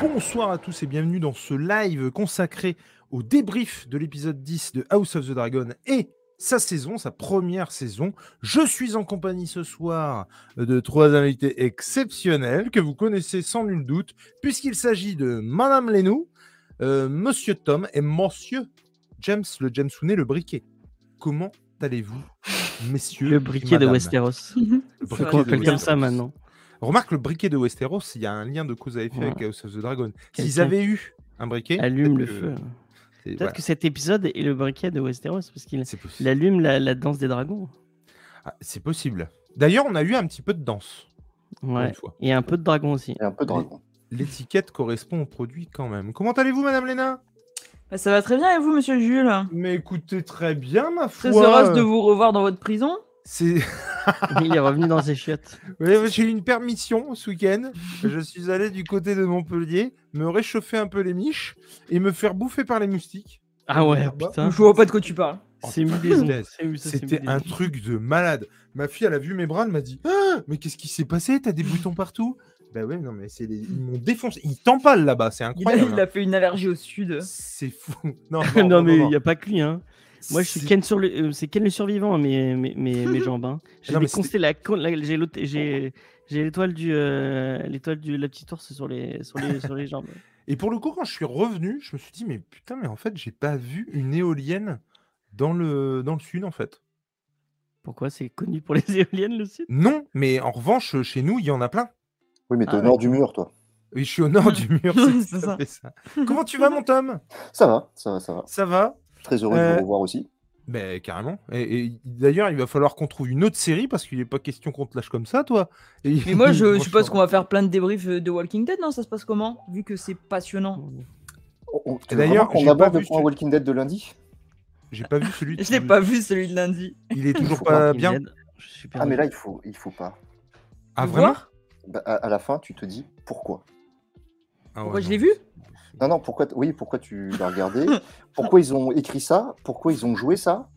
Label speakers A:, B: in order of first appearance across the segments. A: Bonsoir à tous et bienvenue dans ce live consacré au débrief de l'épisode 10 de House of the Dragon et sa saison, sa première saison. Je suis en compagnie ce soir de trois invités exceptionnels que vous connaissez sans nul doute, puisqu'il s'agit de Madame Lenou, euh, Monsieur Tom et Monsieur James, le Jamesounet, le briquet. Comment allez-vous, messieurs
B: Le
A: et
B: briquet de
A: madame
B: Westeros.
A: Le
B: C'est
A: briquet de
B: qu'on appelle comme
A: Westeros.
B: ça maintenant.
A: Remarque, le briquet de Westeros, il y a un lien de cause à effet
B: Voilà.
A: avec euh, House of the Dragon. S'ils
B: Quelqu'un
A: avaient eu un briquet,
B: Allume le
A: peut-être que-
B: feu.
A: c'est-
B: Peut-être
A: voilà,
B: que cet épisode est le briquet de Westeros parce qu'il
A: c'est possible.
B: il allume la, la danse des dragons.
A: Ah, c'est possible. D'ailleurs, on a eu un petit peu de danse. pour
B: Ouais.
A: une fois.
B: Et un peu de dragon aussi.
C: Il y a un peu de dragon.
A: L'étiquette correspond au produit quand même. Comment allez-vous, Madame Léna
D: Bah, ça va très bien et vous, monsieur Jules
A: Mais écoutez, très bien, ma foi.
D: Très heureuse de vous revoir dans votre prison.
A: C'est...
B: il est revenu dans ses chiottes.
A: Ouais, J'ai eu une permission ce week-end. Je suis allé du côté de Montpellier, me réchauffer un peu les miches et me faire bouffer par les moustiques.
B: Ah ouais,
A: Ah bah,
B: putain.
D: Je vois pas de quoi tu parles.
B: C'est mille
A: punaise. C'était un truc de malade. Ma fille, elle a vu mes bras, elle m'a dit Ah, Mais qu'est-ce qui s'est passé T'as des boutons partout Bah ouais, non, mais c'est des- ils m'ont défoncé. Ils t'empalent là-bas, c'est
D: Il a,
A: incroyable. hein.
D: il a fait une allergie au sud.
A: C'est fou. Non, non,
B: Non,
A: non,
B: mais
A: non,
B: il n'y a pas que lui. Hein. Moi, je suis
A: C'est-
B: Ken, sur le... euh, c'est Ken le survivant, mes, mes, mes, mes jambins. J'ai
A: Non, mais
B: déconsté la... con- la- J'ai l'autre- j'ai- j'ai l'étoile du... euh, l'étoile du... La petite ours sur les, sur les... sur les jambes.
A: Et pour le coup, quand je suis revenu, je me suis dit, mais putain, mais en fait, j'ai pas vu une éolienne dans le, dans le sud, en fait.
B: Pourquoi C'est connu pour les éoliennes, le sud
A: Non, mais en revanche, chez nous, il y en a plein.
C: Oui, mais t'es
B: Ah
C: au
B: ouais.
C: nord du mur, toi.
A: Et je suis au nord du mur, c'est
D: C'est
A: tout à
D: ça.
A: fait ça. Comment tu vas, mon Tom
C: Ça va, ça va, ça va.
A: Ça va
C: Très heureux de
A: Euh,
C: vous revoir aussi.
A: Ben, carrément. Et, et d'ailleurs, il va falloir qu'on trouve une autre série parce qu'il n'est pas question qu'on te lâche comme ça, toi. Et,
D: Mais moi, je
A: franchement,
D: suppose qu'on va faire plein de débriefs euh, de Walking Dead, non Ça se passe comment Vu que c'est passionnant.
C: On- on- tu
A: Et
C: veux
A: d'ailleurs,
C: vraiment qu'on
A: j'ai pas
C: aborde
A: vu
C: le point
A: ce-
C: Walking Dead de lundi Ah,
A: J'ai pas vu celui de-
D: Je l'ai pas vu celui de lundi.
A: Il est toujours
C: Faut
A: pas Euh, bien.
B: Je suis
C: Ah,
B: perdu.
C: mais là, il faut, il faut pas.
A: Ah,
D: Faut
A: vraiment
D: voir
C: Bah, à, à la fin, tu te dis pourquoi.
A: Ah ouais,
D: Pourquoi je
A: non,
D: l'ai vu
A: c'est-
C: Non, non, pourquoi, t- oui, pourquoi tu l'as regardé Pourquoi ils ont écrit ça Pourquoi ils ont joué ça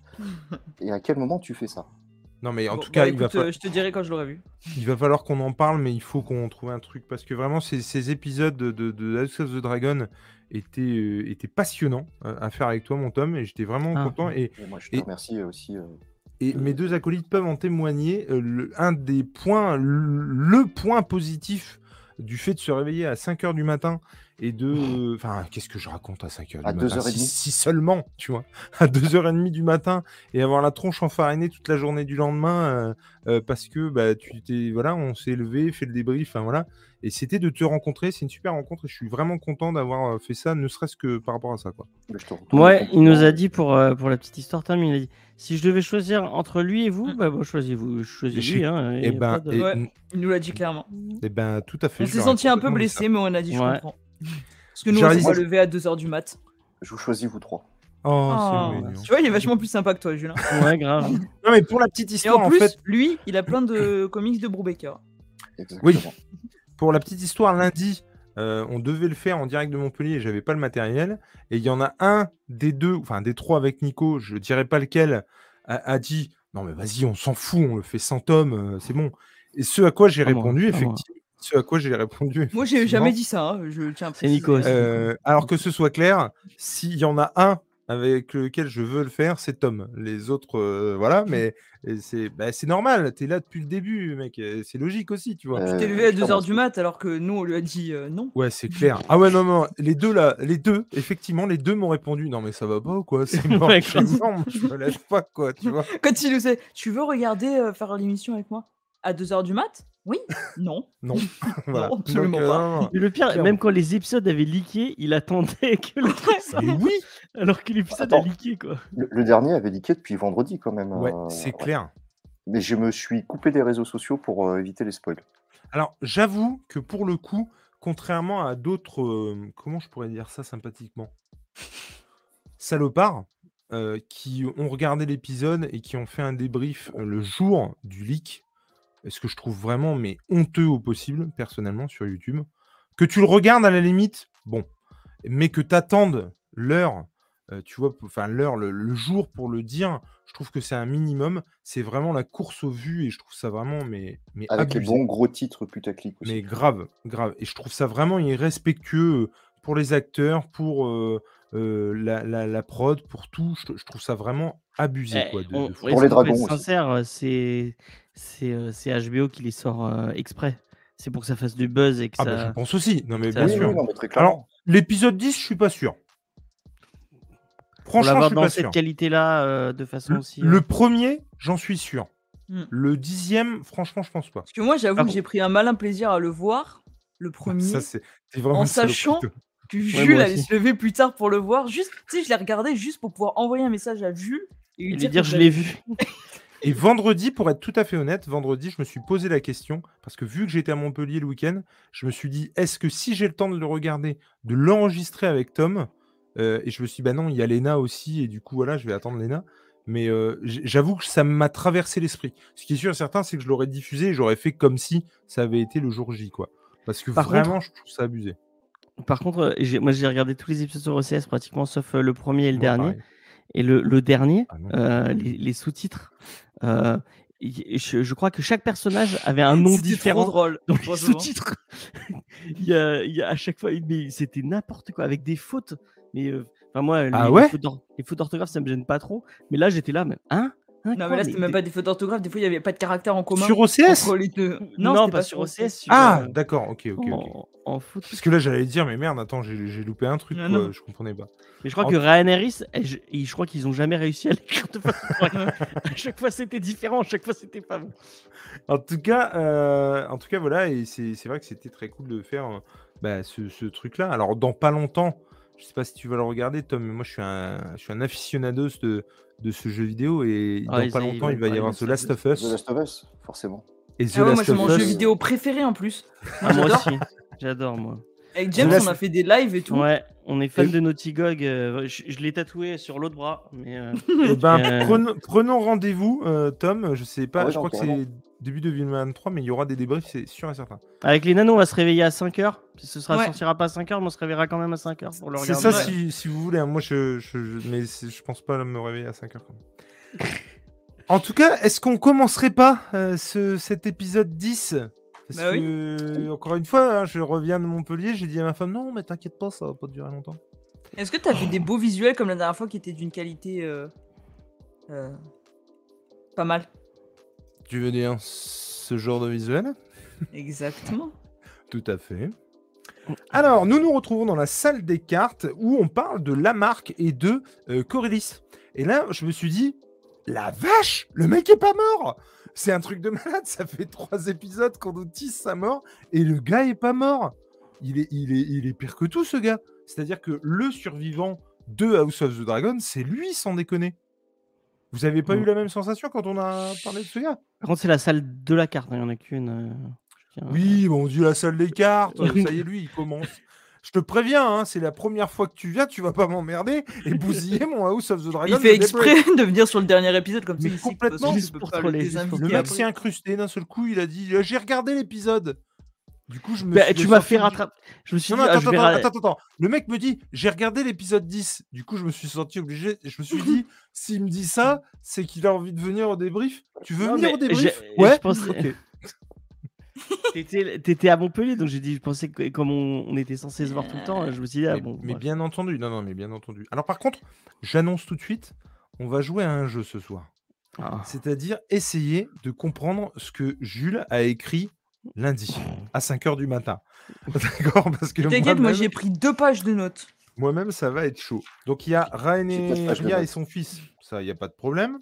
C: Et à quel moment tu fais ça
A: Non, mais en
D: Bon,
A: tout
D: bah,
A: cas, il va
D: écoute,
A: falloir.
D: euh, je te dirai quand je l'aurai vu.
A: Il va falloir qu'on en parle, mais il faut qu'on trouve un truc. Parce que vraiment, ces, ces épisodes de, de- de House of the Dragon étaient, euh, étaient passionnants euh, à faire avec toi, mon Tom. Et j'étais vraiment
B: Ah.
A: content. Et,
C: Et Moi, je te
A: Et-
C: remercie euh, aussi. euh,
A: et mes deux acolytes peuvent en témoigner. Euh, le- un des points, le, le point positif du fait de se réveiller à 5 h du matin et de. euh, Enfin, qu'est-ce que je raconte à 5 h du
C: À
A: matin
C: 2h30.
A: si, si seulement, tu vois, à 2h30 du matin et avoir la tronche enfarinée toute la journée du lendemain euh, euh, parce que bah, tu t'es. Voilà, on s'est levé, fait le débrief, enfin voilà. Et c'était de te rencontrer, c'est une super rencontre et je suis vraiment content d'avoir euh, fait ça, ne serait-ce que par rapport à ça, quoi.
C: je te retourne
B: Ouais,
C: complètement.
B: il nous a dit pour, euh, pour la petite histoire, Tom, il a dit si je devais choisir entre lui et vous,
D: Mm.
B: bah bon, choisissez-vous, choisis
A: J'ai-
B: lui. Hein,
A: Et,
B: y a
A: ben,
B: pas de-
A: et-
D: Ouais. Il nous l'a dit clairement.
A: et ben, tout à fait.
D: On
A: je
D: s'est
A: leur ai
D: senti un peu
A: complètement dit ça.
D: blessé, mais on a dit je
B: Ouais.
D: comprends. Parce que nous,
A: J'arrive-
D: on s'est levé à 2h du mat.
C: Je vous choisis, vous trois.
A: Oh,
D: Ah.
A: c'est mignon.
D: Tu vois, il est vachement plus sympa que toi, Jules. hein.
B: Ouais, grave.
A: Non, mais pour la petite
D: Et
A: histoire,
D: en
A: en,
D: plus,
A: fait,
D: lui, il a plein de comics de Brubaker.
C: Exactement.
A: Oui. pour la petite histoire, lundi, euh, on devait le faire en direct de Montpellier et j'avais pas le matériel. Et il y en a un des deux, enfin des trois avec Nico, je dirais pas lequel, a, a dit Non, mais vas-y, on s'en fout, on le fait sans Tom, euh, c'est bon. Et ce à quoi j'ai
B: Pas moi,
A: répondu,
B: pas moi.
A: effectivement. Ce à quoi j'ai répondu.
D: Moi, j'ai
A: effectivement,
D: jamais dit ça, hein, je tiens à
B: C'est Nico
D: préciser.
B: aussi.
A: euh, alors que ce soit clair, s'il y en a un avec lequel je veux le faire, c'est Tom. Les autres, euh, voilà, mais et c'est bah, c'est normal, t'es là depuis le début, mec, et c'est logique aussi, tu vois.
C: Euh,
D: Tu t'es levé à
C: je
D: 2h
C: commence.
D: du mat alors que nous, on lui a dit euh, non.
A: Ouais, c'est clair. Ah ouais, non, non, les deux là, les deux, effectivement, les deux m'ont répondu. Non, mais ça va pas ou quoi C'est mort,
B: Ouais,
A: c'est mort, moi, je me lève pas, quoi, tu vois.
D: Quand il nous a tu veux regarder euh, faire l'émission avec moi À 2h du mat Oui Non.
A: Voilà.
D: Non, absolument
A: Donc, euh,
D: pas.
A: non, non.
B: Mais le pire,
A: Clairement.
B: même quand les épisodes avaient leaké, il attendait que le truc sorte,
A: Mais oui,
B: alors que l'épisode a
C: Attends.
B: leaké, quoi.
C: Le, le dernier avait leaké depuis vendredi, quand même.
A: ouais,
C: euh,
A: c'est
C: ouais.
A: clair.
C: Mais je me suis coupé des réseaux sociaux pour euh, éviter les spoils.
A: Alors, j'avoue que pour le coup, contrairement à d'autres, euh, comment je pourrais dire ça sympathiquement Salopards, euh, qui ont regardé l'épisode et qui ont fait un débrief euh, le jour du leak, ce que je trouve vraiment mais honteux au possible, personnellement, sur YouTube. Que tu le regardes à la limite, bon, mais que t'attendes l'heure euh, tu vois, p- enfin l'heure, le, le jour pour le dire, je trouve que c'est un minimum. C'est vraiment la course aux vues et je trouve ça vraiment mais mais
C: Avec les
A: abusé.
C: bons gros titres putaclic aussi.
A: Mais grave, grave. Et je trouve ça vraiment irrespectueux euh, pour les acteurs, pour euh, euh, la, la- la prod, pour tout. Je, je trouve ça vraiment abusé.
B: Eh,
A: quoi, de-
B: on-
A: de-
B: ouais, si
C: Pour les
B: on peut
C: dragons
B: être
C: aussi.
B: Sincère, euh, c'est c'est euh, c'est HBO qui les sort euh, exprès. C'est pour que ça fasse du buzz et que
A: Ah, bah,
B: ça.
A: je pense aussi. Non, mais
B: ça-
A: bien
C: Oui, oui,
A: sûr.
C: non, mais très clairement.
A: Alors, L'épisode 10, je suis pas sûr.
B: pour
A: Franchement, je
B: l'avoir
A: suis
B: dans
A: pas
B: cette
A: sûr.
B: qualité-là, euh, de façon
A: Le,
B: aussi.
A: le
B: euh,
A: premier, j'en suis sûr.
D: Hmm.
A: Le dixième, franchement, je pense pas.
D: Parce que moi, j'avoue
B: Ah
D: que
B: bon
D: j'ai pris un malin plaisir à le voir, le premier.
A: Ça, c'est t'es vraiment
D: En
A: une salope,
D: sachant-
A: plutôt.
D: que
B: moi
D: Jules allait
B: aussi.
D: se lever plus tard pour le voir. Juste, tu sais, je l'ai regardé juste pour pouvoir envoyer un message à Jules et lui
B: lui
D: dire,
B: dire
D: que
B: je l'ai vu.
A: Et vendredi, pour être tout à fait honnête, vendredi, je me suis posé la question, parce que vu que j'étais à Montpellier le week-end, je me suis dit, est-ce que si j'ai le temps de le regarder, de l'enregistrer avec Tom, euh, et je me suis dit, bah non, il y a Léna aussi, et du coup, voilà, je vais attendre Léna. Mais euh, j- j'avoue que ça m'a traversé l'esprit. Ce qui est sûr et certain, c'est que je l'aurais diffusé et j'aurais fait comme si ça avait été le jour J, quoi. Parce que
B: Par
A: vraiment, je trouve ça abusé.
B: Par contre, euh, j'ai- moi j'ai regardé tous les épisodes sur OCS pratiquement, sauf euh, le premier et le
A: Moi,
B: dernier.
A: pareil.
B: Et le, le dernier,
A: Ah non.
B: euh, les, les sous-titres, euh, y- je, je crois que chaque personnage avait un nom
D: C'était trop
B: différent.
D: drôle.
B: dans les
D: franchement.
B: sous-titres. il, y a, il y a à chaque fois, une- mais c'était n'importe quoi avec des fautes. Mais euh, enfin moi, les,
A: Ah
B: les
A: ouais
B: fautes d'or- les fautes d'orthographe, ça me gêne pas trop. Mais là, j'étais là, mais hein, Hein,
D: Non,
B: quoi,
D: mais là, c'était même
B: des-
D: pas des fautes d'orthographe. Des fois, il n'y avait pas de caractère en commun.
A: Sur OCS
D: entre les deux.
B: Non,
D: c'était
B: pas, sur OCS. sur,
A: Ah,
B: euh, Oh.
A: d'accord, ok, ok, ok.
B: en, en foot.
A: Parce que là, j'allais dire, mais merde, attends, j'ai j'ai loupé un truc,
D: Ah
A: quoi,
D: non.
A: je comprenais pas.
B: Mais je crois
A: en-
B: que Ryan Harris, eh, je, et je crois qu'ils ont jamais réussi à l'écrire de façon correcte. À chaque fois, c'était différent. À chaque fois, c'était pas bon.
A: En tout cas, euh, en tout cas, voilà, et c'est c'est vrai que c'était très cool de faire euh, bah, ce, ce truc-là. Alors, dans pas longtemps, je sais pas si tu vas le regarder, Tom, mais moi, je suis un, je suis un aficionados de, de ce jeu vidéo et dans
B: Ah, ils-
A: pas
B: ils
A: longtemps,
B: vont
A: il va y
B: parler
A: avoir
B: de
A: The
B: ça,
A: Last
B: de-
A: of
C: The
A: Us
C: Last of Us, forcément.
A: et The
D: Ah ouais, moi,
A: Last
D: c'est
A: of
D: mon
A: Us.
D: jeu vidéo préféré en plus. Moi,
B: Ah, moi
D: j'adore.
B: aussi, j'adore moi.
D: Avec James,
A: Last-
D: on a fait des lives et tout.
B: Ouais, on est fan
A: Et-
B: de Naughty Dog. euh, je je l'ai tatoué sur l'autre bras, mais euh,
A: Eh ben,
B: Euh.
A: prenons, prenons rendez-vous, euh, Tom. Je sais pas,
C: Ah ouais,
A: je crois que
C: encore
A: c'est début 2023, mais il y aura des débriefs, c'est sûr et certain.
B: Avec les nanos, on va se réveiller à 5h. Ce sera
D: Ouais.
B: sortira pas à 5h, mais on se réveillera quand même à 5h pour le
A: C'est
B: regarder.
A: ça,
D: Ouais.
A: si, si vous voulez. hein, Moi, je, je, je- mais c'est- je pense pas me réveiller à 5 heures. quand même. en tout cas, est-ce qu'on commencerait pas euh, ce, cet épisode 10 Parce
D: Bah oui.
A: que, encore une fois, hein, je reviens de Montpellier, j'ai dit à ma femme non, mais t'inquiète pas, ça va pas durer longtemps.
D: Est-ce que t'as fait des beaux visuels comme la dernière fois qui étaient d'une qualité. euh, euh, pas mal.
A: Tu veux dire ce genre de visuel
D: Exactement.
A: Tout à fait. Alors, nous nous retrouvons dans la salle des cartes où on parle de Lamarck et de euh, Coryllis. Et là, je me suis dit, la vache, le mec est pas mort C'est un truc de malade, ça fait trois épisodes qu'on nous tisse sa mort et le gars est pas mort. Il est, il est, il est pire que tout, ce gars. C'est-à-dire que le survivant de House of the Dragon, c'est lui, sans déconner. Vous avez pas
B: Mm.
A: eu la même sensation quand on a parlé de ce gars
B: Par contre, c'est la salle de la carte, hein, il y en a qu'une. euh, je tiens à-
A: Oui, bon, on dit la salle des cartes, euh, ça y est, lui, il commence. Je te préviens, hein, c'est la première fois que tu viens, tu vas pas m'emmerder et bousiller mon House of the Dragon.
D: Il
A: de
D: fait exprès
A: Daybreak.
D: de venir sur le dernier épisode comme ça.
A: Mais
D: il sait que de toute
A: complètement.
D: façon, tu
B: Juste
D: peux
B: pour
D: pas
B: troller,
D: le
B: juste pour
A: Le
D: désinviter
A: mec s'est
D: après.
A: incrusté d'un seul coup, il a dit euh, J'ai regardé l'épisode. Du coup, je me
B: Bah,
A: suis
B: tu m'as
A: sorti
B: fait
A: du-
B: rattraper. Je me suis
A: Non,
B: dit,
A: non,
B: ah,
A: attends,
B: je vais
A: attends,
B: ra-
A: attends, attends. Le mec me dit J'ai regardé l'épisode 10. Du coup, je me suis senti obligé. et Je me suis dit S'il me dit ça, c'est qu'il a envie de venir au débrief. Tu veux
B: Non,
A: venir
B: mais
A: au débrief
B: j'ai-
A: Ouais,
B: je pense-
A: ok.
B: t'étais t'étais à Montpellier, donc j'ai dit, je pensais que comme on, on était censé se voir tout le temps, je me suis dit, ah
A: mais,
B: bon.
A: mais
B: bref.
A: bien entendu, non, non, mais bien entendu. Alors par contre, j'annonce tout de suite, on va jouer à un jeu ce soir.
B: Ah.
A: C'est-à-dire essayer de comprendre ce que Jules a écrit lundi à 5h du matin. D'accord Parce que
D: T'inquiète, moi
A: moi-même,
D: j'ai pris deux pages de notes.
A: moi-même, ça va être chaud. Donc il y a Ryan
C: J'ai peut-être
A: et,
C: pas joué
A: Ria
C: mal.
A: et son fils, ça, il n'y a pas de problème.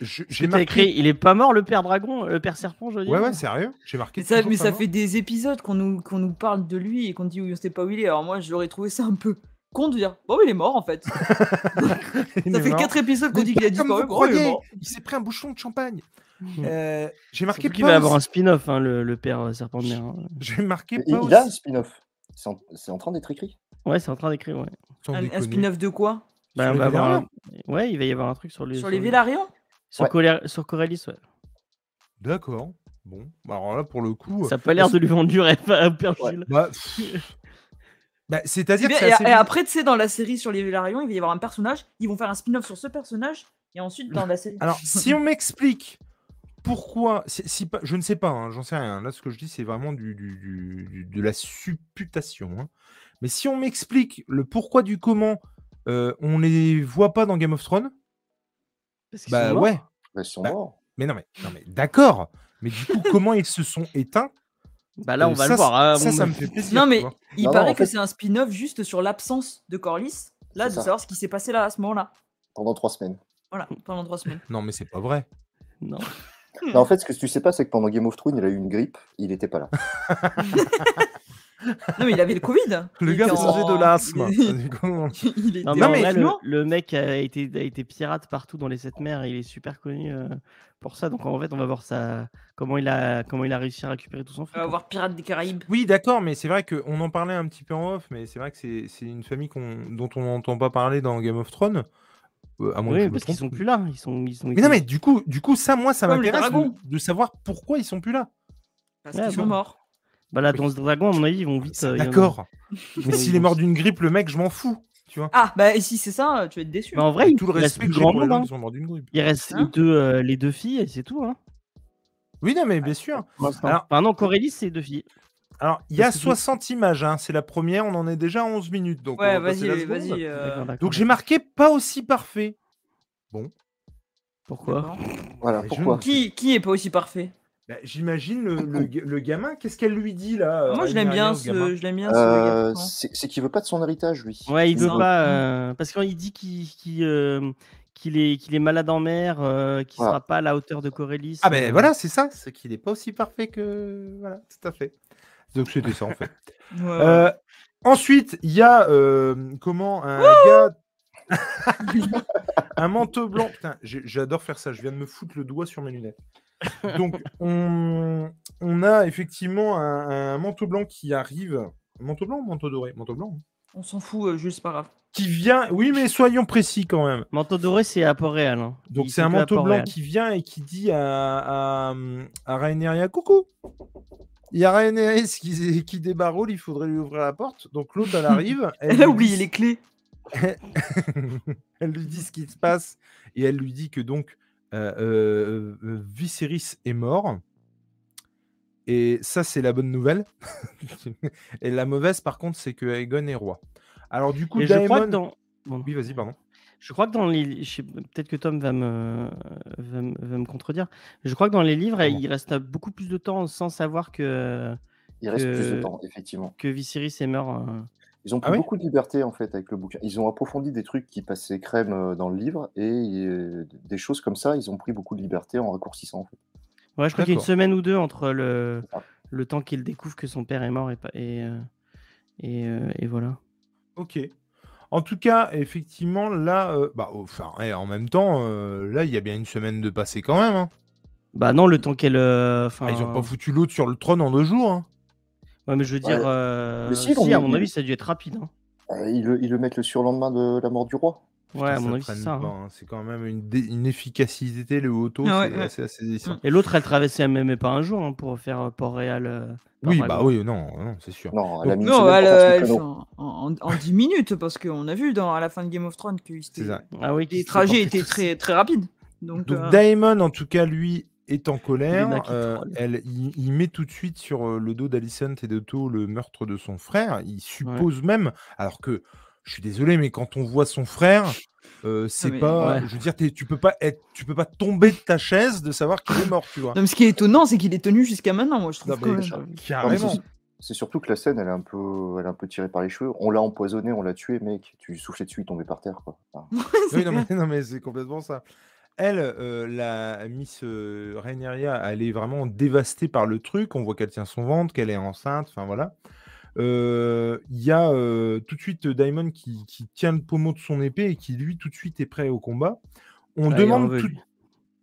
A: Je-
B: Parce
A: J'ai
B: que t'as
A: marqué...
B: écrit, il est pas mort le père dragon, euh, le père serpent, je veux dire.
A: Ouais, ouais, sérieux J'ai marqué...
D: Mais ça,
A: toujours
D: mais
A: pas
D: ça
A: mort.
D: fait des épisodes qu'on nous, qu'on nous parle de lui et qu'on dit oui, on sait pas où il est. Alors moi, j'aurais trouvé ça un peu con de dire bon, il est mort en fait. ça
A: Il est
D: fait
A: mort.
D: quatre épisodes qu'on
A: Mais
D: dit qu'il a
A: pas comme
D: disparu.
A: vous
D: Oh, il est
A: croyez,
D: mort.
A: il s'est pris un bouchon de champagne.
B: Mhm.
A: Euh, J'ai marqué
B: Surtout qu'il va
A: pause.
B: avoir un spin-off, hein, le, le père euh, serpent de mer. hein.
A: J'ai marqué
C: Mais il,
A: pause.
C: il a un spin-off. C'est en, c'est en train d'être écrit.
B: Ouais, c'est en train d'écrire, ouais.
A: Sans
D: Un, un
A: déconner.
D: spin-off de quoi
B: Bah,
A: Sur
B: on
A: les
B: va avoir
A: Vélarians.
B: un- Ouais, il va y avoir un truc sur les.
D: Sur les Vélarians
B: Sur,
C: Ouais.
B: Colère- sur Corellis, ouais.
A: D'accord. Bon, Bah, alors là, pour le coup.
B: Ça a pas l'air
A: Parce-
B: de lui vendre du rêve à hein, Père
C: Ouais.
B: Gilles.
A: Bah, pff, Bah,
D: Et,
A: C'est-à-dire que
D: Eh bien-
A: c'est
D: et-
A: assez
D: et
A: bizarre.
D: après, tu sais, dans la série sur les Velaryon, il va y avoir un personnage, ils vont faire un spin-off sur ce personnage, et ensuite dans la série.
A: Alors, si on m'explique pourquoi, si, si pas- je ne sais pas, hein, j'en sais rien. Là, ce que je dis, c'est vraiment du, du- du- du- de la supputation. hein. Mais si on m'explique le pourquoi du comment, euh, on les voit pas dans Game of Thrones,
B: Parce qu'ils
A: bah
B: sont morts.
A: ouais.
C: Bah, ils sont
A: Bah,
C: morts.
A: Mais non, mais, non, mais d'accord. Mais du coup, comment ils se sont éteints
B: Bah là,
A: euh,
B: on va
A: ça,
B: le voir. hein,
A: Ça,
B: on-
A: ça me fait plaisir.
D: Non,
A: tu
D: mais
A: vois.
D: Il
C: Non, non,
D: paraît
C: en
D: que
C: fait-
D: c'est un spin-off juste sur l'absence de Corlys, là,
C: C'est
D: de
C: ça.
D: savoir ce qui s'est passé là à ce moment-là.
C: Pendant trois semaines.
D: Voilà, pendant trois semaines.
A: Non, mais c'est pas vrai.
B: Non.
C: Non, en fait, ce que tu sais pas, c'est que pendant Game of Thrones, il a eu une grippe, il n'était pas là.
D: Non, mais il avait le Covid.
A: Le
D: Il
A: gars
D: était
A: faisait
D: en-
A: de l'asthme.
D: Il,
A: Du coup,
D: il était
B: Non, mais,
A: Non,
B: en
A: mais
B: vrai, le,
D: confinement.
B: le mec a été, a été pirate partout dans les sept mers. Il est super connu euh, pour ça. Donc en fait, on va voir ça, comment, il a, comment il a réussi à récupérer tout son
D: On va
B: fric.
D: voir Pirates des Caraïbes.
A: Oui, d'accord, mais c'est vrai qu'on en parlait un petit peu en off, mais c'est vrai que c'est c'est une famille qu'on- dont on n'entend pas parler dans Game of Thrones. Euh, à moins
B: Oui,
A: que je me
B: parce qu'ils sont
A: trompe.
B: plus là. Ils sont, ils sont,
A: Mais non, mais du coup, du coup ça, moi, ça
D: Comme les
A: m'intéresse de,
D: dragons.
A: de savoir pourquoi ils sont plus là.
D: Parce
B: Ouais,
D: qu'ils sont
B: bon.
D: morts.
B: Bah là,
A: Oui.
B: dans ce dragon, à mon avis, ils vont vite. euh, il y en a-
A: D'accord.
B: ils
A: Mais
B: vont-
A: s'il
B: ils
A: est
B: vont-
A: mort d'une grippe, le mec, je m'en fous. Tu vois
D: Ah, bah et si c'est ça, tu vas être déçu.
B: Mais en vrai,
A: Avec
B: il,
A: Tout le
B: reste
A: respect
B: plus
A: que j'ai
B: grand
A: pour les
B: monde.
A: gens
B: hein.
A: qui sont morts d'une grippe.
B: Il reste
D: Hein
B: les, deux, euh, les deux filles et c'est tout. Hein.
A: Oui, non, mais bien sûr.
B: Alors, enfin, non, Corellis, c'est les deux filles.
A: Alors, il y a
B: Parce que-
A: 60 images. hein, C'est la première. On en est déjà à 11 minutes. Donc
D: Ouais,
A: on va passer la
D: vas-y,
A: seconde.
D: vas-y. euh,
B: D'accord, d'accord.
A: Donc, j'ai marqué pas aussi parfait.
B: Pourquoi
D: d'accord.
C: Voilà,
A: Mais
C: pourquoi
A: Bah, je-
D: Qui, qui est pas aussi parfait
A: Bah, J'imagine le, le ga- le gamin. Qu'est-ce qu'elle lui dit là euh,
D: Moi, je l'aime
A: Rhaenyra
D: bien
A: au gamin
D: ce. Je l'aime bien ce.
C: Euh,
D: gars,
A: hein.
D: franchement.
C: C'est c'est qu'il veut pas de son héritage, lui.
B: Ouais, il
D: C'est
B: veut
D: ça.
B: pas. euh, parce qu'il dit qu'il qu'il, euh, qu'il est, qu'il est malade en mer, euh, qu'il
C: Voilà.
B: sera pas à la hauteur de Corellis.
A: Ah ben
B: euh,
A: voilà, c'est ça, c'est qu'il n'est pas aussi parfait que... Voilà, tout à fait. Donc c'était ça en fait.
D: Ouais.
A: Euh, ensuite, il y a euh, comment un gars... un manteau blanc. Putain, j'ai- j'adore faire ça, je viens de me foutre le doigt sur mes lunettes. Donc on, on a effectivement un, un manteau blanc qui arrive. Manteau blanc ou manteau doré Manteau blanc. hein.
D: On s'en fout, euh, juste c'est pas grave.
A: Qui vient... Oui mais soyons précis quand même.
B: Manteau doré, c'est à Port-Réal. hein.
A: Donc
B: Il
A: c'est
B: fait
A: un
B: que à
A: manteau blanc
B: Port-Réal.
A: qui vient et qui dit à, à, à Rhaenyra, coucou Il y a Rhaenyra qui, qui débarroule, il faudrait lui ouvrir la porte. Donc l'autre, elle arrive.
D: Elle
A: lui
D: a
A: dit
D: oublié
A: ce-
D: les clés.
A: elle lui dit ce qui se passe et elle lui dit que donc euh, euh, euh, Viserys est mort. Et ça, c'est la bonne nouvelle. et la mauvaise, par contre, c'est que Aegon est roi. Alors du coup,
B: Et je crois que
A: Daemon-
B: dans. bon.
A: Oui, vas-y, pardon.
B: Je crois que dans les. je sais- Peut-être que Tom va me... Va, me... va me contredire. Je crois que dans les livres,
A: Pardon.
B: il reste beaucoup plus de temps sans savoir que,
C: Il reste plus
B: que-
C: de temps, effectivement.
B: que Viserys est mort. euh.
C: Ils ont pris
A: Ah ouais
C: beaucoup de liberté, en fait, avec le bouquin. Ils ont approfondi des trucs qui passaient crème euh, dans le livre et euh, des choses comme ça, ils ont pris beaucoup de liberté en raccourcissant, en fait.
B: Ouais, je crois qu'il y a une
A: D'accord.
B: semaine ou deux entre le,
C: C'est ça.
B: le temps qu'il découvre que son père est mort et, pas- et, euh, et, euh, et voilà.
A: Ok. En tout cas, effectivement, là, euh, bah, enfin, eh, en même temps, euh, là, il y a bien une semaine de passé quand même. hein.
B: Bah non, le temps qu'elle. euh, Enfin,
A: Ah, ils ont pas foutu l'autre sur le trône en deux jours. hein.
B: Ouais, mais je veux dire.
C: Ouais.
B: euh,
C: Mais si,
B: si,
C: ils l'ont mis
B: à
C: au
B: mon
C: début.
B: avis, ça a dû être rapide. hein.
C: Euh, ils, le, ils le mettent le surlendemain de la mort du roi.
B: Ouais,
A: Putain,
B: à mon
A: ça
B: avis, c'est
A: traîne
B: ça.
A: pas,
B: hein.
A: hein. C'est quand même une, dé- une efficacité, le auto,
D: Ah ouais,
A: c'est
D: ouais.
A: assez, assez décent.
B: Et l'autre, elle traversait même pas un jour hein, pour faire euh, Port-Réal. euh, par
A: Oui,
B: Dragon.
A: bah oui, non, non, c'est sûr.
C: Non, elle a mis une
D: Non,
C: semaine
D: elle,
C: pour
D: euh,
C: faire son
D: elle fait
C: canon.
D: en, en, en 10 minutes, parce qu'on a vu dans, à la fin de Game of Thrones que
A: C'est ça.
B: Ah oui, qui
D: les
B: se fait
D: trajets
B: porter
D: étaient
B: tous.
D: très, très rapides. Donc,
A: Donc
D: euh,
A: Daemon, en tout cas, lui est en
B: Il est
A: colère.
B: maquis
A: euh,
B: troll.
A: elle, il, il met tout de suite sur euh, le dos d'Alicent et d'Otto le meurtre de son frère. Il suppose même, alors que je suis désolé, mais quand on voit son frère, euh, c'est
D: mais-
A: pas,
B: ouais.
A: je veux dire, t'es- tu peux pas être, tu peux pas tomber de ta chaise de savoir qu'il est mort, tu vois.
D: non, mais ce qui est étonnant, c'est qu'il est tenu jusqu'à maintenant, moi, je trouve.
A: Non,
D: quand
A: mais-
D: même.
C: Non, mais c'est-
A: Carrément.
C: C'est surtout que la scène, elle est un peu, elle est un peu tirée par les cheveux. On l'a empoisonné, on l'a tué, mec. Tu soufflais dessus, il tombait par terre, quoi. Enfin,
A: Oui, non, mais, non, mais c'est complètement ça. Elle, euh, la Miss euh, Rhaenyra, elle est vraiment dévastée par le truc. On voit qu'elle tient son ventre, qu'elle est enceinte. Enfin voilà. Euh, Il y a euh, tout de suite euh, Daemon qui, qui tient le pommeau de son épée et qui lui tout de suite est prêt au combat. On
B: Ah, il en
A: demande
B: veut,
A: tout,
B: lui.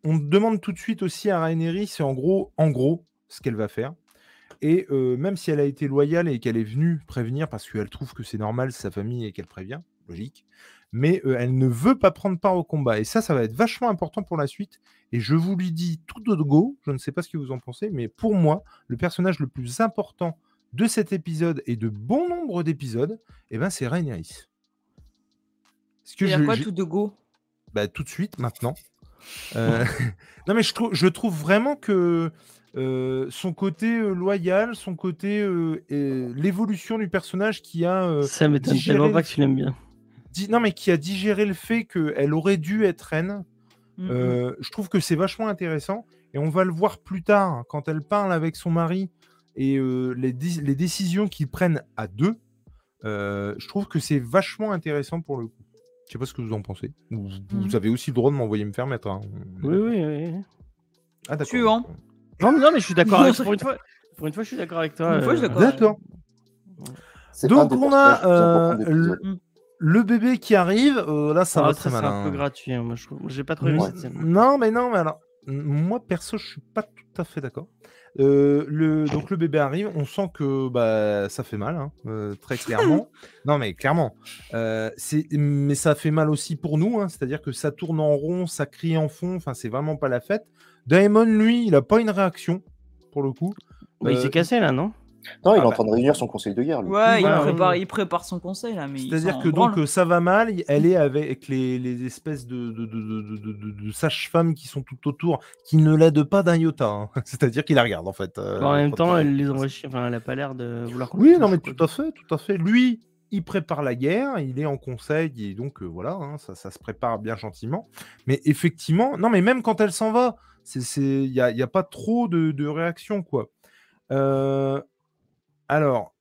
A: on demande tout de suite aussi à Rhaenyra, c'est en gros, en gros, ce qu'elle va faire. Et euh, même si elle a été loyale et qu'elle est venue prévenir parce qu'elle trouve que c'est normal, c'est sa famille et qu'elle prévient, logique, mais euh, elle ne veut pas prendre part au combat. Et ça, ça va être vachement important pour la suite. Et je vous le dis tout de go, je ne sais pas ce que vous en pensez, mais pour moi, le personnage le plus important de cet épisode et de bon nombre d'épisodes, eh ben, c'est Rhaenys. Est-ce que
D: Il y a
A: je-
D: quoi
A: j'ai-
D: tout de go
A: bah, tout de suite, maintenant. Euh, non, mais je trouve, je trouve vraiment que euh, son côté euh, loyal, son côté euh, et l'évolution du personnage qui a, euh,
B: Ça m'étonne
A: digérer
B: tellement
A: le-
B: pas que tu l'aimes bien.
A: di- non, mais qui a digéré le fait qu'elle aurait dû être reine,
D: Mmh, Mm,
A: euh, je trouve que c'est vachement intéressant. Et on va le voir plus tard hein, quand elle parle avec son mari et euh, les, dé- les décisions qu'ils prennent à deux. euh, je trouve que c'est vachement intéressant pour le coup. Je sais pas ce que vous en pensez. Vous, vous
D: Mhm.
A: avez aussi le droit de m'envoyer me faire mettre. hein.
B: Oui, oui, oui.
A: Ah, d'accord.
D: Tu en
B: Non, mais, non, mais je suis d'accord avec toi. Pour une fois, pour une fois, je suis d'accord avec toi.
D: Une fois, je suis
B: euh,
D: d'accord.
A: D'accord.
C: C'est
A: Donc,
C: un des
A: on a,
C: personnages les plus importants
A: euh,
C: de l'épisode.
A: Le bébé qui arrive, euh, là, ça
B: ah,
A: va
B: ça,
A: très
B: c'est
A: mal.
B: un peu
A: hein.
B: gratuit. hein, moi, je trouve. J'ai pas trop aimé
A: Ouais.
B: cette scène.
A: Non, mais non, mais alors, m- moi perso, je suis pas tout à fait d'accord. Euh, le, donc le bébé arrive, on sent que bah, ça fait mal, hein, euh, très clairement. non, mais clairement, Euh, c'est- mais ça fait mal aussi pour nous, hein, c'est-à-dire que ça tourne en rond, ça crie en fond, enfin, c'est vraiment pas la fête. Daemon, lui, il a pas une réaction pour le coup.
B: Bah, il
A: Euh,
B: s'est cassé là, non
C: Non, il
A: Ah
C: est en
A: bah.
C: train de réunir son conseil de guerre. lui.
D: Ouais,
B: Voilà,
D: il, prépare,
B: ouais.
D: il prépare son conseil là, mais il
A: C'est-à-dire
D: s'en
A: que
D: branle.
A: donc euh, ça va mal, y- elle est avec les, les espèces de, de, de- de- de- de- de- de sages-femmes qui sont tout autour, qui ne l'aident pas d'un iota. hein. C'est-à-dire qu'il la regarde en fait. euh,
B: Bah, En même
A: quand
B: temps,
A: elle-
B: elle les envoie chier. Enfin, elle a pas l'air de vouloir. qu'on
A: Oui,
B: les
A: non mais
B: touche,
A: tout
B: quoi.
A: à fait, tout à fait. Lui, il prépare la guerre, il est en conseil et donc euh, voilà, hein, ça, ça se prépare bien gentiment. Mais effectivement, non mais même quand elle s'en va, c'est- c'est- il n'y a, il y a pas trop de, de réaction quoi. Euh, alors,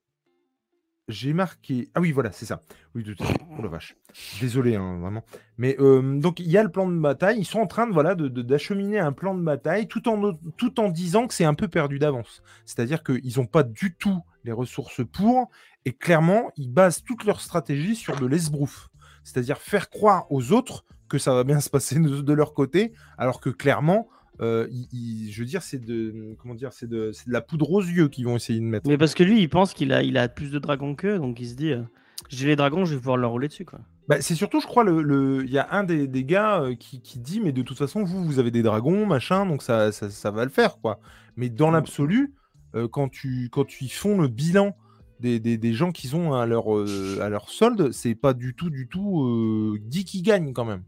A: j'ai marqué. Ah oui, voilà, c'est ça. Oui, tout à fait. Oh la vache. Désolé, hein, vraiment. Mais euh, donc, il y a le plan de bataille. Ils sont en train de voilà de- de- d'acheminer un plan de bataille tout en, tout en disant que c'est un peu perdu d'avance. C'est-à-dire qu'ils n'ont pas du tout les ressources pour. Et clairement, ils basent toute leur stratégie sur de l'esbrouf. C'est-à-dire faire croire aux autres que ça va bien se passer de, de leur côté, alors que clairement, euh, ils- ils- je veux dire, c'est de, comment dire, c'est de, c'est de la poudre aux yeux qu'ils vont essayer de mettre.
B: Mais parce que lui, il pense qu'il a, il a plus de dragons qu'eux, donc il se dit, euh, j'ai les dragons, je vais pouvoir leur rouler dessus, quoi.
A: Bah, c'est surtout, je crois, le- le- il y a un des, des gars euh, qui, qui dit, mais de toute façon, vous, vous avez des dragons, machin, donc ça, ça, ça va le faire, quoi. Mais
B: Mm.
A: dans l'absolu, euh, quand, tu, quand tu font le bilan des, des- des gens qu'ils ont à leur, euh, à leur solde, c'est pas du tout, du tout euh, dit qu'ils gagnent, quand même.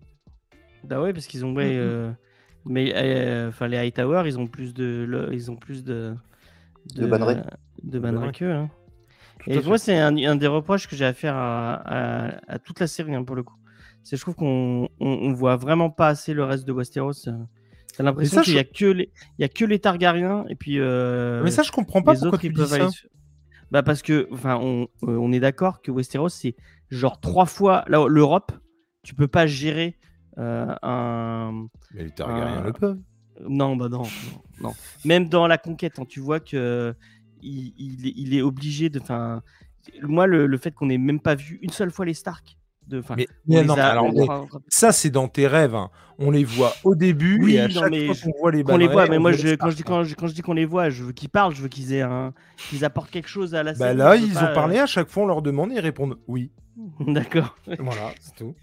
B: Bah ouais, parce qu'ils ont, ouais,
A: Mm,
D: Mhm.
B: euh, mais euh, enfin les Hightower, ils ont plus de, le- ils ont plus de,
C: De banneries.
B: de banneries
A: banneries.
B: qu'eux. hein.
A: Tout à
B: Et
A: fait.
B: moi, c'est un, un des reproches que j'ai à faire à, à- à toute la série, hein, pour le coup. C'est je trouve qu'on on, on voit vraiment pas assez le reste de Westeros. euh. T'as l'impression
A: ça,
B: qu'il y a que les, il y a que les Targaryens et puis. euh,
A: mais ça, je comprends pas
B: les
A: pourquoi
B: autres,
A: tu
B: ils
A: dis
B: peuvent
A: ça.
B: aller sur- Bah parce que, enfin, on, euh, on est d'accord que Westeros, c'est genre trois fois là, l'Europe. Tu peux pas gérer euh, un.
A: Mais les
B: Targaryens
A: Targaryens
B: le
A: le peuvent.
B: Non, bah non, non, non. Même dans la conquête, hein, tu vois que euh, il, il est- il est obligé de. Enfin, moi, le, le fait qu'on n'ait même pas vu une seule fois les Stark. De, 'fin,
A: Mais,
B: on
A: mais
B: les
A: non,
B: a-
A: alors,
B: on
A: euh, mais
B: les-
A: ça, c'est dans tes rêves. hein. On les voit au début,
B: Oui,
A: et à
B: non,
A: chaque
B: mais
A: fois
B: je-
A: qu'on voit les
B: qu'on les
A: bannerets,
B: voit. Mais
A: bah, on
B: moi,
A: voit
B: je,
A: les
B: quand, je dis,
A: stars, hein.
B: quand, je, quand je dis qu'on les voit, je veux qu'ils parlent, je veux qu'ils aient un, qu'ils apportent quelque chose à la.
A: Bah
B: scène,
A: là,
B: je veux
A: ils
B: pas,
A: ont parlé, à chaque fois, on leur demande, ils répondent oui.
B: euh, D'accord.
A: Voilà, c'est tout.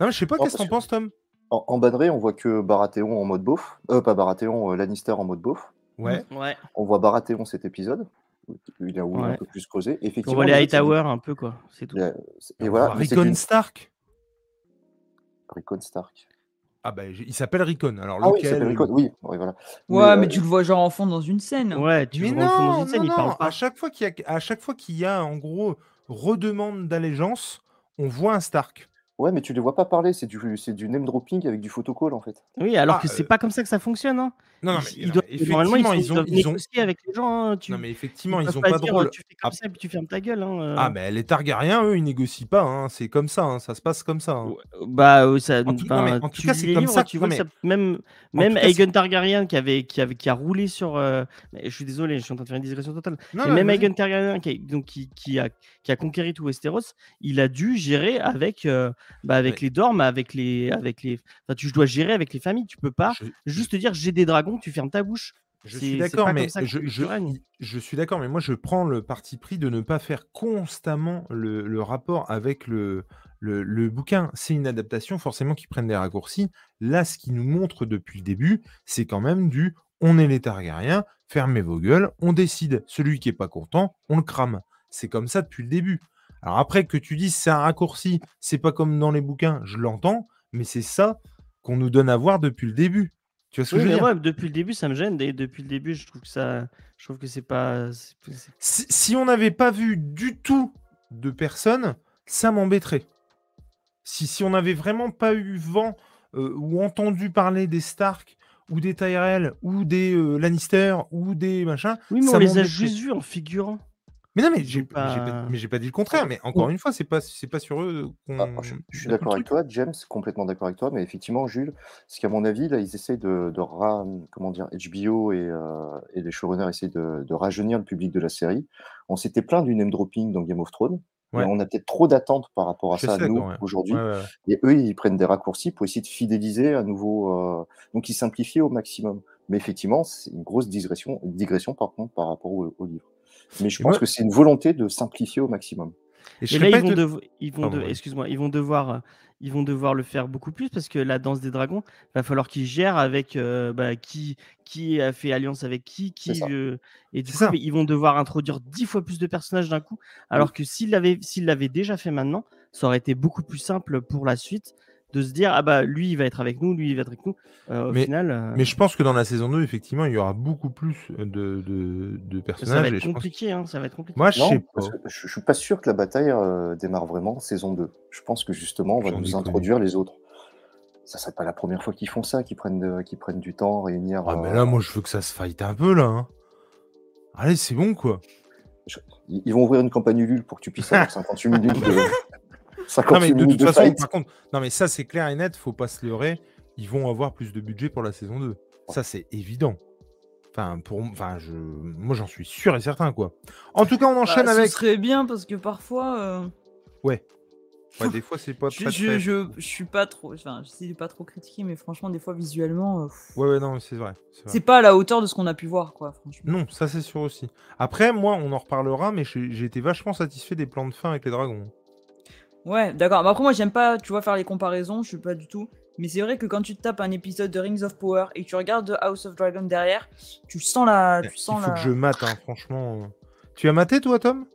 A: Non, mais je sais pas,
C: Non,
A: qu'est-ce que
C: Oh, parce
A: t'en penses, Tom
C: En, en bannerie, on voit que Baratheon en mode beauf. Euh, pas Baratheon, euh, Lannister en mode beauf.
A: Ouais.
B: Ouais.
C: On voit Baratheon cet épisode. Il a où il est
B: Ouais.
C: un peu plus creusé. Effectivement,
B: On voit les
C: les autres,
B: Hightower un peu, quoi. C'est tout.
C: Yeah. c'est- Et voilà, mais c'est
A: Ah, Rickon
C: une-
A: Stark
C: Rickon Stark.
A: Ah bah, j'ai- il s'appelle Rickon. Alors
C: Ah oui, il
A: lequel
C: s'appelle Rickon. Oui, ouais, voilà.
D: Ouais,
C: euh,
D: mais tu le vois genre en fond dans une scène.
B: Ouais, tu
A: Mais
B: le
A: non,
B: rentres dans une scène,
A: non,
B: il parle
A: non,
B: pas.
A: À chaque fois qu'il y a, à chaque fois qu'il y a en gros redemande d'allégeance, on voit un Stark.
C: Ouais, mais tu les vois pas parler. C'est du, c'est du name dropping avec du photocall en fait.
B: Oui, alors
A: Ah,
B: que c'est
A: euh,
B: pas comme ça que ça fonctionne. Hein.
A: Non, non, mais,
B: Ils- ils
A: non,
B: doivent-
A: mais
B: normalement,
A: effectivement, ils,
B: sont-
A: ont,
B: doivent
A: ils ont,
B: négocier avec les gens. hein, tu,
A: non, mais effectivement,
B: ils
A: ils
B: peuvent
A: ont
B: pas
A: pas de
B: dire, euh,
A: rôle.
B: Tu fais comme
A: Ah.
B: ça, puis tu fermes ta gueule. hein, euh.
A: Ah, mais les Targaryens, eux, ils négocient pas. hein, C'est comme ça, hein, ça se passe comme ça. hein.
B: Ouais, Bah, euh, ça,
A: En tout-
B: ben,
A: non, mais en
B: tu
A: tout cas,
B: lis
A: c'est
B: les
A: comme
B: livres,
A: ça
B: tu
A: que-
B: vois
A: non,
B: que
A: mais-
B: ça- même, même
A: tout cas,
B: Aegon Targaryen qui, avait, qui, avait, qui a roulé sur. euh, mais je suis désolé, je suis en train de faire une digression totale.
A: Non,
B: Et
A: non,
B: même
A: vas-y.
B: Aegon Targaryen qui a, donc, qui, qui a, qui a conquéri tout Westeros, il a dû gérer avec, euh, bah, avec
A: Ouais.
B: les dormes, avec les. Avec les... Enfin, tu dois gérer avec les familles. Tu peux pas
A: Je-
B: juste te dire j'ai des dragons, tu fermes ta bouche.
A: Je
B: C'est-
A: suis
B: c'est pas
A: d'accord,
B: comme
A: mais
B: ça que
A: je,
B: tu- tu
A: je-
B: règnes.
A: je suis d'accord, mais moi je prends le parti pris de ne pas faire constamment le, le rapport avec le, le, le bouquin. C'est une adaptation, forcément, qui prennent des raccourcis. Là, ce qui nous montre depuis le début, c'est quand même du on est les Targaryens, fermez vos gueules, on décide, celui qui est pas content, on le crame. C'est comme ça depuis le début. Alors après que tu dises c'est un raccourci, c'est pas comme dans les bouquins, je l'entends, mais c'est ça qu'on nous donne à voir depuis le début. Tu vois ce que
B: Oui,
A: je veux
B: mais
A: dire
B: moi, depuis le début, ça me gêne. Et depuis le début, je trouve que ça, je trouve que c'est pas. c'est- c'est-
A: si, si on n'avait pas vu du tout de personnes, ça m'embêterait. Si, si on n'avait vraiment pas eu vent euh, ou entendu parler des Stark ou des Tyrell ou des euh, Lannister ou des machins.
B: Oui, mais
A: ça
B: on les a
A: m'embêterait.
B: juste vus en figurant.
A: Mais non, mais
B: Ils
A: j'ai
B: ont pas-
A: j'ai pas... mais j'ai pas dit le contraire. Mais encore une fois, c'est pas c'est pas sur eux qu'on.
C: Ah, je, je suis d'accord avec
A: hein.
C: toi, James, complètement d'accord avec toi, mais effectivement, Jules, ce qu'à mon avis, là, ils essaient de, de ra- comment dire, HBO et, euh, et les showrunners essaient de, de rajeunir le public de la série. On s'était plaint du name dropping dans Game of Thrones, mais
A: Ouais.
C: on a peut-être trop d'attentes par rapport à
A: Je
C: ça,
A: sais,
C: nous,
A: d'accord, ouais.
C: aujourd'hui.
A: Ouais, ouais, ouais.
C: Et eux, ils prennent des raccourcis pour essayer de fidéliser à nouveau. euh, donc, ils simplifient au maximum. Mais effectivement, c'est une grosse digression, digression par contre, par rapport au, au livre. Mais
A: Et
C: je pense
A: moi-
C: que c'est une volonté de simplifier au maximum.
A: Et je
B: Et
A: serais
B: là,
A: pas
B: ils vont,
A: étonné-
B: devo- ils vont,
A: Pardon,
B: de-
A: vas-y.
B: excuse-moi, ils vont devoir, euh, ils vont devoir le faire beaucoup plus parce que la danse des dragons, va falloir qu'ils gèrent avec euh, bah, qui, qui a fait alliance avec qui, qui,
C: ça.
B: euh, et du
A: C'est
B: coup,
A: ça.
B: mais ils vont devoir introduire dix fois plus de personnages d'un coup. Alors que s'ils l'avaient, s'ils l'avaient déjà fait maintenant, ça aurait été beaucoup plus simple pour la suite de se dire ah bah lui il va être avec nous, lui il va être avec nous. Euh, au
A: Mais-
B: final, euh,
A: Mais je pense que dans la saison 2, effectivement, il y aura beaucoup plus de, de, de
B: ça
A: personnages.
B: va
A: et
B: être
A: je pense...
B: compliqué, hein, ça va être compliqué.
A: Moi, je
C: Non,
A: sais pas.
C: parce que je, je suis pas sûr que la bataille euh, démarre vraiment saison 2. Je pense que justement, on va
A: J'en
C: nous
A: déconne.
C: introduire les autres. Ça serait pas la première fois qu'ils font ça, qu'ils prennent, de- qu'ils prennent du temps à réunir.
A: Ah, mais
C: euh,
A: là, moi, je veux que ça se fight un peu, là. hein. Allez, c'est bon, quoi.
C: ils, ils vont ouvrir une campagne Ulule pour que tu puisses avoir 58 minutes de. 58
A: Non, mais de
C: minutes
A: toute façon,
C: fight.
A: par contre, non, mais ça, c'est clair et net, faut pas se leurrer. Ils vont avoir plus de budget pour la saison 2. Ça, c'est évident. Enfin, pour... enfin je... moi, j'en suis sûr et certain, quoi. En tout cas, on enchaîne
D: Bah,
A: avec.
D: Ce serait bien parce que parfois, euh,
A: Ouais, des fois, c'est pas
D: je,
A: très,
D: je,
A: très-
D: je, je suis pas trop. Enfin, j'essaie de pas trop critiquer, mais franchement, des fois, visuellement, euh, pff,
A: Ouais, ouais, non, mais c'est vrai. c'est vrai.
D: c'est pas à la hauteur de ce qu'on a pu voir, quoi, franchement.
A: Non, ça, c'est sûr aussi. Après, moi, on en reparlera, mais j'ai j'ai été vachement satisfait des plans de fin avec les dragons.
D: Ouais, d'accord. Mais après, moi, j'aime pas, tu vois, faire les comparaisons, je suis pas du tout. Mais c'est vrai que quand tu te tapes un épisode de Rings of Power et que tu regardes The House of Dragon derrière, tu sens la.
A: Il
D: Ah, Tu sens
A: faut
D: la...
A: que je mate, hein, franchement. Tu as maté, toi, Tom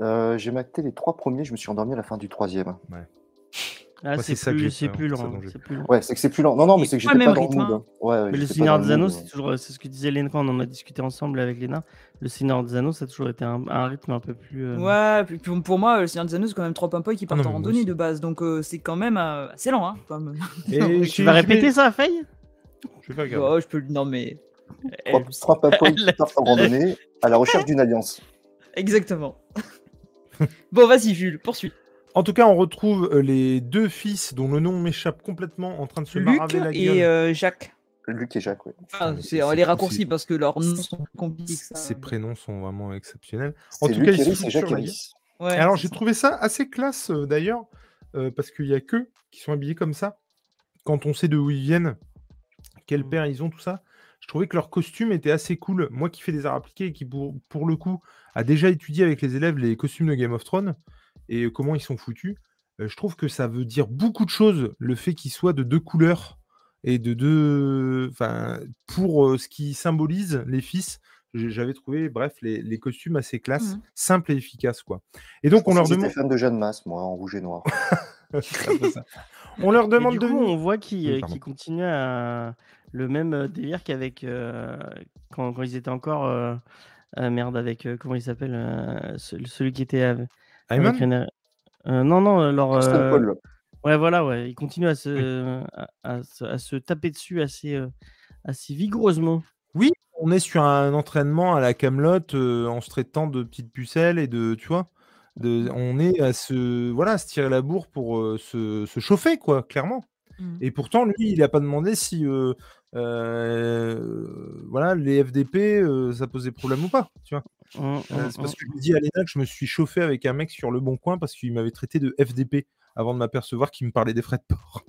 C: Euh, J'ai maté les trois premiers, je me suis endormi à la fin du troisième.
B: Ah,
A: moi, c'est
B: c'est
A: ça que j'ai
B: plus, c'est
A: peur,
B: plus
A: c'est ça
B: lent,
A: dont j'ai
B: c'est plus lent.
C: Ouais, c'est que c'est plus lent. Non, non, mais
D: Et
C: c'est que
D: pas
C: j'étais pas
D: le même
C: dans le
D: rythme,
C: mood.
D: hein.
C: hein. Ouais, ouais,
B: Mais le
C: j'étais pas
B: Seigneur
C: dans
B: des
C: le mood, hein.
B: Anneaux,
C: ouais.
B: c'est toujours, c'est ce que disait Léna quand on en a discuté ensemble avec Léna. Le Seigneur des Anneaux, ça a toujours été un, un rythme un peu plus. euh,
D: Ouais, puis, puis pour moi, le Seigneur des Anneaux, c'est quand même trois pimpins qui partent
A: Ah non, mais
D: en
A: moi
D: randonnée
A: aussi.
D: de base. Donc euh, c'est quand même euh, assez lent, hein, quand même.
A: Et
B: Tu vas répéter ça, Faye
A: Je vais faire gaffe.
D: Oh, je peux. Non, mais.
C: Trois, trois papouilles qui partent en randonnée à la recherche d'une alliance.
D: Exactement. bon, vas-y, Jules, poursuis.
A: En tout cas, on retrouve euh, les deux fils dont le nom m'échappe complètement en train de se
D: Luc
A: maraver la gueule. Ah,
D: et euh, Jacques.
C: Luc et Jacques, ouais.
D: Enfin,
A: mais
D: c'est euh,
A: c'est-
D: les
A: c'est-
D: raccourcis parce que leurs noms
A: c'est-
D: sont plus compliqués. que ça.
A: Ces prénoms sont vraiment exceptionnels. En
C: C'est
A: tout
C: Luc
A: cas, ils se
C: Héris
A: foutent
C: et
A: sur
C: Jacques
A: la
C: Héris.
D: Ouais,
A: Alors,
D: c'est
A: j'ai
D: ça.
A: trouvé ça assez classe euh, d'ailleurs, euh, parce qu'il n'y a qu'eux qui sont habillés comme ça. Quand on sait de où ils viennent, quel père ils ont, tout ça. Je trouvais que leur costume était assez cool. Moi qui fais des arts appliqués et qui, pour, pour le coup, a déjà étudié avec les élèves les costumes de Game of Thrones et comment ils sont foutus, euh, je trouve que ça veut dire beaucoup de choses, le fait qu'ils soient de deux couleurs et de deux. Enfin, pour euh, ce qui symbolise les fils, j- j'avais trouvé, bref, les, les costumes assez classe,
D: Mhm.
A: simples et efficaces, quoi. Et donc, on leur
C: J'étais
A: demande.
C: fan de Jeanne Masse, moi, en rouge et noir.
A: C'est un peu ça. on leur
B: Et
A: demande
B: du
A: de
B: coup,
A: venir.
B: on voit qu'ils
A: Oui,
B: euh,
A: pardon.
B: qu'ils continuent à- le même euh, délire qu'avec euh, quand, quand ils étaient encore euh, euh, merde avec euh, comment il s'appelle euh, ce- celui qui était avec,
A: Ayman
B: avec René- Euh, non non leur
C: Stone
B: euh,
C: Cold.
B: ouais voilà ouais ils continuent à se à, à se- à se taper dessus assez euh, assez vigoureusement.
A: on est sur un entraînement à la Camelot euh, en se traitant de petites pucelles et de, tu vois, de, on est à se, voilà, à se tirer la bourre pour euh, se, se chauffer, quoi, clairement.
D: Mhm.
A: Et pourtant, lui, il n'a pas demandé si, euh, euh, voilà, les FDP, euh, ça posait problème ou pas, tu vois. Euh,
B: Hum, hum,
A: c'est parce que je lui dis à Léna que je me suis chauffé avec un mec sur le bon coin parce qu'il m'avait traité de FDP avant de m'apercevoir qu'il me parlait des frais de port.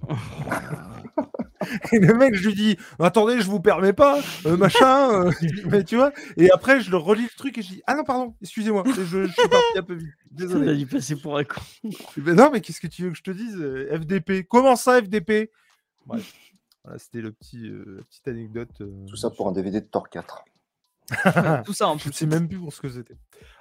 A: et le mec, je lui dis Attendez, je vous permets pas, euh, machin, euh, mais tu vois. Et après, je le relis le truc et je dis Ah non, pardon, excusez-moi, je, je suis parti un peu vite,
B: On a
A: désolé.
B: dû passer pour un con.
A: Ben non, mais qu'est-ce que tu veux que je te dise euh, FDP, comment ça, FDP Bref, voilà, c'était le petit, euh, la petite anecdote. euh,
C: Tout ça pour un DVD de Thor 4.
D: Tout ça en
A: Je
D: plus.
A: ne sais même plus pour ce que c'était.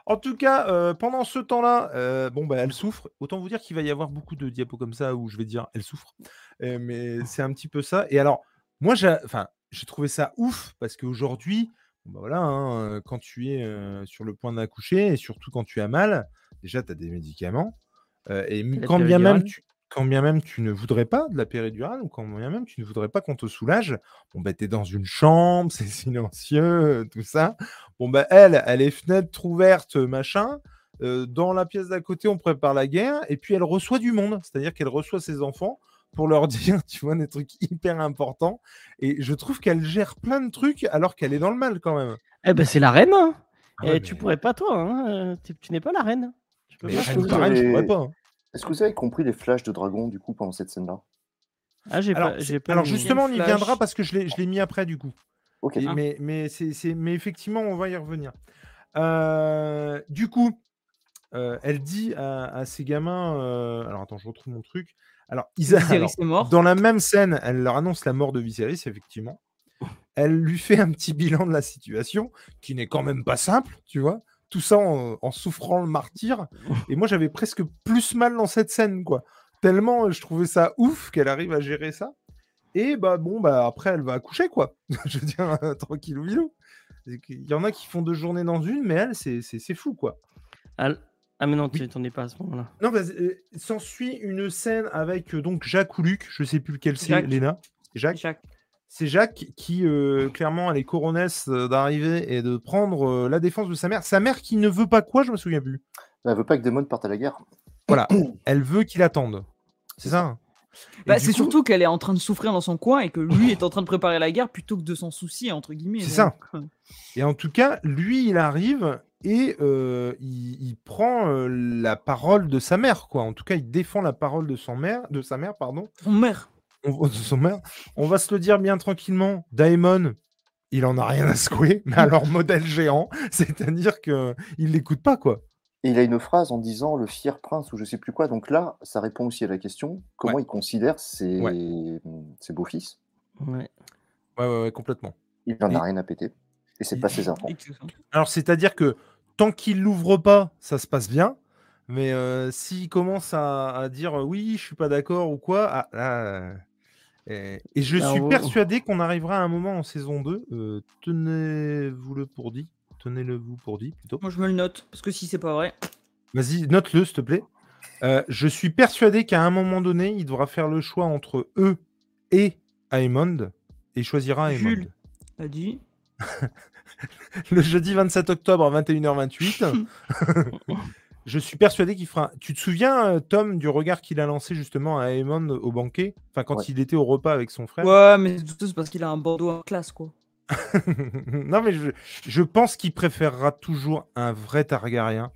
A: En tout cas, euh, pendant ce temps-là, euh, bon, bah, elle souffre. Autant vous dire qu'il va y avoir beaucoup de diapos comme ça où je vais dire elle souffre. Euh,
D: Ah.
A: mais c'est un petit peu ça. Et alors, moi, j'ai enfin, j'ai trouvé ça ouf parce qu'aujourd'hui, bon, bah, voilà, hein, euh, quand tu es euh, sur le point d'accoucher et surtout quand tu as mal, déjà, tu as des médicaments. Euh, et m-
B: La
A: quand bien, même
B: péridurale.
A: tu, quand bien même tu ne voudrais pas de la péridurale ou quand bien même tu ne voudrais pas qu'on te soulage, bon, bah, tu es dans une chambre, c'est silencieux, tout ça. Bon, bah, elle, elle est fenêtre ouverte, machin. Euh, dans la pièce d'à côté, on prépare la guerre, et puis elle reçoit du monde, c'est-à-dire qu'elle reçoit ses enfants pour leur dire, tu vois, des trucs hyper importants. Et je trouve qu'elle gère plein de trucs alors qu'elle est dans le mal quand même.
B: Eh ben, c'est la reine. hein.
A: Ah Ouais,
B: Eh,
A: mais-
B: Tu pourrais pas, toi. hein, euh, Tu, tu n'es pas la reine. Tu peux
A: mais
B: pas, je
A: reine
B: trouve.
A: par reine, je
C: Mais-
A: pourrais pas. hein.
C: Est-ce que vous avez compris les flashs de dragon du coup pendant cette scène-là
B: Ah, j'ai
A: Alors,
B: pas,
A: c'est-
B: j'ai pas
A: alors
B: mis-
A: justement, on y
D: Flash.
A: viendra parce que je l'ai je l'ai mis après du coup.
C: Ok.
A: Et-
B: Ah.
A: mais, mais, c'est, c'est- mais effectivement, on va y revenir. Euh, du coup, euh, elle dit à, à ses gamins. euh, alors attends, je retrouve mon truc. Alors, ils
D: Viserys
A: alors,
D: est mort.
A: Dans la même scène, elle leur annonce la mort de Viserys, effectivement. Elle lui fait un petit bilan de la situation, qui n'est quand même pas simple, tu vois. Tout ça en, en souffrant le martyr. Et moi, j'avais presque plus mal dans cette scène, quoi. Tellement euh, je trouvais ça ouf qu'elle arrive à gérer ça. Et bah bon, bah après, elle va accoucher, quoi. je veux dire, euh, tranquillou, bilou. Il y en a qui font deux journées dans une, mais elle, c'est- c'est c'est fou, quoi.
B: Ah, ah, mais non, tu t'en es pas à ce moment-là.
A: Non, bah, euh, s'ensuit une scène avec euh, donc Jacques ou Luc, je sais plus lequel c'est,
D: Jacques.
A: Léna. Jacques
D: Jacques.
A: c'est Jacques qui, euh, clairement, elle est coronesse euh, d'arriver et de prendre euh, la défense de sa mère. Sa mère qui ne veut pas quoi, je me souviens plus.
C: Elle veut pas que Daemon parte à la guerre.
A: Elle veut qu'il attende. C'est ça hein Et
D: Bah,
A: du
D: c'est
A: coup,
D: surtout qu'elle est en train de souffrir dans son coin et que lui est en train de préparer la guerre plutôt que de s'en soucier, entre guillemets.
A: C'est
D: donc. euh,
A: Et en tout cas, lui, il arrive et euh, il, il prend euh, la parole de sa mère, quoi. En tout cas, il défend la parole de, son mère, de sa mère, pardon.
D: Son mère.
A: on, de son mère. On va se le dire bien tranquillement, Daemon, il en a rien à secouer, mais alors modèle géant, c'est-à-dire que il l'écoute pas, quoi.
C: Et il a une phrase en disant le fier prince ou je sais plus quoi. Donc là, ça répond aussi à la question comment il considère ses, mm, ses beaux-fils.
B: Ouais.
A: Ouais, ouais, ouais, complètement.
C: Il en
A: Et-
C: a rien à péter. Et c'est
A: Il-
C: pas ses enfants.
D: Et tout ça.
A: Alors, c'est-à-dire que tant qu'il l'ouvre pas, ça se passe bien. Mais euh, s'il commence à, à dire euh, oui, je suis pas d'accord ou quoi, ah, là, euh, et, et je
B: Là, on
A: suis
B: va-
A: persuadé qu'on arrivera à un moment en saison 2, euh, tenez-vous-le pour dit, tenez-le vous pour dit plutôt.
D: Moi, je me le note, parce que si c'est pas vrai,
A: Vas-y, note-le s'il te plaît. Euh, je suis persuadé qu'à un moment donné, il devra faire le choix entre eux et Aemond et il choisira Aemond.
D: Jules. a dit.
A: le jeudi 27 octobre à 21h28. Je suis persuadé qu'il fera. un- Tu te souviens, euh, Tom, du regard qu'il a lancé justement à Aemon au banquet Enfin, quand
C: Ouais.
A: il était au repas avec son frère
D: Ouais, mais c'est tout ça, c'est parce qu'il a un bandeau en classe, quoi.
A: Non, mais je, je pense qu'il préférera toujours un vrai Targaryen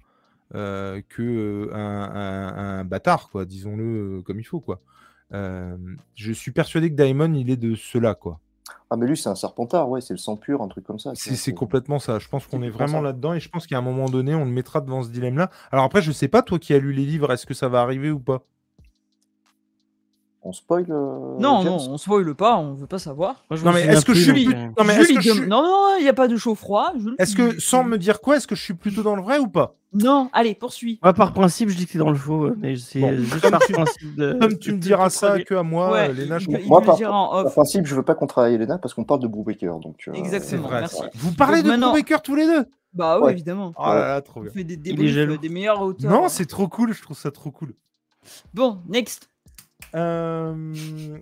A: euh, que euh, un, un- un bâtard, quoi, disons-le euh, comme il faut, quoi. Euh, je suis persuadé que Daemon, il est de cela, quoi.
C: Ah, mais lui, c'est un serpentard, ouais, c'est le sang pur, un truc comme ça. tu
A: C'est
C: vois,
A: c'est complètement ça. Je pense qu'on
C: c'est
A: est
C: complètement
A: vraiment
C: ça.
A: là-dedans et je pense qu'à un moment donné, on le mettra devant ce dilemme-là. Alors après, je sais pas, toi qui as lu les livres, est-ce que ça va arriver ou pas
C: On spoil euh,
D: non,
C: James
D: non, on spoil pas, on veut pas savoir.
B: Moi, je
A: Non,
B: me
A: mais
B: souviens
A: est-ce que
B: plus,
A: je
B: donc,
A: suis.
B: euh,
A: Non, mais
D: Jules,
A: est-ce
D: il
A: que je
D: dem-
A: suis-
D: Non, non, il n'y a pas de chaud-froid. Jules,
A: est-ce que,
D: il-
A: sans me dire quoi, est-ce que je suis plutôt dans le vrai ou pas
D: Non, allez, poursuis.
B: Moi, par principe, je dis que t'es dans le faux, euh, mais c'est
A: Bon,
B: euh, juste
A: comme
B: par
A: tu-
B: principe de.
A: Comme tu
B: de-
A: me
B: de-
A: diras
B: de-
A: ça
B: de-
A: que à moi,
D: ouais,
A: euh, Léna, je
D: il, peut-
A: comprends.
D: il
C: Moi,
D: peut
C: par-
D: le dire en
C: En
D: off.
C: principe, je veux pas qu'on travaille Elena parce qu'on parle de Brubaker. Donc, euh,
A: C'est
D: Exactement,
A: vrai.
D: merci.
A: Vous parlez
D: Donc
A: de
D: maintenant-
A: Brubaker tous les deux
D: Bah ouais,
C: Ouais.
D: évidemment.
A: Oh là là, trop
D: On
A: bien.
D: fait des, des,
B: Il est
D: briefs,
B: jaloux.
D: euh, des meilleurs auteurs.
A: Non, c'est trop cool, je trouve ça trop cool.
D: Bon, next.
A: Euh,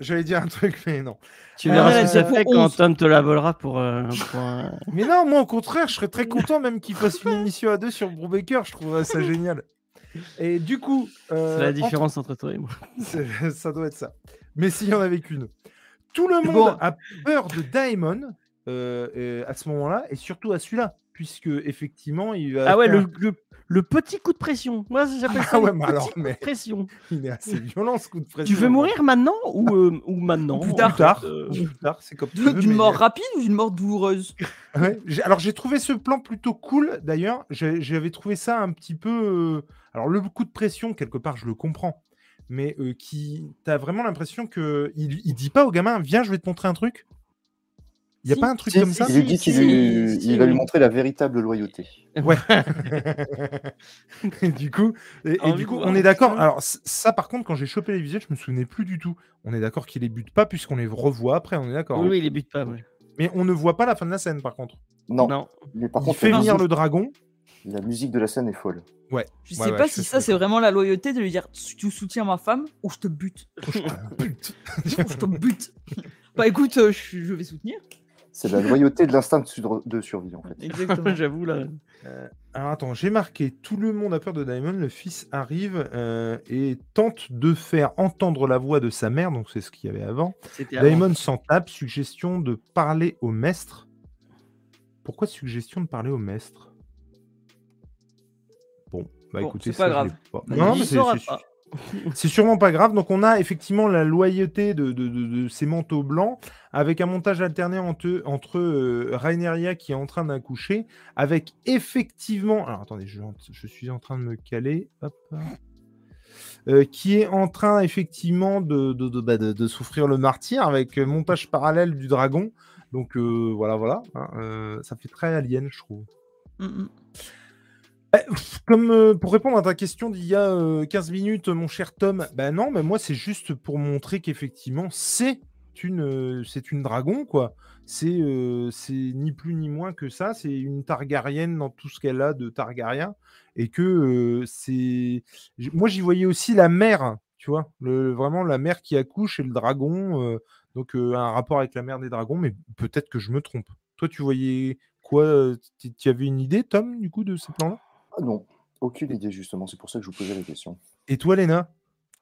A: J'allais dire un truc, mais non.
B: Tu
A: Euh,
B: verras ce que ça
A: euh,
B: fait
D: pour
B: quand
D: 11.
B: Tom te la volera pour. euh, pour un-
A: Mais non, moi au contraire, je serais très content même qu'il fasse une émission à deux sur Brubaker, je trouverais ça génial. Et du coup, euh,
B: C'est la
A: entre-
B: différence entre toi et moi.
A: C'est- ça doit être ça. Mais s'il y en avait qu'une. Tout le monde
D: Bon.
A: a peur de Daemon euh, euh, à ce moment-là, et surtout à celui-là, puisque effectivement, il va.
B: Ah ouais,
A: faire-
B: le, le, le petit coup de pression. Moi, ça, j'appelle ça
A: Ah ouais,
B: le
A: mais
B: petit
A: alors,
B: coup de
A: mais
B: pression.
A: il est assez violent ce coup de pression.
B: Tu veux mourir maintenant ou, euh, ou maintenant
A: Plus
B: en
A: tard.
B: fait,
A: Plus tard,
B: euh,
A: Plus tard, c'est comme tu veux,
D: D'une
A: mais-
D: mort rapide ou d'une mort douloureuse
A: Ouais, j'ai- alors j'ai trouvé ce plan plutôt cool d'ailleurs. J'ai- J'avais trouvé ça un petit peu. euh, Alors le coup de pression quelque part, je le comprends, mais euh, qui t'as vraiment l'impression que il, il dit pas au gamin viens, je vais te montrer un truc. Il n'y a
D: Si.
A: pas un truc
C: Si,
A: comme
C: si,
A: ça
C: Il lui dit
D: Si,
C: qu'il lui-
D: si, si,
C: il va lui
D: oui.
C: montrer la véritable loyauté.
A: Ouais. Et du coup, et, et
B: Envie
A: du
B: de
A: coup,
B: voir
A: on
B: un
A: est d'accord.
B: film.
A: Alors c- ça, par contre, quand j'ai chopé les visuels, je me souvenais plus du tout. On est d'accord qu'il les bute pas puisqu'on les revoit après. On est d'accord. hein.
B: Oui, oui, il les bute pas. ouais.
A: Mais on ne voit pas la fin de la scène, par contre.
C: Non,
B: Non.
C: mais par
A: il
C: contre,
A: fait
C: la
A: venir
C: musique,
A: le dragon.
C: la musique de la scène est folle.
D: Je sais
A: Ouais, ouais,
D: pas
A: je
D: si
A: sais
D: ça,
A: ce que
D: c'est vraiment la loyauté de lui dire tu soutiens ma femme ou je te bute. je te bute. bah écoute, euh, je, je vais soutenir.
C: C'est la loyauté de l'instinct de sudre- de survie, en fait.
D: Exactement.
B: J'avoue, là.
A: Alors attends, j'ai marqué tout le monde a peur de Diamond. Le fils arrive euh, et tente de faire entendre la voix de sa mère. Donc c'est ce qu'il y avait avant.
B: C'était avant.
A: Diamond s'en tape. Suggestion de parler au maître. Pourquoi suggestion de parler au maître Bon, bah
D: Bon,
A: écoutez,
D: c'est pas
A: ça, je
D: grave.
A: l'ai pas.
B: Bah,
A: Non,
B: il
A: mais c'est-
B: saura
A: c'est-
B: pas.
A: C'est sûrement pas grave. Donc, on a effectivement la loyauté de, de- de- de ces manteaux blancs, avec un montage alterné entre, entre euh, Raineria qui est en train d'accoucher, avec effectivement. Alors, attendez, je, je suis en train de me caler. Hop. Euh, qui est en train effectivement de, de, de- bah, de- de souffrir le martyr avec euh, montage parallèle du dragon. Donc euh, voilà, voilà. hein, euh, ça fait très alien, je trouve.
D: Mm, mm.
A: Eh, Comme euh, pour répondre à ta question d'il y a euh, 15 minutes, mon cher Tom, ben non, mais moi c'est juste pour montrer qu'effectivement c'est une, euh, c'est une dragon quoi. C'est, euh, c'est ni plus ni moins que ça. C'est une Targaryenne dans tout ce qu'elle a de Targaryen et que euh, c'est. j- Moi j'y voyais aussi la mère, tu vois, le, vraiment la mère qui accouche et le dragon. euh, donc euh, un rapport avec la mère des dragons, mais peut-être que je me trompe. Toi tu voyais quoi euh, Tu tu avais une idée, Tom, du coup de ce plan-là
C: Ah non, aucune idée, justement. C'est pour ça que je vous posais la question.
A: et toi, Léna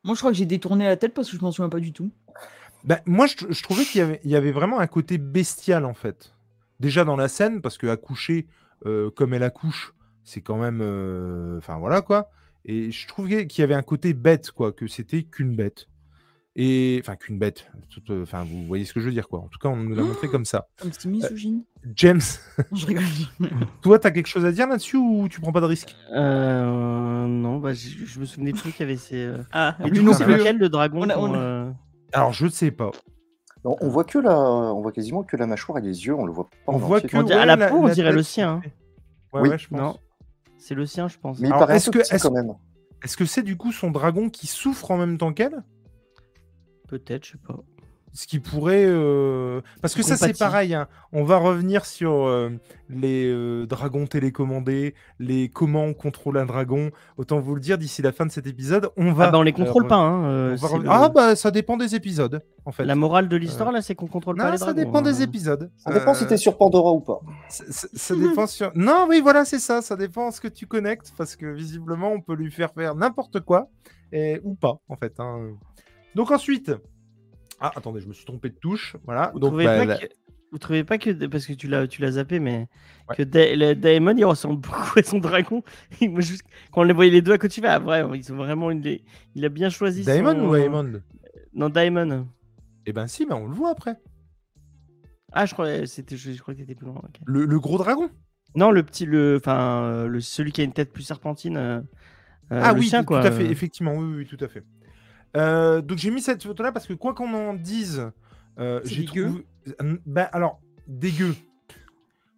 D: Moi, je crois que j'ai détourné la tête parce que je m'en souviens pas du tout.
A: bah, Moi, je, je trouvais qu'il y avait, il y avait vraiment un côté bestial, en fait. Déjà dans la scène, parce que accoucher euh, comme elle accouche, c'est quand même. euh, Enfin, voilà, quoi. Et je trouvais qu'il y avait un côté bête, quoi, que c'était qu'une bête. Et. Enfin, qu'une bête. Tout, euh, Enfin, vous voyez ce que je veux dire, quoi. En tout cas, on nous l'a montré comme ça.
D: Un petit misogyne.
A: James,
D: Je rigole.
A: toi, t'as quelque chose à dire là-dessus ou tu prends pas de risque
B: Euh, non, bah, je, je me souvenais plus qu'il y avait ces. euh,
D: Ah,
B: Et
A: lui
B: du
A: non
B: coup, c'est
A: plus.
B: lequel le dragon
D: On a-
B: qu'on,
D: on a-
B: euh,
A: Alors, je sais pas.
C: Non, on voit que la... on voit quasiment que la mâchoire et les yeux. On le voit pas. en
A: Euh. On voit
C: entier.
A: que.
B: On dirait- à la peau, on dirait le
A: tête,
B: sien, hein.
A: c'est- Ouais,
C: Oui.
A: ouais, je pense.
B: Non, c'est le sien, je pense.
C: Mais il
A: Alors,
C: paraît un
A: est-ce
C: peu
A: que-
C: petit,
A: est-ce-
C: quand même.
A: Est-ce que c'est du coup son dragon qui souffre en même temps qu'elle
B: Peut-être, je sais pas.
A: ce qui pourrait euh, parce que ça c'est
B: Compatit.
A: pareil hein. on va revenir sur euh, les euh, dragons télécommandés les comment on contrôle un dragon autant vous le dire d'ici la fin de cet épisode on va
B: Ah bah on les contrôle
A: euh,
B: pas. Hein.
A: on
B: euh,
A: va
B: c'est
A: revenir-
B: le-
A: ah bah ça dépend des épisodes en fait Euh.
B: La morale de l'histoire là, c'est qu'on contrôle
A: Non,
B: pas les
A: ça
B: dragons.
A: dépend
B: hein.
A: des épisodes
C: Ça dépend si
A: Euh,
C: t'es sur Pandora ou pas.
A: ça- ça ça dépend sur. Non, oui, voilà, c'est ça. Ça dépend ce que tu connectes, parce que visiblement, on peut lui faire faire n'importe quoi, et... ou pas, en fait. hein. Donc ensuite. Ah, attendez, je me suis trompé de touche. Voilà.
B: Vous,
A: Donc,
B: trouvez
A: bah,
B: pas
A: la-
B: que... Vous trouvez pas que parce que tu l'as tu l'as zappé, mais
A: Ouais.
B: que Da- le Daemon il ressemble beaucoup à son dragon. Et moi, juste- Quand on les voyait les deux à côté, tu fais ah vrai, ils ont vraiment une des- il a bien choisi.
A: Daemon
B: son-
A: ou Daemon
B: Non Daemon.
A: Eh ben si, ben on le voit après.
B: Ah je crois c'était je, je crois que t'étais plus loin. ok.
A: Le, le gros dragon.
B: Non le petit le enfin euh, le celui qui a une tête plus serpentine. euh, euh,
A: ah
B: le
A: oui,
B: sien,
A: tout-
B: quoi.
A: tout à fait,
B: euh.
A: effectivement, oui, oui, tout à fait. Euh, donc j'ai mis cette photo-là parce que quoi qu'on en dise, euh,
D: C'est
A: j'ai
D: dégueu.
A: trouvé... Euh, Bah alors, dégueu.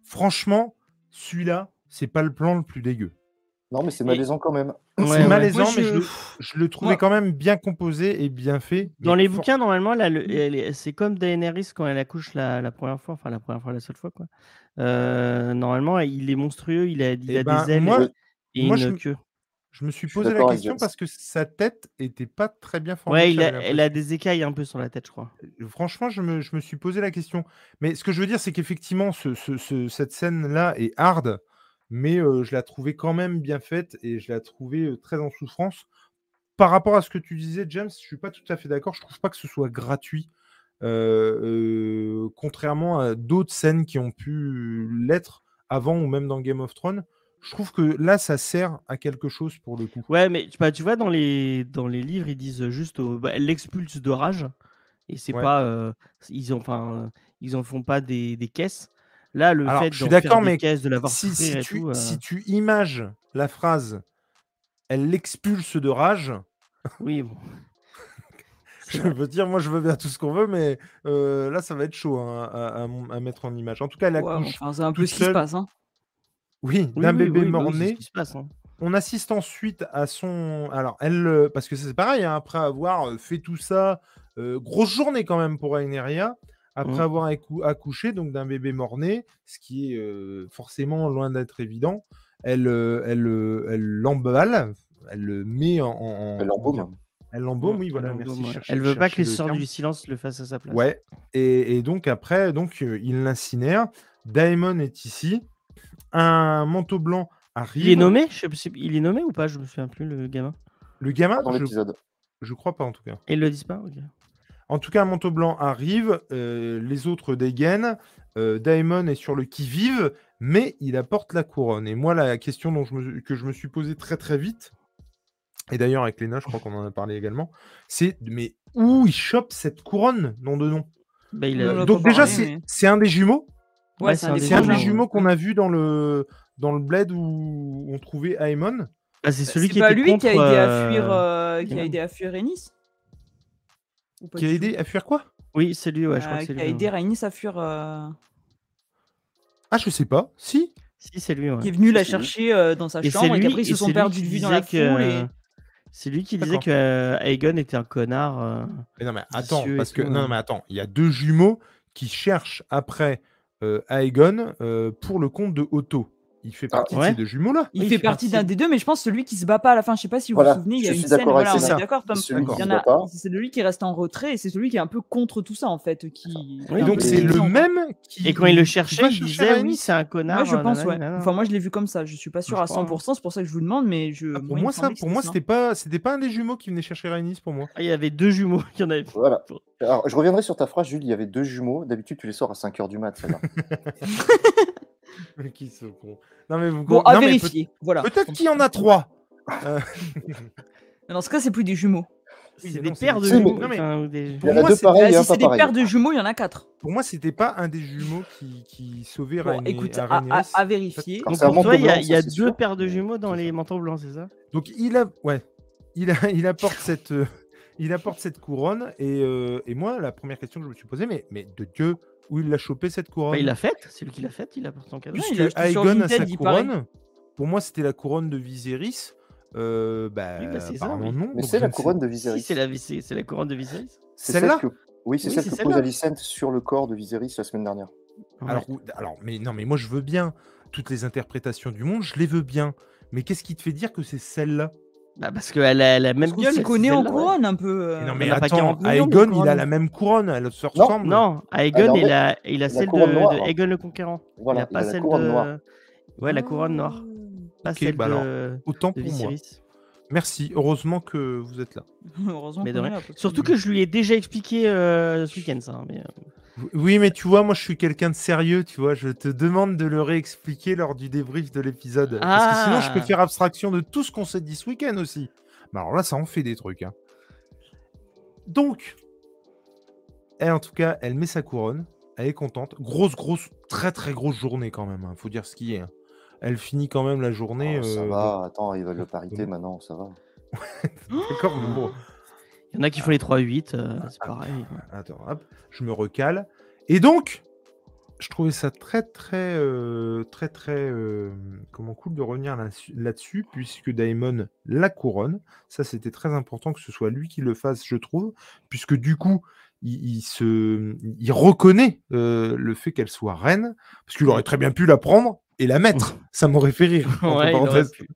A: Franchement, celui-là, c'est pas le plan le plus dégueu.
C: Non, mais c'est malaisant quand même.
A: c'est
B: Ouais, ouais.
A: malaisant,
D: Moi,
A: mais je
D: je-
A: le, je le trouvais
D: Moi-
A: quand même bien composé et bien fait.
B: Dans
A: mais
B: les
A: for-
B: bouquins, normalement, là, le- elle est- c'est comme Daenerys quand elle accouche la, la première fois, enfin la première fois, la seule fois, quoi. Euh, normalement, il est monstrueux, il a, il
A: Eh
B: a
A: ben,
B: des ailes
A: moi-
B: et
A: moi,
B: une
A: je-
B: queue.
A: Je me suis
C: Je suis
A: posé la
C: d'accord avec
A: question
C: James.
A: parce que sa tête était pas très bien formée.
B: Ouais, il a-
A: j'avais
B: elle a des écailles un peu sur la tête, je crois.
A: franchement, je me, je me suis posé la question. Mais ce que je veux dire, c'est qu'effectivement, ce- ce- ce- cette scène-là est hard, mais euh, je la trouvais quand même bien faite et je la trouvais euh, très en souffrance. Par rapport à ce que tu disais, James, je suis pas tout à fait d'accord. Je trouve pas que ce soit gratuit. Euh, euh, contrairement à d'autres scènes qui ont pu l'être avant ou même dans Game of Thrones, je trouve que là, ça sert à quelque chose pour le coup.
B: Ouais, mais tu, bah, tu vois, dans les, dans les livres, ils disent juste, au- bah, elle l'expulse de rage, et c'est
A: Ouais.
B: pas, euh, ils en, enfin, euh, ils en font pas des, des caisses. Là, le
A: Alors,
B: fait
A: je suis
B: d'en
A: d'accord,
B: faire des
A: mais
B: caisses, de l'avoir
A: si,
B: souffrir
A: si
B: et
A: tu,
B: tout, euh,
A: si tu images la phrase, elle l'expulse de rage,
B: oui, bon.
A: je je veux dire, moi, je veux bien tout ce qu'on veut, mais euh, là, ça va être chaud hein, à, à- à mettre en image. En tout cas, elle
D: Ouais,
A: accouche.
D: enfin, c'est un peu
A: toute
D: ce qui se
A: seule.
D: passe. Hein.
A: Oui,
B: Oui,
A: d'un
B: oui,
A: bébé
B: oui, bah oui, c'est
A: mort-né.
B: ce qui se passe, hein.
A: On assiste ensuite à son. Alors, elle. euh, Parce que c'est pareil, hein, après avoir euh, fait tout ça, euh, grosse journée quand même pour Aeneria, après
C: Mmh.
B: Mhm.
A: avoir accou- accouché donc d'un bébé mort-né, ce qui est euh, forcément loin d'être évident, elle euh, elle euh, elle l'emballe, elle le met en. en- en-
C: Elle l'embaume.
A: Elle l'embaume, oui,
B: Mmh, Elle
A: voilà,
B: en
A: merci.
B: baume, ouais.
A: chercher-
B: Elle veut pas que
A: chercher
B: les
A: le
B: sœurs
A: terme.
B: du silence le fassent à sa place.
A: Ouais. Et, et donc après, donc euh, il l'incinère. Daemon est ici. Un manteau blanc arrive.
B: Il est nommé je sais- Il est nommé ou pas Je me souviens plus, le gamin.
A: Le gamin,
C: Pas dans
A: Ah, je,
C: l'épisode.
A: je crois pas en tout cas.
B: Et ils le disent pas ok.
A: En tout cas, un manteau blanc arrive. euh, les autres dégainent. euh, Daemon est sur le qui vive, mais il apporte la couronne. Et moi, la question dont je me- que je me suis posée très très vite, et d'ailleurs avec Léna, je crois qu'on en a parlé également, c'est mais où il chope cette couronne, nom de nom Euh,
B: Bah, il
D: Non,
B: a-
D: non, On en a
A: Donc
D: pas
A: déjà,
D: parlé,
A: c'est
D: mais-
A: c'est un des jumeaux.
D: Ouais,
B: Ouais,
D: c'est un des euh,
A: C'est un des
D: jumeaux.
A: jumeaux qu'on a vu dans le, dans le bled où on trouvait Aemon.
B: Ah, c'est celui
D: C'est
B: qui
D: pas
B: était
D: lui
B: contre,
D: qui a aidé à
B: euh,
D: fuir, euh, qui a
B: Damon.
D: aidé à fuir Rhaenys Ou pas
A: Qui a
D: du tout
A: aidé à fuir quoi
B: Oui, c'est lui, ouais, je crois
D: Euh,
B: que c'est
D: Qui
B: lui.
D: a
B: ouais.
D: aidé Rhaenys à fuir. euh,
A: Ah, je sais pas. Si
B: Si, c'est lui, ouais.
D: Qui est venu la
C: c'est lui.
D: chercher euh, dans sa
B: Et c'est
D: chambre et
B: lui,
D: qu'après ils
B: et
D: se sont
B: c'est lui
D: perdus
B: qui
D: de vue dans la foule.
B: disait que-
D: et-
B: C'est lui qui disait
A: D'accord.
B: que euh, Aegon était un connard. euh,
A: mais Non, mais attends,
B: Vicieux et
A: parce que.
B: tout,
A: Non,
B: ouais.
A: mais attends, il y a deux jumeaux qui cherchent après euh, Aegon euh, pour le compte de Otto. Il fait
C: Ah,
A: partie de
B: ouais.
A: ces deux jumeaux-là.
D: Il
B: Oui,
D: fait
B: il fait
D: partie d'un
B: partie.
D: des deux, mais je pense celui qui se bat pas à la fin. Je sais pas si vous
C: Voilà,
D: vous souvenez, il y a
C: je
D: une
C: suis
D: scène.
C: d'accord
D: voilà,
C: avec
D: on
A: ça.
D: est d'accord, Tom.
C: Celui
A: d'accord.
C: qui
D: Il y
C: ne
D: en
C: va
D: a-
C: pas.
D: C'est celui qui reste en retrait et c'est celui qui est un peu contre tout ça en fait. Qui...
B: Oui,
A: Et
B: un
A: donc,
C: peu
A: c'est le
D: hésitant, quoi.
A: même qui.
B: Et quand il
A: qui
B: le
A: va
B: cherchait, il
A: chercher
B: disait
A: Rhaenys.
B: oui, c'est un connard.
D: Moi je pense,
B: nanana,
D: ouais.
B: nanana.
D: Enfin, moi je l'ai vu comme ça, je suis pas sûr
B: Je
D: à
B: crois,
D: 100%, c'est pour ça que je vous demande, mais je.
A: Ah, pour
D: il me
A: moi, ça,
D: semblait que
A: pour moi,
D: ça.
A: c'était pas, c'était pas un des jumeaux qui venait chercher Rhaenys pour moi.
B: Ah, il y avait deux jumeaux. Il y en avait.
C: Voilà. Alors, je reviendrai sur ta phrase, Jules. Il y avait deux jumeaux. D'habitude, tu les sors à 5h du mat. celle-là.
A: qui se con. Non, mais vous.
D: Bon,
A: non,
D: à
A: mais
D: vérifier, voilà.
A: peut- Peut-être qu'il y en a trois.
D: Mais Dans ce cas, c'est plus des jumeaux.
A: Oui,
B: C'est
A: mais
B: des
A: non, c'est
B: paires de
A: des-
C: Si, mais-
B: jumeaux.
A: Non, mais-
B: enfin, ou des-
C: Il y en
A: Pour
C: a
A: moi,
C: deux
A: c'était- Ah,
D: Ah,
C: pareils et
D: si
C: un
D: c'est
C: pas
D: des
C: pareil.
D: paires de jumeaux, il y en a quatre.
A: Pour moi, c'était pas un des jumeaux qui, qui sauvait
D: Bon,
A: Rhaenys-
D: écoute, à,
A: Rhaenys.
D: à- à vérifier.
C: Alors,
B: Donc
C: c'est un
B: pour toi,
C: manteau
B: il y a,
C: blanc,
B: il y a
C: ça,
B: deux
C: c'est sûr.
B: paires de jumeaux dans les manteaux blancs, c'est ça
A: Donc il a, ouais, il a- il apporte cette, euh, il apporte cette couronne et, euh, et moi la première question que je me suis posée, mais, mais de Dieu où il l'a chopé cette couronne
B: Bah, Il l'a faite. C'est lui qui l'a faite. Il l'a portée en cadeau. Ah,
A: Puisque
D: il l'a acheté sur
A: Aegon a
D: Vinted,
A: sa
D: il paraît.
A: couronne. Pour moi, c'était la couronne de Viserys. Euh, bah,
B: Oui, bah, c'est ça,
A: apparemment
B: oui.
A: non.
C: Mais
A: donc
C: c'est
A: je
C: la
A: ne sais-
C: couronne de
B: Si,
C: Viserys.
B: c'est la, c'est c'est la couronne de Viserys.
C: C'est
A: Celle-là
C: celle que- Oui, c'est
B: Oui,
C: celle
B: c'est
C: que pose
B: celle-là.
C: Alicent sur le corps de Viserys la semaine dernière.
A: Alors, ou- alors, mais non, mais moi je veux bien toutes les interprétations du monde, je les veux bien. Mais qu'est-ce qui te fait dire que c'est celle-là
B: Bah, parce qu'elle a la même
D: Parce qu'on
B: gueule.
D: s'y
B: c'est
D: connaît en
B: celle-là, ouais.
D: couronne un peu. euh,
A: Non
B: on
A: mais
B: en a pas
A: attends,
B: 40 millions, mais
A: Aegon, il a
B: couronne.
A: la même couronne, elle se
C: Non,
A: ressemble.
B: Non,
C: Elle a
B: Aegon,
C: en
B: il a, il a
C: la
B: celle
C: couronne noire,
B: de,
C: hein.
B: de Aegon le Conquérant. il
C: Voilà,
B: a
C: il a
B: pas
C: la
B: celle
C: couronne
B: de.
C: noire.
B: Ouais, la couronne noire. Pas
A: Ok,
B: celle
A: bah
B: de,
A: alors,
B: de
A: Autant pour moi.
B: Viserys.
A: Merci, heureusement que vous êtes là.
D: Heureusement
B: Mais de
D: qu'on est
B: rien.
D: là, parce que-
B: Surtout que je lui ai déjà expliqué euh, ce week-end, ça. hein, Mais, euh,
A: Oui, mais tu vois, moi je suis quelqu'un de sérieux, tu vois. Je te demande de le réexpliquer lors du débrief de l'épisode. Parce que sinon, je peux
B: Ah.
A: faire abstraction de tout ce qu'on s'est dit ce week-end aussi. Mais alors là, ça en fait des trucs. hein. Donc, elle, en tout cas, elle met sa couronne. Elle est contente. Grosse, grosse, très, très grosse journée quand même. hein, Faut dire ce qui est. hein. Elle finit quand même la journée.
C: Oh, ça
A: euh,
C: va, attends, ils veulent le parité
A: bon.
C: maintenant, ça va.
A: D'accord, mais bon.
B: Il y en a qui font les 3-8, euh, c'est pareil.
A: Attends, hop, je me recale. Et donc, je trouvais ça très, très, euh, très, très, euh, comment cool de revenir là-dessus- là-dessus, puisque Daemon la couronne. Ça, c'était très important que ce soit lui qui le fasse, je trouve, puisque du coup, il, il se, il reconnaît euh, le fait qu'elle soit reine, parce qu'il aurait très bien pu la prendre et la mettre. Ça m'aurait fait rire. entre
B: Ouais, il aurait
A: parenthèses.
B: pu.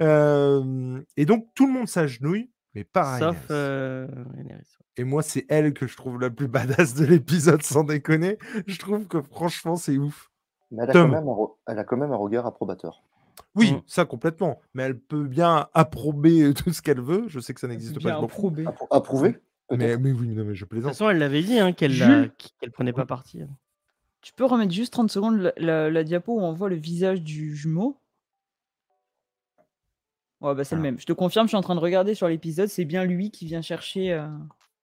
A: Euh, et donc, tout le monde s'agenouille, mais pareil.
B: Sauf. euh, Daenerys.
A: Et moi, c'est elle que je trouve la plus badass de l'épisode, sans déconner. Je trouve que franchement, c'est ouf.
C: Mais elle a,
A: Tom.
C: quand même un re- elle a quand même un regard approbateur.
A: Oui,
B: Mm.
A: ça complètement. Mais elle peut bien approber euh, tout ce qu'elle veut. Je sais que ça n'existe pas.
D: Bien
A: je m'en fous.
D: approuvée.
C: Appro- Approuvé
A: Mais, mais oui, non, mais je
B: De toute
A: plaisante.
B: façon, elle l'avait dit hein, qu'elle
D: Jules
B: la- qu'elle prenait pas parti. hein.
D: Tu peux remettre juste 30 secondes la, la- la diapo où on voit le visage du jumeau Ouais, bah c'est le
A: Ah.
D: même. Je te confirme, je suis en train de regarder sur l'épisode, c'est bien lui qui vient chercher euh,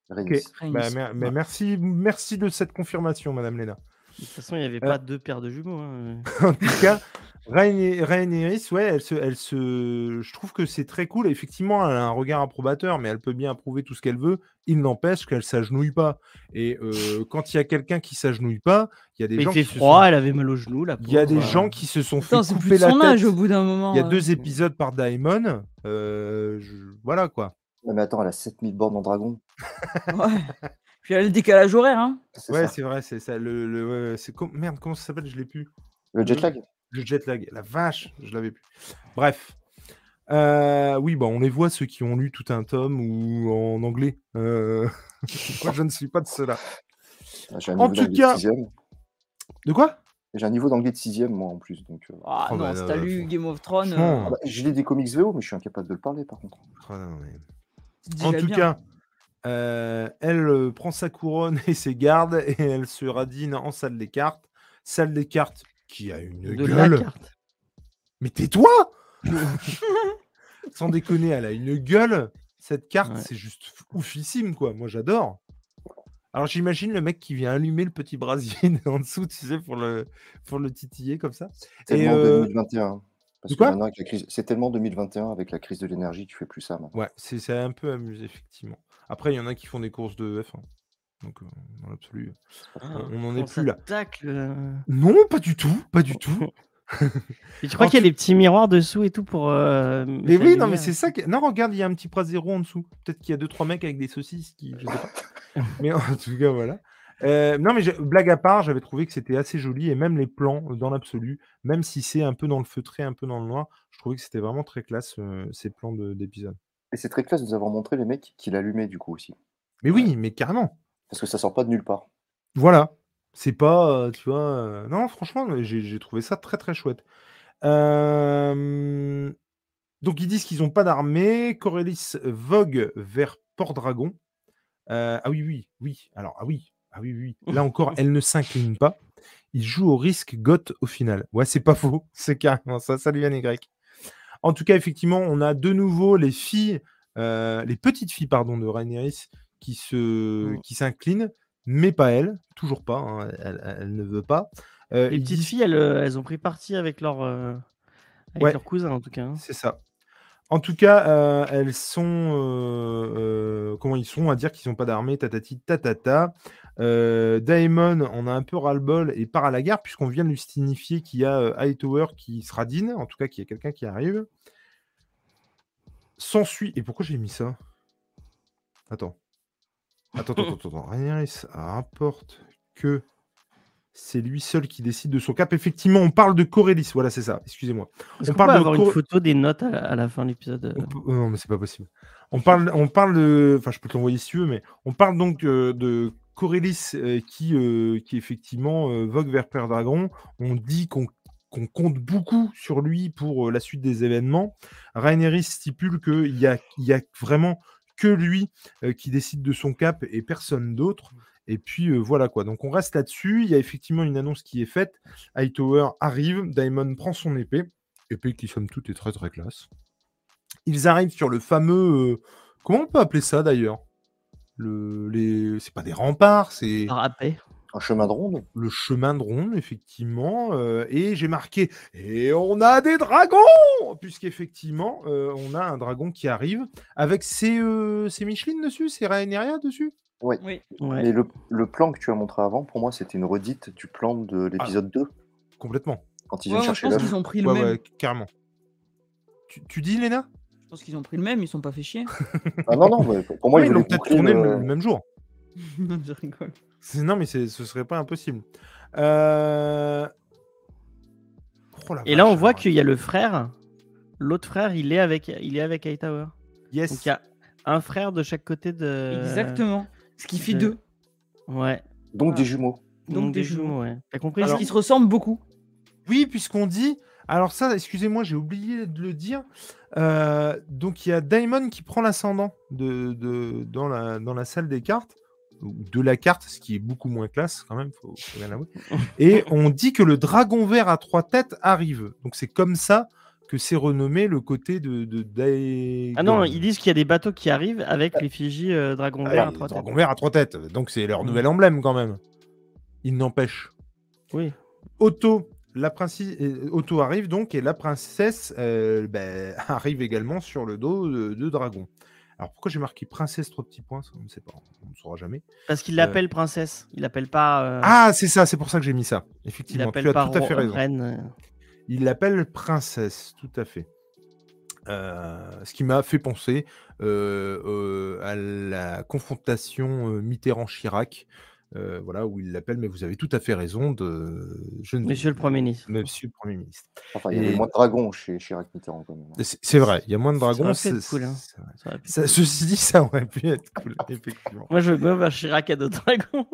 C: Rhaenys.
A: Ok.
D: Rhaenys.
A: Bah, mer- mais
D: Ouais.
A: merci, merci de cette confirmation, Madame Léna.
B: De toute façon, il n'y avait
A: Euh.
B: pas deux paires de jumeaux. hein.
A: En tout cas, Rhaenyra- Rhaenyra, ouais, elle se, elle se... je trouve que c'est très cool. Effectivement, elle a un regard approbateur, mais elle peut bien approuver tout ce qu'elle veut. Il n'empêche qu'elle s'agenouille pas. Et euh, quand il y a quelqu'un qui s'agenouille pas, il y a des
B: Mais
A: gens
B: t'es
A: qui se
B: froid,
A: sont-
B: elle hein. avait mal au genou. la
A: il y a
B: pauvre. euh,
A: des gens qui se sont
D: Putain,
A: fait
D: c'est
A: couper
D: plus de
A: la
D: son âge
A: tête.
D: au bout d'un moment.
A: Il y a
D: euh.
A: deux épisodes par Daemon. Euh, je- Voilà quoi.
C: Ouais, mais attends, elle a 7000 bornes en dragon.
D: Ouais. Puis il y a le décalage horaire, hein.
C: C'est
A: Ouais,
C: ça.
A: c'est vrai, c'est ça. Le, le- ouais, c'est com- Merde, comment ça s'appelle Je l'ai plus.
C: Le jet lag
A: Le jet lag, la vache, je l'avais plus. Bref. Euh, oui, bah, on les voit ceux qui ont lu tout un tome ou en anglais. Euh, Moi, je ne suis pas de ceux-là.
C: J'ai un
A: En
C: niveau
A: tout
C: d'anglais de
A: cas-
C: sixième.
A: De quoi
C: J'ai un niveau d'anglais de 6 moi en plus. Donc, euh,
D: Ah
A: Oh,
D: non,
A: bah,
D: si
A: là,
D: t'as
A: là,
D: lu
A: faut-
D: Game of Thrones, euh,
A: Franchement,
C: ah bah, je lis des comics VO, mais je suis incapable de le parler par contre.
A: oh, non, mais-
D: c'est déjà
A: En tout
D: bien.
A: cas, euh, elle euh, prend sa couronne et ses gardes et elle se radine en salle des cartes. Salle des cartes qui a une
B: de la
A: gueule.
B: carte.
A: Mais tais-toi Sans déconner, elle a une gueule. Cette carte,
B: Ouais.
A: c'est juste f- oufissime, quoi. Moi, j'adore. Alors, j'imagine le mec qui vient allumer le petit brasier en dessous, tu sais, pour le, pour le titiller comme ça.
C: Tellement
A: euh,
C: 2021. Parce
A: de
C: que
A: quoi
C: maintenant, avec la crise... c'est tellement 2021 avec la crise de l'énergie, tu fais plus ça. maintenant.
A: Ouais, c'est c'est un peu amusé, effectivement. Après, il y en a qui font des courses de F1. Donc, euh, dans l'absolu, Ah, on n'en
B: Ah, Comment
A: est
B: ça
A: plus là.
B: tacle, euh.
A: Non, pas du tout, pas du tout.
B: Et tu crois
A: En
B: qu'il y a des petits miroirs dessous et tout pour. euh,
A: Mais
B: mettre la
A: oui, non, mais
B: lumière
A: c'est ça. que- Non, regarde, il y a un petit brasero en dessous. Peut-être qu'il y a deux, trois mecs avec des saucisses qui. Je sais pas. mais en tout cas, voilà. Euh, non, mais j'ai- blague à part, j'avais trouvé que c'était assez joli et même les plans euh, dans l'absolu, même si c'est un peu dans le feutré, un peu dans le noir, je trouvais que c'était vraiment très classe euh, ces plans de- d'épisode.
C: Et c'est très classe de nous avoir montré les mecs qui l'allumaient du coup aussi.
A: Mais oui, mais carrément.
C: Parce que ça sort pas de nulle part.
A: Voilà. C'est pas, euh, tu vois. euh, Non, franchement, euh, j'ai j'ai trouvé ça très très chouette. Euh, Donc ils disent qu'ils n'ont pas d'armée. Corellis vogue vers Port Dragon. Euh, Ah oui, oui, oui. Alors, ah oui, ah oui, oui. Là encore, elle ne s'incline pas. Il joue au risque goth au final. Ouais, c'est pas faux. C'est carrément ça. Salut Anne Y. En tout cas, effectivement, on a de nouveau les filles, euh, les petites filles, pardon, de Rhaenyris qui se,
B: Mm.
A: qui s'inclinent, mais pas elle. Toujours pas. hein, Elle, elle ne veut pas. Euh,
B: Les
A: ils
B: petites
A: disent-
B: filles, elles, euh, elles ont pris parti avec leur. euh, Avec
A: Ouais.
B: leur cousin en tout cas. hein.
A: C'est ça. En tout cas, euh, elles sont. euh, euh, comment ils sont à dire qu'ils n'ont pas d'armée, tatati, tatata. Euh, Daemon, on a un peu ras-le-bol et part à la gare, puisqu'on vient de lui signifier qu'il y a euh, Hightower qui se radine, en tout cas qu'il y a quelqu'un qui arrive. S'ensuit. Et pourquoi j'ai mis ça Attends. Attends, attends, attends, attends. Rhaenyra rapporte que c'est lui seul qui décide de son cap. Effectivement, on parle de Corellis. Voilà, c'est ça. Excusez-moi.
B: Est-ce
A: On
B: qu'on
A: parle
B: peut
A: de
B: avoir une
A: Cor-
B: photo des notes à la, à la fin de l'épisode
A: On
B: euh,
A: peut- Non, mais c'est pas possible. On parle, on parle de. Enfin, je peux te l'envoyer si tu veux, mais on parle donc euh, de Corellis euh, qui, euh, qui effectivement euh, vogue vers Père Dragon. On dit qu'on qu'on compte beaucoup sur lui pour euh, la suite des événements. Rhaenyra stipule qu'il y a, il y a vraiment que lui euh, qui décide de son cap et personne d'autre. Et puis euh, voilà quoi. Donc on reste là-dessus. Il y a effectivement une annonce qui est faite. Hightower arrive. Daemon prend son épée. Épée qui, somme toute, est très très classe. Ils arrivent sur le fameux. euh, comment on peut appeler ça d'ailleurs le, les... C'est pas des remparts, c'est
B: parapet
C: Un chemin de ronde
A: le chemin de ronde, effectivement. euh, et j'ai marqué Et on a des dragons Puisqu'effectivement, euh, on a un dragon qui arrive avec ses, euh, ses Michelin dessus, ses Rhaenyra dessus.
D: Oui.
B: Ouais.
C: Mais le, le plan que tu as montré avant, pour moi, c'était une redite du plan de l'épisode 2,
A: Complètement.
C: quand ils
D: Ouais,
C: viennent
D: ouais, je
C: chercher
D: pense
C: l'homme.
D: qu'ils ont pris le
A: Ouais,
D: même.
A: ouais, carrément. Tu, tu dis, Léna
D: Je pense qu'ils ont pris le même, ils sont pas fait chier.
C: Ah non, non, mais pour moi,
A: Ouais,
C: ils euh,
A: Ils l'ont
C: voulaient
A: peut-être
C: boucler
A: tourné le-
C: le-
A: le même jour.
D: je rigole.
A: C'est- Non, mais c'est- ce serait pas impossible. Euh, oh la
B: Et là, on
A: vache,
B: voit
A: alors.
B: qu'il y a le frère. L'autre frère, il est avec, il est avec Hightower.
A: Yes.
B: Donc il y a un frère de chaque côté de.
D: Exactement. Ce qui fait
B: de-
D: deux.
B: Ouais.
C: Donc des jumeaux.
B: Donc, des jumeaux, ouais. T'as compris
D: Parce
A: Alors-
B: ce
D: qu'ils se
B: qui-
D: ressemblent beaucoup.
A: Oui, puisqu'on dit. Alors ça, excusez-moi, j'ai oublié de le dire. Euh, donc il y a Daimon qui prend l'ascendant de, de- dans, la, dans la salle des cartes, ou de la carte, ce qui est beaucoup moins classe quand même, faut, faut bien l'avouer. Et on dit que le dragon vert à trois têtes arrive. Donc c'est comme ça que c'est renommé le côté de, de Daegon.
B: Ah non, ils disent qu'il y a des bateaux qui arrivent avec l'effigie euh, Dragon
A: Ah,
B: Vert à
A: oui,
B: trois têtes. Mm.
A: dragon vert à trois têtes. Donc c'est leur nouvel emblème quand même. Il n'empêche.
B: Oui.
A: Otto la princesse Otto arrive donc et la princesse euh, ben, arrive également sur le dos de, de Dragon. Alors pourquoi j'ai marqué princesse trois petits points ça, On ne sait pas, on ne saura jamais.
B: Parce qu'il l'appelle princesse. Il l'appelle pas. euh,
A: Ah, c'est ça, c'est pour ça que j'ai mis ça.
B: il
A: Effectivement, tu
B: l'appelle
A: as
B: pas
A: tout à fait
B: ro-
A: raison.
B: reine. euh.
A: Il l'appelle princesse, tout à fait. Euh, ce qui m'a fait penser euh, euh, à la confrontation euh, Mitterrand-Chirac, euh, voilà, où il l'appelle, mais vous avez tout à fait raison, de... je ne-
B: Monsieur le Premier ministre.
A: Monsieur le Premier ministre.
C: Enfin, il y
A: Et-
C: avait moins de dragons chez Chirac Mitterrand quand même.
A: C'est c'est vrai, il y a moins de dragons.
B: aurait pu être cool, hein.
A: c'est vrai.
B: Ça aurait pu-
A: Ça- ceci dit, ça aurait pu être cool, effectivement.
B: Moi, je veux même un Chirac à deux dragons.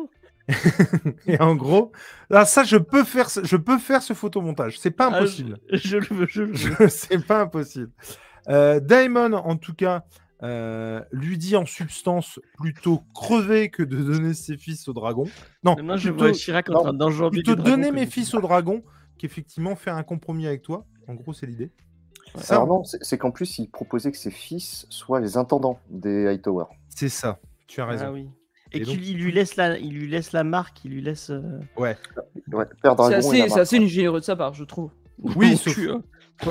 A: Et en gros, là, ça, je peux faire, ce- je peux faire ce photomontage. C'est pas
B: Ah,
A: impossible.
B: je le veux, je le veux.
A: Je- c'est pas impossible. Euh, Daemon, en tout cas, euh, lui dit en substance plutôt crever que de donner ses fils au dragon. Non,
B: Maintenant, je
A: plutôt-
B: vois Chirac en
A: non,
B: train d'enjamber.
A: plutôt
B: du dragon
A: donner
B: que
A: mes
B: de-
A: fils au dragon qu'effectivement faire un compromis avec toi. En gros, c'est l'idée.
B: Ouais.
A: Ça,
C: Alors non, c'est c'est qu'en plus, il proposait que ses fils soient les intendants des Hightower.
A: C'est ça. Tu as
B: Ah
A: raison.
B: oui. Et,
A: Et
B: qu'il
A: donc-
B: il lui laisse la, il lui laisse la marque, il lui laisse. euh,
A: Ouais.
C: Ouais, Père
D: C'est
C: Dragon. et
D: assez,
C: la
D: c'est
C: marque.
D: assez généreux de sa part, je trouve.
A: Oui,
B: mon
A: sauf-
B: cul, hein.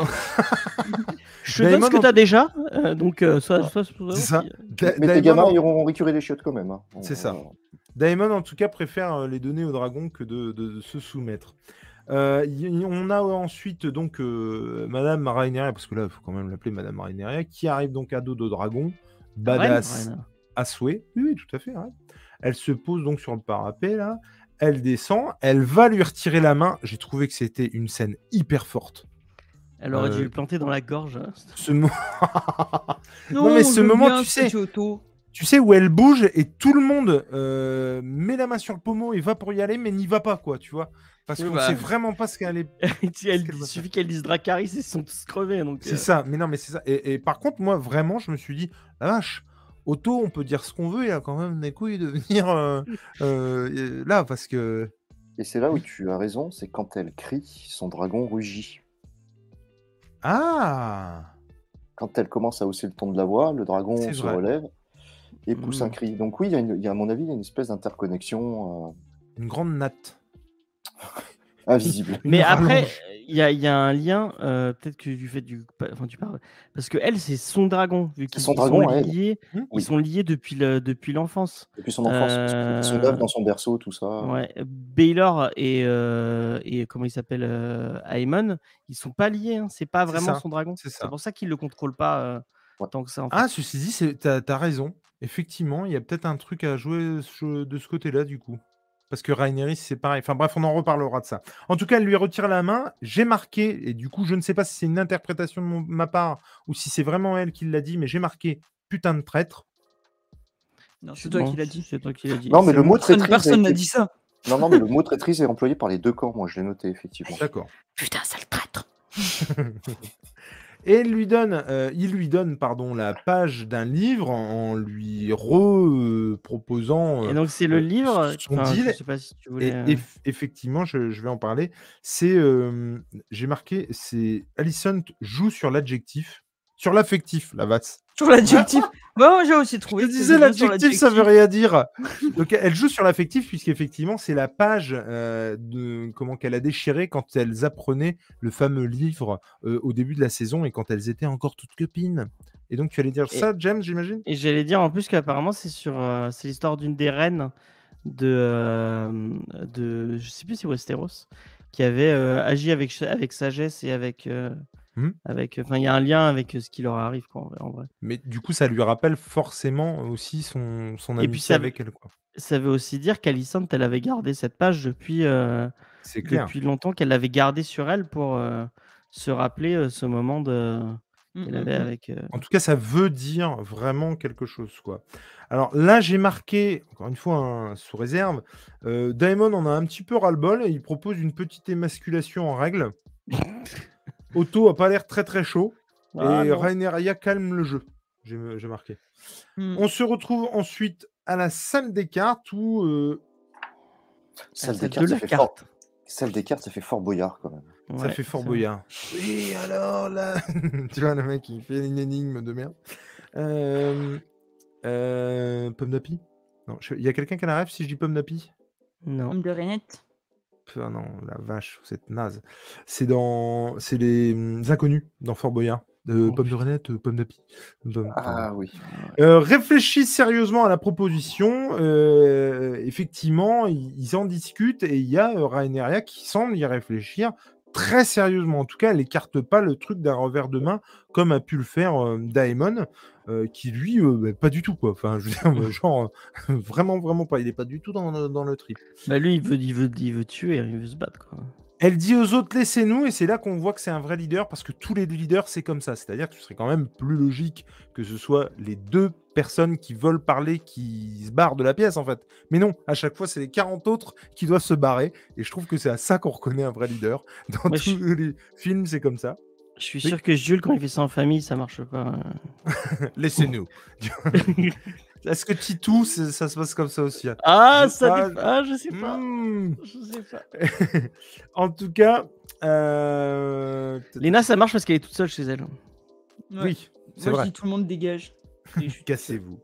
B: je te donne ce
A: Daemon,
B: que
A: en-
B: t'as déjà, euh, donc euh, soit, soit, soit-
A: C'est ça. Da-
C: Mais
A: Daemon,
C: tes gamins,
A: en-
C: ils auront récuré les chiottes quand même. hein.
A: C'est ça.
C: On-
A: Daemon, en tout cas, préfère euh, les donner au dragon que de, de- de se soumettre. Euh, y- y- on a ensuite donc euh, Madame Marineria, parce que là, il faut quand même l'appeler Madame Marineria, qui arrive donc à dos de dragon, badass
B: Reine, reine.
A: à souhait. Oui, oui, tout à fait. ouais. Elle se pose donc sur le parapet, là. Elle descend, elle va lui retirer la main. J'ai trouvé que c'était une scène hyper forte.
B: Elle aurait dû
A: Euh,
B: le planter dans la gorge. hein.
A: Ce mo- Non, mais ce
D: je veux
A: moment,
D: bien
A: tu
D: ce
A: sais-
D: petit auto.
A: tu sais, où elle bouge et tout le monde euh, met la main sur le pommeau et va pour y aller, mais n'y va pas, quoi, tu vois. Parce
B: Oui,
A: qu'on
B: bah.
A: sait vraiment pas ce qu'elle est
B: Elle dit- elle-
A: qu'elle
B: il
A: va
B: suffit qu'elle dise Dracaris, ils sont tous crevés. Donc,
A: C'est
B: euh,
A: ça, mais non, mais c'est ça. Et, et par contre, moi, vraiment, je me suis dit, la vache, Otto, on peut dire ce qu'on veut, il a quand même des couilles de venir euh, euh, euh, là, parce que.
C: Et c'est là où tu as raison, c'est quand elle crie, son dragon rugit.
A: Ah
C: Quand elle commence à hausser le ton de la voix, le dragon
A: C'est
C: se
A: vrai.
C: relève et pousse
B: Mm.
C: un cri. Donc oui, il y a une- il y a, à mon avis, il y a une espèce d'interconnexion
A: Une grande natte.
C: euh, invisible.
B: Mais
A: Une
B: après,
A: rallonge.
B: il y a, il y a un lien, euh, peut-être que du fait du. Enfin, tu parles. Parce que elle, c'est son dragon, vu qu'ils
C: son
B: ils
C: dragon
B: sont
C: à elle.
B: liés,
A: Hmm
B: ils
C: Oui.
B: sont liés depuis le, depuis l'enfance.
C: Depuis son enfance,
B: Euh,
C: son œuvre dans son berceau, tout ça.
B: Ouais. Baylor et, euh, et comment il s'appelle euh, Aemon, ils sont pas liés. hein, C'est pas
A: C'est
B: vraiment
A: ça,
B: son dragon.
A: c'est
B: C'est
A: ça.
B: pour ça qu'il le contrôle pas euh,
C: Ouais.
B: tant que ça. en fait.
A: Ah, ceci dit, c'est- t'as as raison. Effectivement, il y a peut-être un truc à jouer ce- de ce côté-là, du coup. Parce que Raineris, c'est pareil. Enfin bref, on en reparlera de ça. En tout cas, elle lui retire la main. J'ai marqué, et du coup, je ne sais pas si c'est une interprétation de mon- ma part ou si c'est vraiment elle qui l'a dit, mais j'ai marqué putain de traître.
D: Non, c'est toi
B: Bon,
D: qui l'as dit.
B: C'est toi qui l'as dit.
C: Non, mais le mot
D: Personne
C: traîtrise. a
D: personne n'a
C: été-
D: dit ça.
C: Non, non, mais le mot traîtrise est employé par les deux camps. Moi, je l'ai noté effectivement.
A: D'accord.
D: Putain, sale traître.
A: Et il lui donne, euh, il lui donne pardon, la page d'un livre en, en lui reproposant.
B: Et donc c'est le
A: euh,
B: livre.
A: son
B: enfin, Je
A: deal
B: sais pas si tu
A: et
B: voulais. euh,
A: eff- effectivement, je, je vais en parler. C'est, euh, j'ai marqué, c'est Allison joue sur l'adjectif, sur l'affectif, la vasse.
D: Sur l'adjectif. bah, moi, j'ai aussi trouvé.
A: Je
D: que
A: disais
D: c'était bien sur
A: l'adjectif, ça veut rien dire. Donc elle joue sur l'affectif puisqu'effectivement c'est la page euh, de comment qu'elle a déchirée quand elles apprenaient le fameux livre euh, au début de la saison et quand elles étaient encore toutes copines. Et donc tu allais dire
B: Et-
A: ça, James, j'imagine.
B: Et j'allais dire en plus qu'apparemment c'est sur euh, c'est l'histoire d'une des reines de euh, de je sais plus si Westeros qui avait euh, agi avec sa- avec sagesse et avec euh,
A: Hmm.
B: avec enfin il y a un lien avec euh, ce qui leur arrive quoi en vrai. en vrai.
A: Mais du coup ça lui rappelle forcément aussi son son
B: Et puis,
A: amitié
B: ça-
A: avec elle. quoi.
B: Ça veut aussi dire qu'Alicente elle avait gardé cette page depuis euh,
A: C'est clair.
B: depuis longtemps qu'elle l'avait gardée sur elle pour euh, se rappeler euh, ce moment de
A: Mmh,
D: Mm,
B: qu'elle
D: mm,
B: avait
D: mm.
B: avec euh,
A: En tout cas, ça veut dire vraiment quelque chose, quoi. Alors là, j'ai marqué, encore une fois, hein, sous réserve, euh, Daemon en a un petit peu ras-le-bol et il propose une petite émasculation en règle. Otto a pas l'air très très chaud
B: Ah,
A: et
B: non.
A: Raineria calme le jeu. J'ai j'ai marqué.
D: Mm.
A: On se retrouve ensuite à la salle des cartes où euh,
C: Celle
B: celle
C: des
B: de
C: cartes,
B: la
C: ça fait fort.
B: carte.
C: Celle des cartes, ça fait fort boyard quand même.
A: ça
B: Ouais,
A: fait fort
B: ça-
A: boyard. Oui, alors là, tu vois le mec il fait une énigme de merde. Euh, euh, pomme d'api. Non, je- il y a quelqu'un qui a la rêve si je dis pomme d'api.
B: Non.
D: Homme de rainette.
A: Ah non, la vache, cette naze. C'est dans. C'est les hum, inconnus dans Fort Boyard. Euh, pomme de Renette, euh, pomme d'api. Pomme-
C: Ah oui.
A: Euh, réfléchis sérieusement à la proposition. Euh, effectivement, ils, ils en discutent et il y a euh, Rhaenyra qui semble y réfléchir très sérieusement. En tout cas, elle écarte pas le truc d'un revers de main comme a pu le faire euh, Daemon, euh, qui lui, euh, bah, pas du tout quoi. Enfin, je veux dire, euh, genre euh, vraiment, vraiment pas. Il est pas du tout dans, le- dans le trip.
B: Bah lui, il veut, il veut, il veut tuer, il veut se battre. Quoi.
A: Elle dit aux autres laissez-nous et c'est là qu'on voit que c'est un vrai leader parce que tous les leaders c'est comme ça. C'est-à-dire que ce serait quand même plus logique que ce soit les deux personnes qui veulent parler qui se barrent de la pièce en fait. Mais non, à chaque fois c'est les 40 autres qui doivent se barrer et je trouve que c'est à ça qu'on reconnaît un vrai leader. Dans
B: Moi,
A: tous les films c'est comme ça.
B: Je suis
A: Oui.
B: sûr que Jules, quand il fait ça en famille, ça marche pas. hein.
A: Laissez-nous. Est-ce que Titou c'est- ça se passe comme ça aussi hein
B: ah,
A: Je sais
B: ça
A: pas,
B: dépend. Ah, je sais pas.
A: Hmm.
B: Je sais pas.
A: En tout cas, euh,
B: Léna, ça marche parce qu'elle est toute seule chez elle.
D: Ouais.
A: oui, c'est
D: Moi,
A: vrai.
D: je dis tout le monde dégage. Et je suis-
A: Cassez-vous.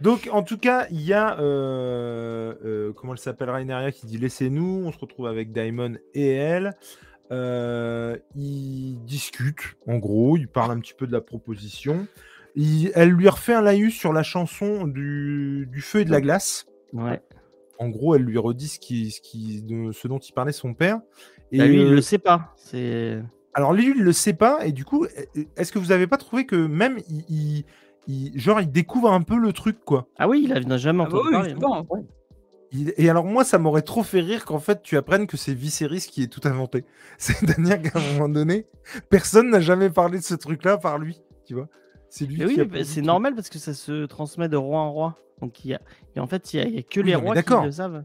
A: Donc, en tout cas, il y a. euh, euh, comment elle s'appelle Raineria qui dit Laissez-nous. On se retrouve avec Daimon et elle. Euh, ils discutent, en gros. Ils parlent un petit peu de la proposition. Il- elle lui refait un laïus sur la chanson du, du feu et de la glace.
B: Ouais.
A: En gros, elle lui redit ce, qui, ce, qui, de- ce dont il parlait son père. Et
B: Bah, lui, il
A: euh,
B: le sait pas. C'est.
A: alors lui, il le sait pas, et du coup, est-ce que vous avez pas trouvé que même il, il- il- genre il découvre un peu le truc quoi
B: Ah oui, il a- il n'a jamais
D: Ah bah
B: entendu
D: oui,
A: hein.
B: parler. hein.
D: c'est bon.
A: Il- Et alors moi, ça m'aurait trop fait rire qu'en fait tu apprennes que c'est Viserys qui est tout inventé. C'est-à-dire qu'à un moment donné, personne n'a jamais parlé de ce truc-là par lui, tu vois. C'est lui.
B: Mais
A: qui
B: oui,
A: a
B: bah,
A: posé
B: c'est
A: le truc.
B: normal parce que ça se transmet de roi en roi. Donc il y a, et en fait, il y a, il y a que
A: Oui,
B: les
A: non, mais
B: rois
A: d'accord.
B: qui le savent.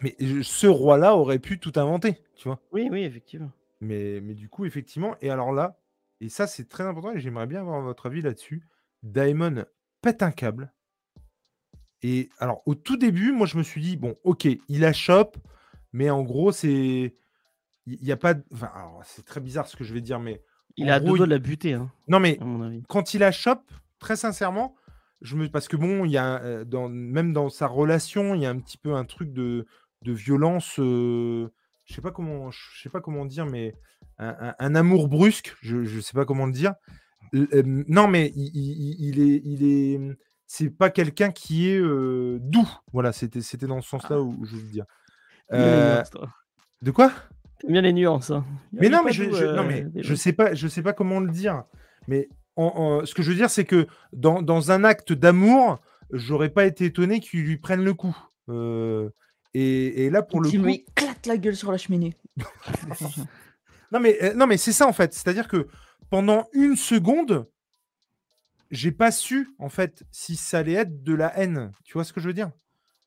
A: Mais je- ce roi-là aurait pu tout inventer, tu vois.
B: Oui, oui, effectivement.
A: Mais, mais du coup, effectivement, et alors là, et ça c'est très important, et j'aimerais bien avoir votre avis là-dessus. Daemon pète un câble. Et alors, au tout début, moi, je me suis dit, bon, ok, il la chope, mais en gros, c'est. Il n'y a pas. de- Enfin, alors, c'est très bizarre ce que je vais dire, mais.
B: Il
A: En
B: a
A: gros,
B: deux doigts
A: il-
B: de la buter, hein,
A: Non, mais
B: à mon avis.
A: quand il la chope, très sincèrement, je me... parce que bon, il y a, euh, dans... même dans sa relation, il y a un petit peu un truc de, de violence. euh, Je sais pas comment, je sais pas comment dire, mais un, un- un amour brusque. Je, je sais pas comment le dire. Euh, euh, non, mais il, il- il- il est, il est, c'est pas quelqu'un qui est euh, doux. Voilà, c'était, c'était dans ce sens-là où je veux le dire.
B: T'aimes bien les
A: Euh,
B: nuances, toi.
A: de quoi
B: T'aimes bien les nuances. hein. Il y a
A: mais
B: des
A: non, mais
B: pas
A: je,
B: doux,
A: je- non,
B: euh,
A: mais
B: des-
A: je sais pas, je sais pas comment le dire. Mais en- en- ce que je veux dire, c'est que dans, dans un acte d'amour, j'aurais pas été étonné qu'il lui prenne le coup. Euh, et, et là, pour le
D: Qui
A: coup,
D: lui éclate la gueule sur la cheminée.
A: non mais euh, non mais c'est ça en fait. C'est-à-dire que pendant une seconde, j'ai pas su en fait si ça allait être de la haine. Tu vois ce que je veux dire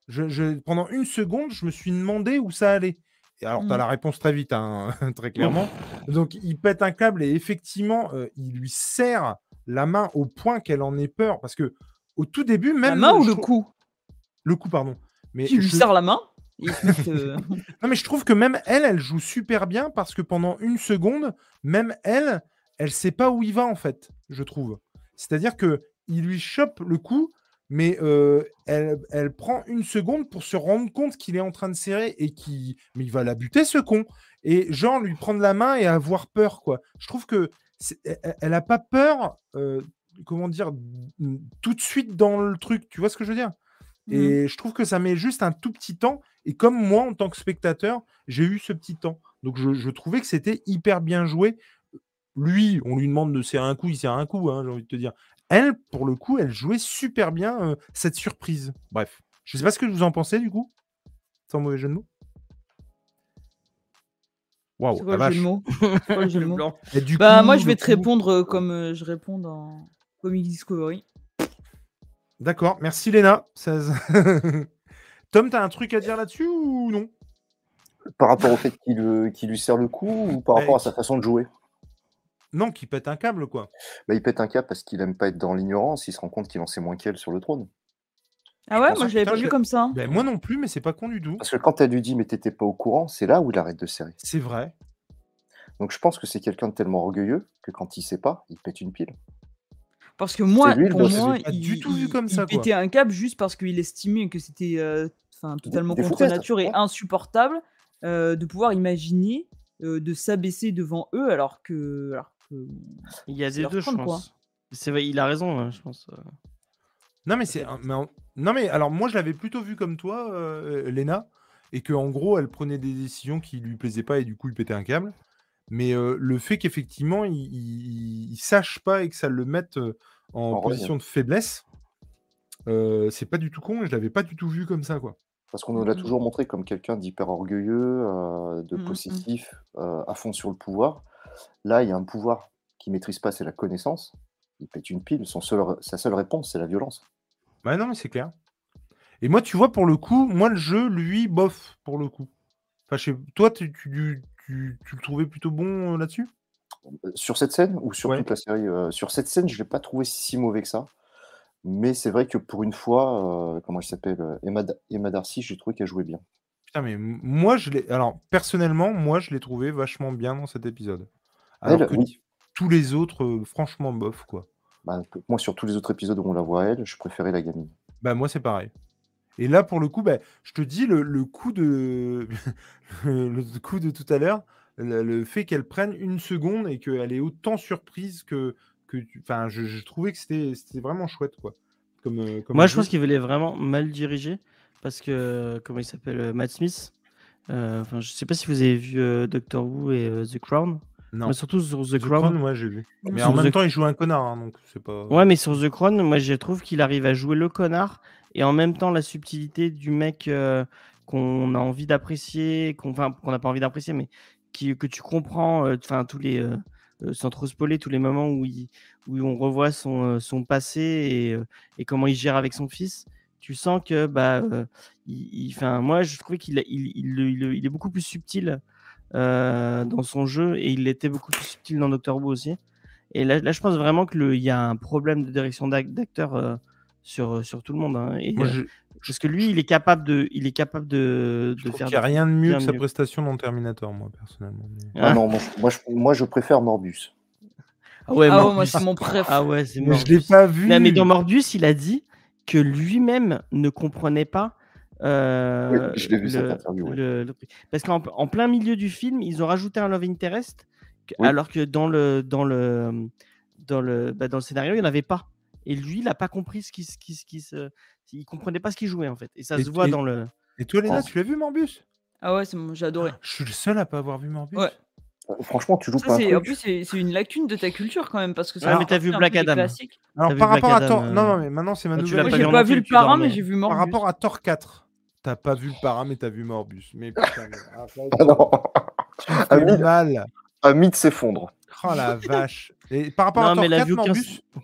A: je, je- pendant une seconde, je me suis demandé où ça allait. Et alors, tu as
D: Mm.
A: la réponse très vite, hein, très clairement. Donc, il pète un câble et effectivement, euh, il lui serre la main au point qu'elle en ait peur. Parce que au tout début, même.
D: la main ou
A: je
D: le
A: trou-
D: cou
A: Le coup, pardon. Mais
D: Tu lui
A: je-
D: serres la main et il se met, euh,
A: non, mais je trouve que même elle, elle joue super bien parce que pendant une seconde, même elle, elle sait pas où il va en fait, je trouve. C'est-à-dire que il lui chope le coup, mais euh, elle, elle prend une seconde pour se rendre compte qu'il est en train de serrer et qu'il mais il va la buter ce con et genre lui prendre la main et avoir peur quoi. Je trouve que c'est- elle- elle a pas peur, euh, comment dire, tout de suite dans le truc. Tu vois ce que je veux dire
D: Mmh.
A: et je trouve que ça met juste un tout petit temps. Et comme moi, en tant que spectateur, j'ai eu ce petit temps. Donc je, je trouvais que c'était hyper bien joué. Lui, on lui demande de serrer un coup, il serre un coup, hein, j'ai envie de te dire. Elle, pour le coup, elle jouait super bien euh, cette surprise. Bref, je sais pas ce que vous en pensez du coup. Sans mauvais jeu de mots. Waouh,
D: C'est
A: la
D: quoi le
A: vache.
D: jeu de mots C'est quoi le jeu de
B: le
D: mots
B: blanc.
A: Et du
D: Bah
A: coup,
D: moi je
A: le
D: vais te
A: coup-
D: répondre euh, comme euh, je réponds dans Comic Discovery.
A: D'accord, merci Léna. Ça- Tom, t'as un truc à dire là-dessus ou non
C: Par rapport au fait qu'il euh, qu'il lui serre le coup ou par
A: Ouais,
B: Bah,
C: rapport à
A: qui-
C: sa façon de jouer
A: Non, qui pète un câble quoi.
C: bah, Il pète un cap parce qu'il aime pas être dans l'ignorance. Il se rend compte qu'il en sait moins qu'elle sur le trône.
D: Ah ouais,
A: pense
D: moi
A: que
D: je l'avais
A: putain,
D: pas
A: je
D: vu
A: l'ai-
D: comme ça. hein.
A: Ben, moi non plus, mais c'est pas con du tout.
C: Parce que quand elle lui dit mais t'étais pas au courant, c'est là où il arrête de serrer.
A: C'est vrai.
C: Donc je pense que c'est quelqu'un de tellement orgueilleux que quand il sait pas, il pète une pile.
D: Parce que moi,
C: C'est lui, le
D: pour
C: boss.
D: moi,
A: J'ai pas
D: il,
A: du tout vu
D: il-
A: comme
D: il
A: ça, quoi.
D: pétait un câble juste parce qu'il estimait que c'était euh, enfin, totalement
C: des
D: contre
C: foutaises,
A: hein.
D: nature et
C: ouais.
D: insupportable. euh, de pouvoir imaginer euh, de s'abaisser devant eux alors que. Alors que...
B: Il y a des
D: leur
B: deux, je
D: prendre, quoi.
B: pense. C'est vrai, il a raison, hein, je pense. euh.
A: Non, mais c'est. mais en- Non, mais alors, moi, je l'avais plutôt vu comme toi, euh, Léna, et que en gros, elle prenait des décisions qui lui plaisaient pas et du coup, il pétait un câble. Mais euh, le fait qu'effectivement, il, il- il sache pas et que ça le mette euh, en,
C: En rogne.
A: position de faiblesse, euh, c'est pas du tout con et je l'avais pas du tout vu comme ça, quoi.
C: Parce qu'on nous l'a
D: Mhm.
C: toujours montré comme quelqu'un d'hyper orgueilleux, euh, de
D: Mhm, mhm.
C: possessif, euh, à fond sur le pouvoir. Là, il y a un pouvoir qu'il maîtrise pas, c'est la connaissance. Il pète une pile. Son seul, sa seule réponse, c'est la violence.
A: Bah non, mais c'est clair. Et moi, tu vois, pour le coup, moi, le jeu, lui, bof, pour le coup. Enfin, je sais- toi, tu, tu- tu- tu le trouvais plutôt bon euh, là-dessus
C: Euh, Sur cette scène ou sur
A: Ouais.
C: toute la série euh, Sur cette scène, je l'ai pas trouvé si mauvais que ça. Mais c'est vrai que pour une fois, euh, comment il s'appelle euh, Emma, Da- Emma Darcy, j'ai trouvé qu'elle jouait bien.
A: Putain, mais m- moi, je l'ai. Alors, personnellement, moi, je l'ai trouvé vachement bien dans cet épisode. Alors
C: Elle,
A: que
C: oui.
A: t- tous les autres, euh, franchement, bof, quoi.
C: Bah, un peu- moi, sur tous les autres épisodes où on la voit elle, je préférais la gamine.
A: Bah, moi, c'est pareil. Et là, pour le coup, bah, je te dis, le, le coup de. le coup de tout à l'heure, le, le fait qu'elle prenne une seconde et qu'elle est autant surprise que. que tu- Enfin, je, je trouvais que c'était c'était vraiment chouette, quoi. Comme, euh, comme
B: Moi,
A: jeu.
B: je pense qu'il voulait vraiment mal diriger parce que, euh, comment il s'appelle, euh, Matt Smith. euh, enfin, je sais pas si vous avez vu euh, Doctor Who et euh, The Crown.
A: Non.
B: Mais surtout sur The,
A: The
B: Crown.
A: Crown, ouais, j'ai vu. Mais
B: Sur
A: en même
B: The-
A: temps, il joue un connard, hein, donc c'est pas.
B: Ouais, mais sur The Crown, moi, je trouve qu'il arrive à jouer le connard et en même temps la subtilité du mec euh, qu'on a envie d'apprécier, qu'on enfin, qu'on n'a pas envie d'apprécier, mais qui, que tu comprends, euh, enfin, tous les. euh, euh, sans trop spoiler, tous les moments où, il, où on revoit son, euh, son passé et, euh, et comment il gère avec son fils, tu sens que, bah, euh, il, il- enfin, moi, je trouvais qu'il a- il, il le- il le- il est beaucoup plus subtil euh, dans son jeu et il était beaucoup plus subtil dans Doctor Who aussi. Et là, là, je pense vraiment qu'il y a un problème de direction d'ac- d'acteur euh, sur, sur tout le monde. hein. Et,
A: Moi,
B: euh,
A: je-
B: parce que lui, il est capable de, il est capable de,
A: Je
B: de
A: trouve
B: faire.
A: qu'il n'y a rien de mieux
B: bien
A: que sa
B: mieux.
A: prestation dans Terminator, moi, personnellement. mais-
C: Ah
B: Ah.
C: non, moi, je- moi, je, moi, je préfère Morbus.
B: Ah ouais,
D: ah ouais,
B: Morbus.
D: moi, c'est mon préf.
B: Ah ouais, c'est
A: Mais
B: mort.
A: je l'ai pas vu.
B: Non, mais dans Morbus, il a dit que lui-même ne comprenait pas. euh,
C: Oui, je l'ai vu, cette
B: le-
C: interview, oui.
B: le- le truc. Parce qu'en en plein milieu du film, ils ont rajouté un Love Interest, que-
C: Oui.
B: alors que dans le, dans le, dans le, bah, dans le scénario, il n'y en avait pas. Et lui, il n'a pas compris ce qui, ce qui, ce qui se. Il comprenait pas ce qu'il jouait en fait. Et ça
A: Et-
B: se voit
A: et-
B: dans le.
A: Et toi, Léna,
C: Oh.
A: tu l'as vu, Morbus
D: Ah ouais, c'est mon- j'ai adoré.
A: Je suis le seul à pas avoir vu Morbus.
D: Ouais.
C: Euh, Franchement, tu joues
D: Ça,
C: pas un
D: c'est-
C: truc.
D: en plus, c'est c'est une lacune de ta culture quand même parce que ça.
B: Ouais,
D: fait
B: mais t'as vu
D: partie un
B: Black
D: peu des
B: Adam.
D: classiques.
A: Alors,
B: T'as vu
A: par
B: Black
A: rapport à
B: Adam,
A: Thor. Non,
B: euh,
A: non, mais maintenant, c'est ma
B: toi, tu
A: nouvelle.
B: l'as
D: Moi,
B: pas
A: émission.
D: J'ai
B: vu en
D: pas
B: entier,
D: vu le
B: tu dormais.
D: parrain, mais j'ai vu Morbus.
A: Par rapport à Thor 4, t'as pas vu le parrain, mais t'as vu Morbus. Mais putain, mais arrête,
C: Ah non,
A: tu me
C: Ah
A: fais
C: oui.
A: mal.
C: un mythe s'effondre.
A: Oh la vache. Et par rapport à
B: Non,
A: Thor
B: mais la
A: 4,
B: vue
A: Morbus,
B: 15.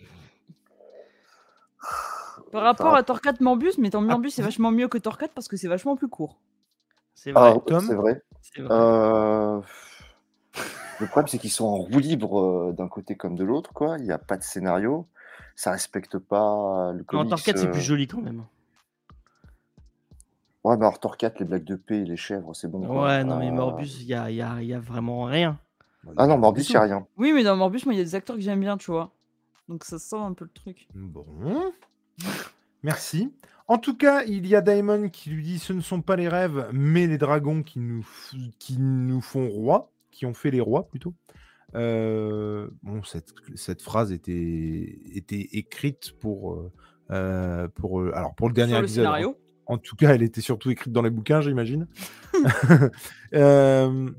D: Par rapport à Torquat Morbus, mais ton Morbus c'est vachement mieux que Torquat parce que c'est vachement plus court.
B: C'est vrai.
C: Ah,
A: Tom
C: c'est vrai.
B: c'est vrai.
C: Euh, Le problème, c'est qu'ils sont en roue libre euh, d'un côté comme de l'autre. quoi. Il n'y a pas de scénario. Ça respecte pas le
B: En
C: comics.
B: Thor 4, c'est
C: euh.
B: plus joli quand même.
C: Ouais, mais en Thor 4, les blagues de paix, les chèvres, c'est bon. quoi.
B: Ouais, non, mais
C: Euh,
B: Morbus, il y a, il y a- il y a vraiment rien.
C: Ah non, Morbus, il n'y a rien.
D: Oui, mais dans Morbus, moi, il y a des acteurs que j'aime bien, tu vois. Donc ça sent un peu le truc.
A: Bon. Merci. En tout cas, il y a Daemon qui lui dit ce ne sont pas les rêves, mais les dragons qui nous, f- qui nous font rois, qui ont fait les rois plutôt. Euh, bon, cette, cette phrase était, était écrite pour, euh, euh, pour, euh, alors pour le dernier
D: Sur le
A: épisode. hein.
D: scénario.
A: En tout cas, elle était surtout écrite dans les bouquins, j'imagine. Euh,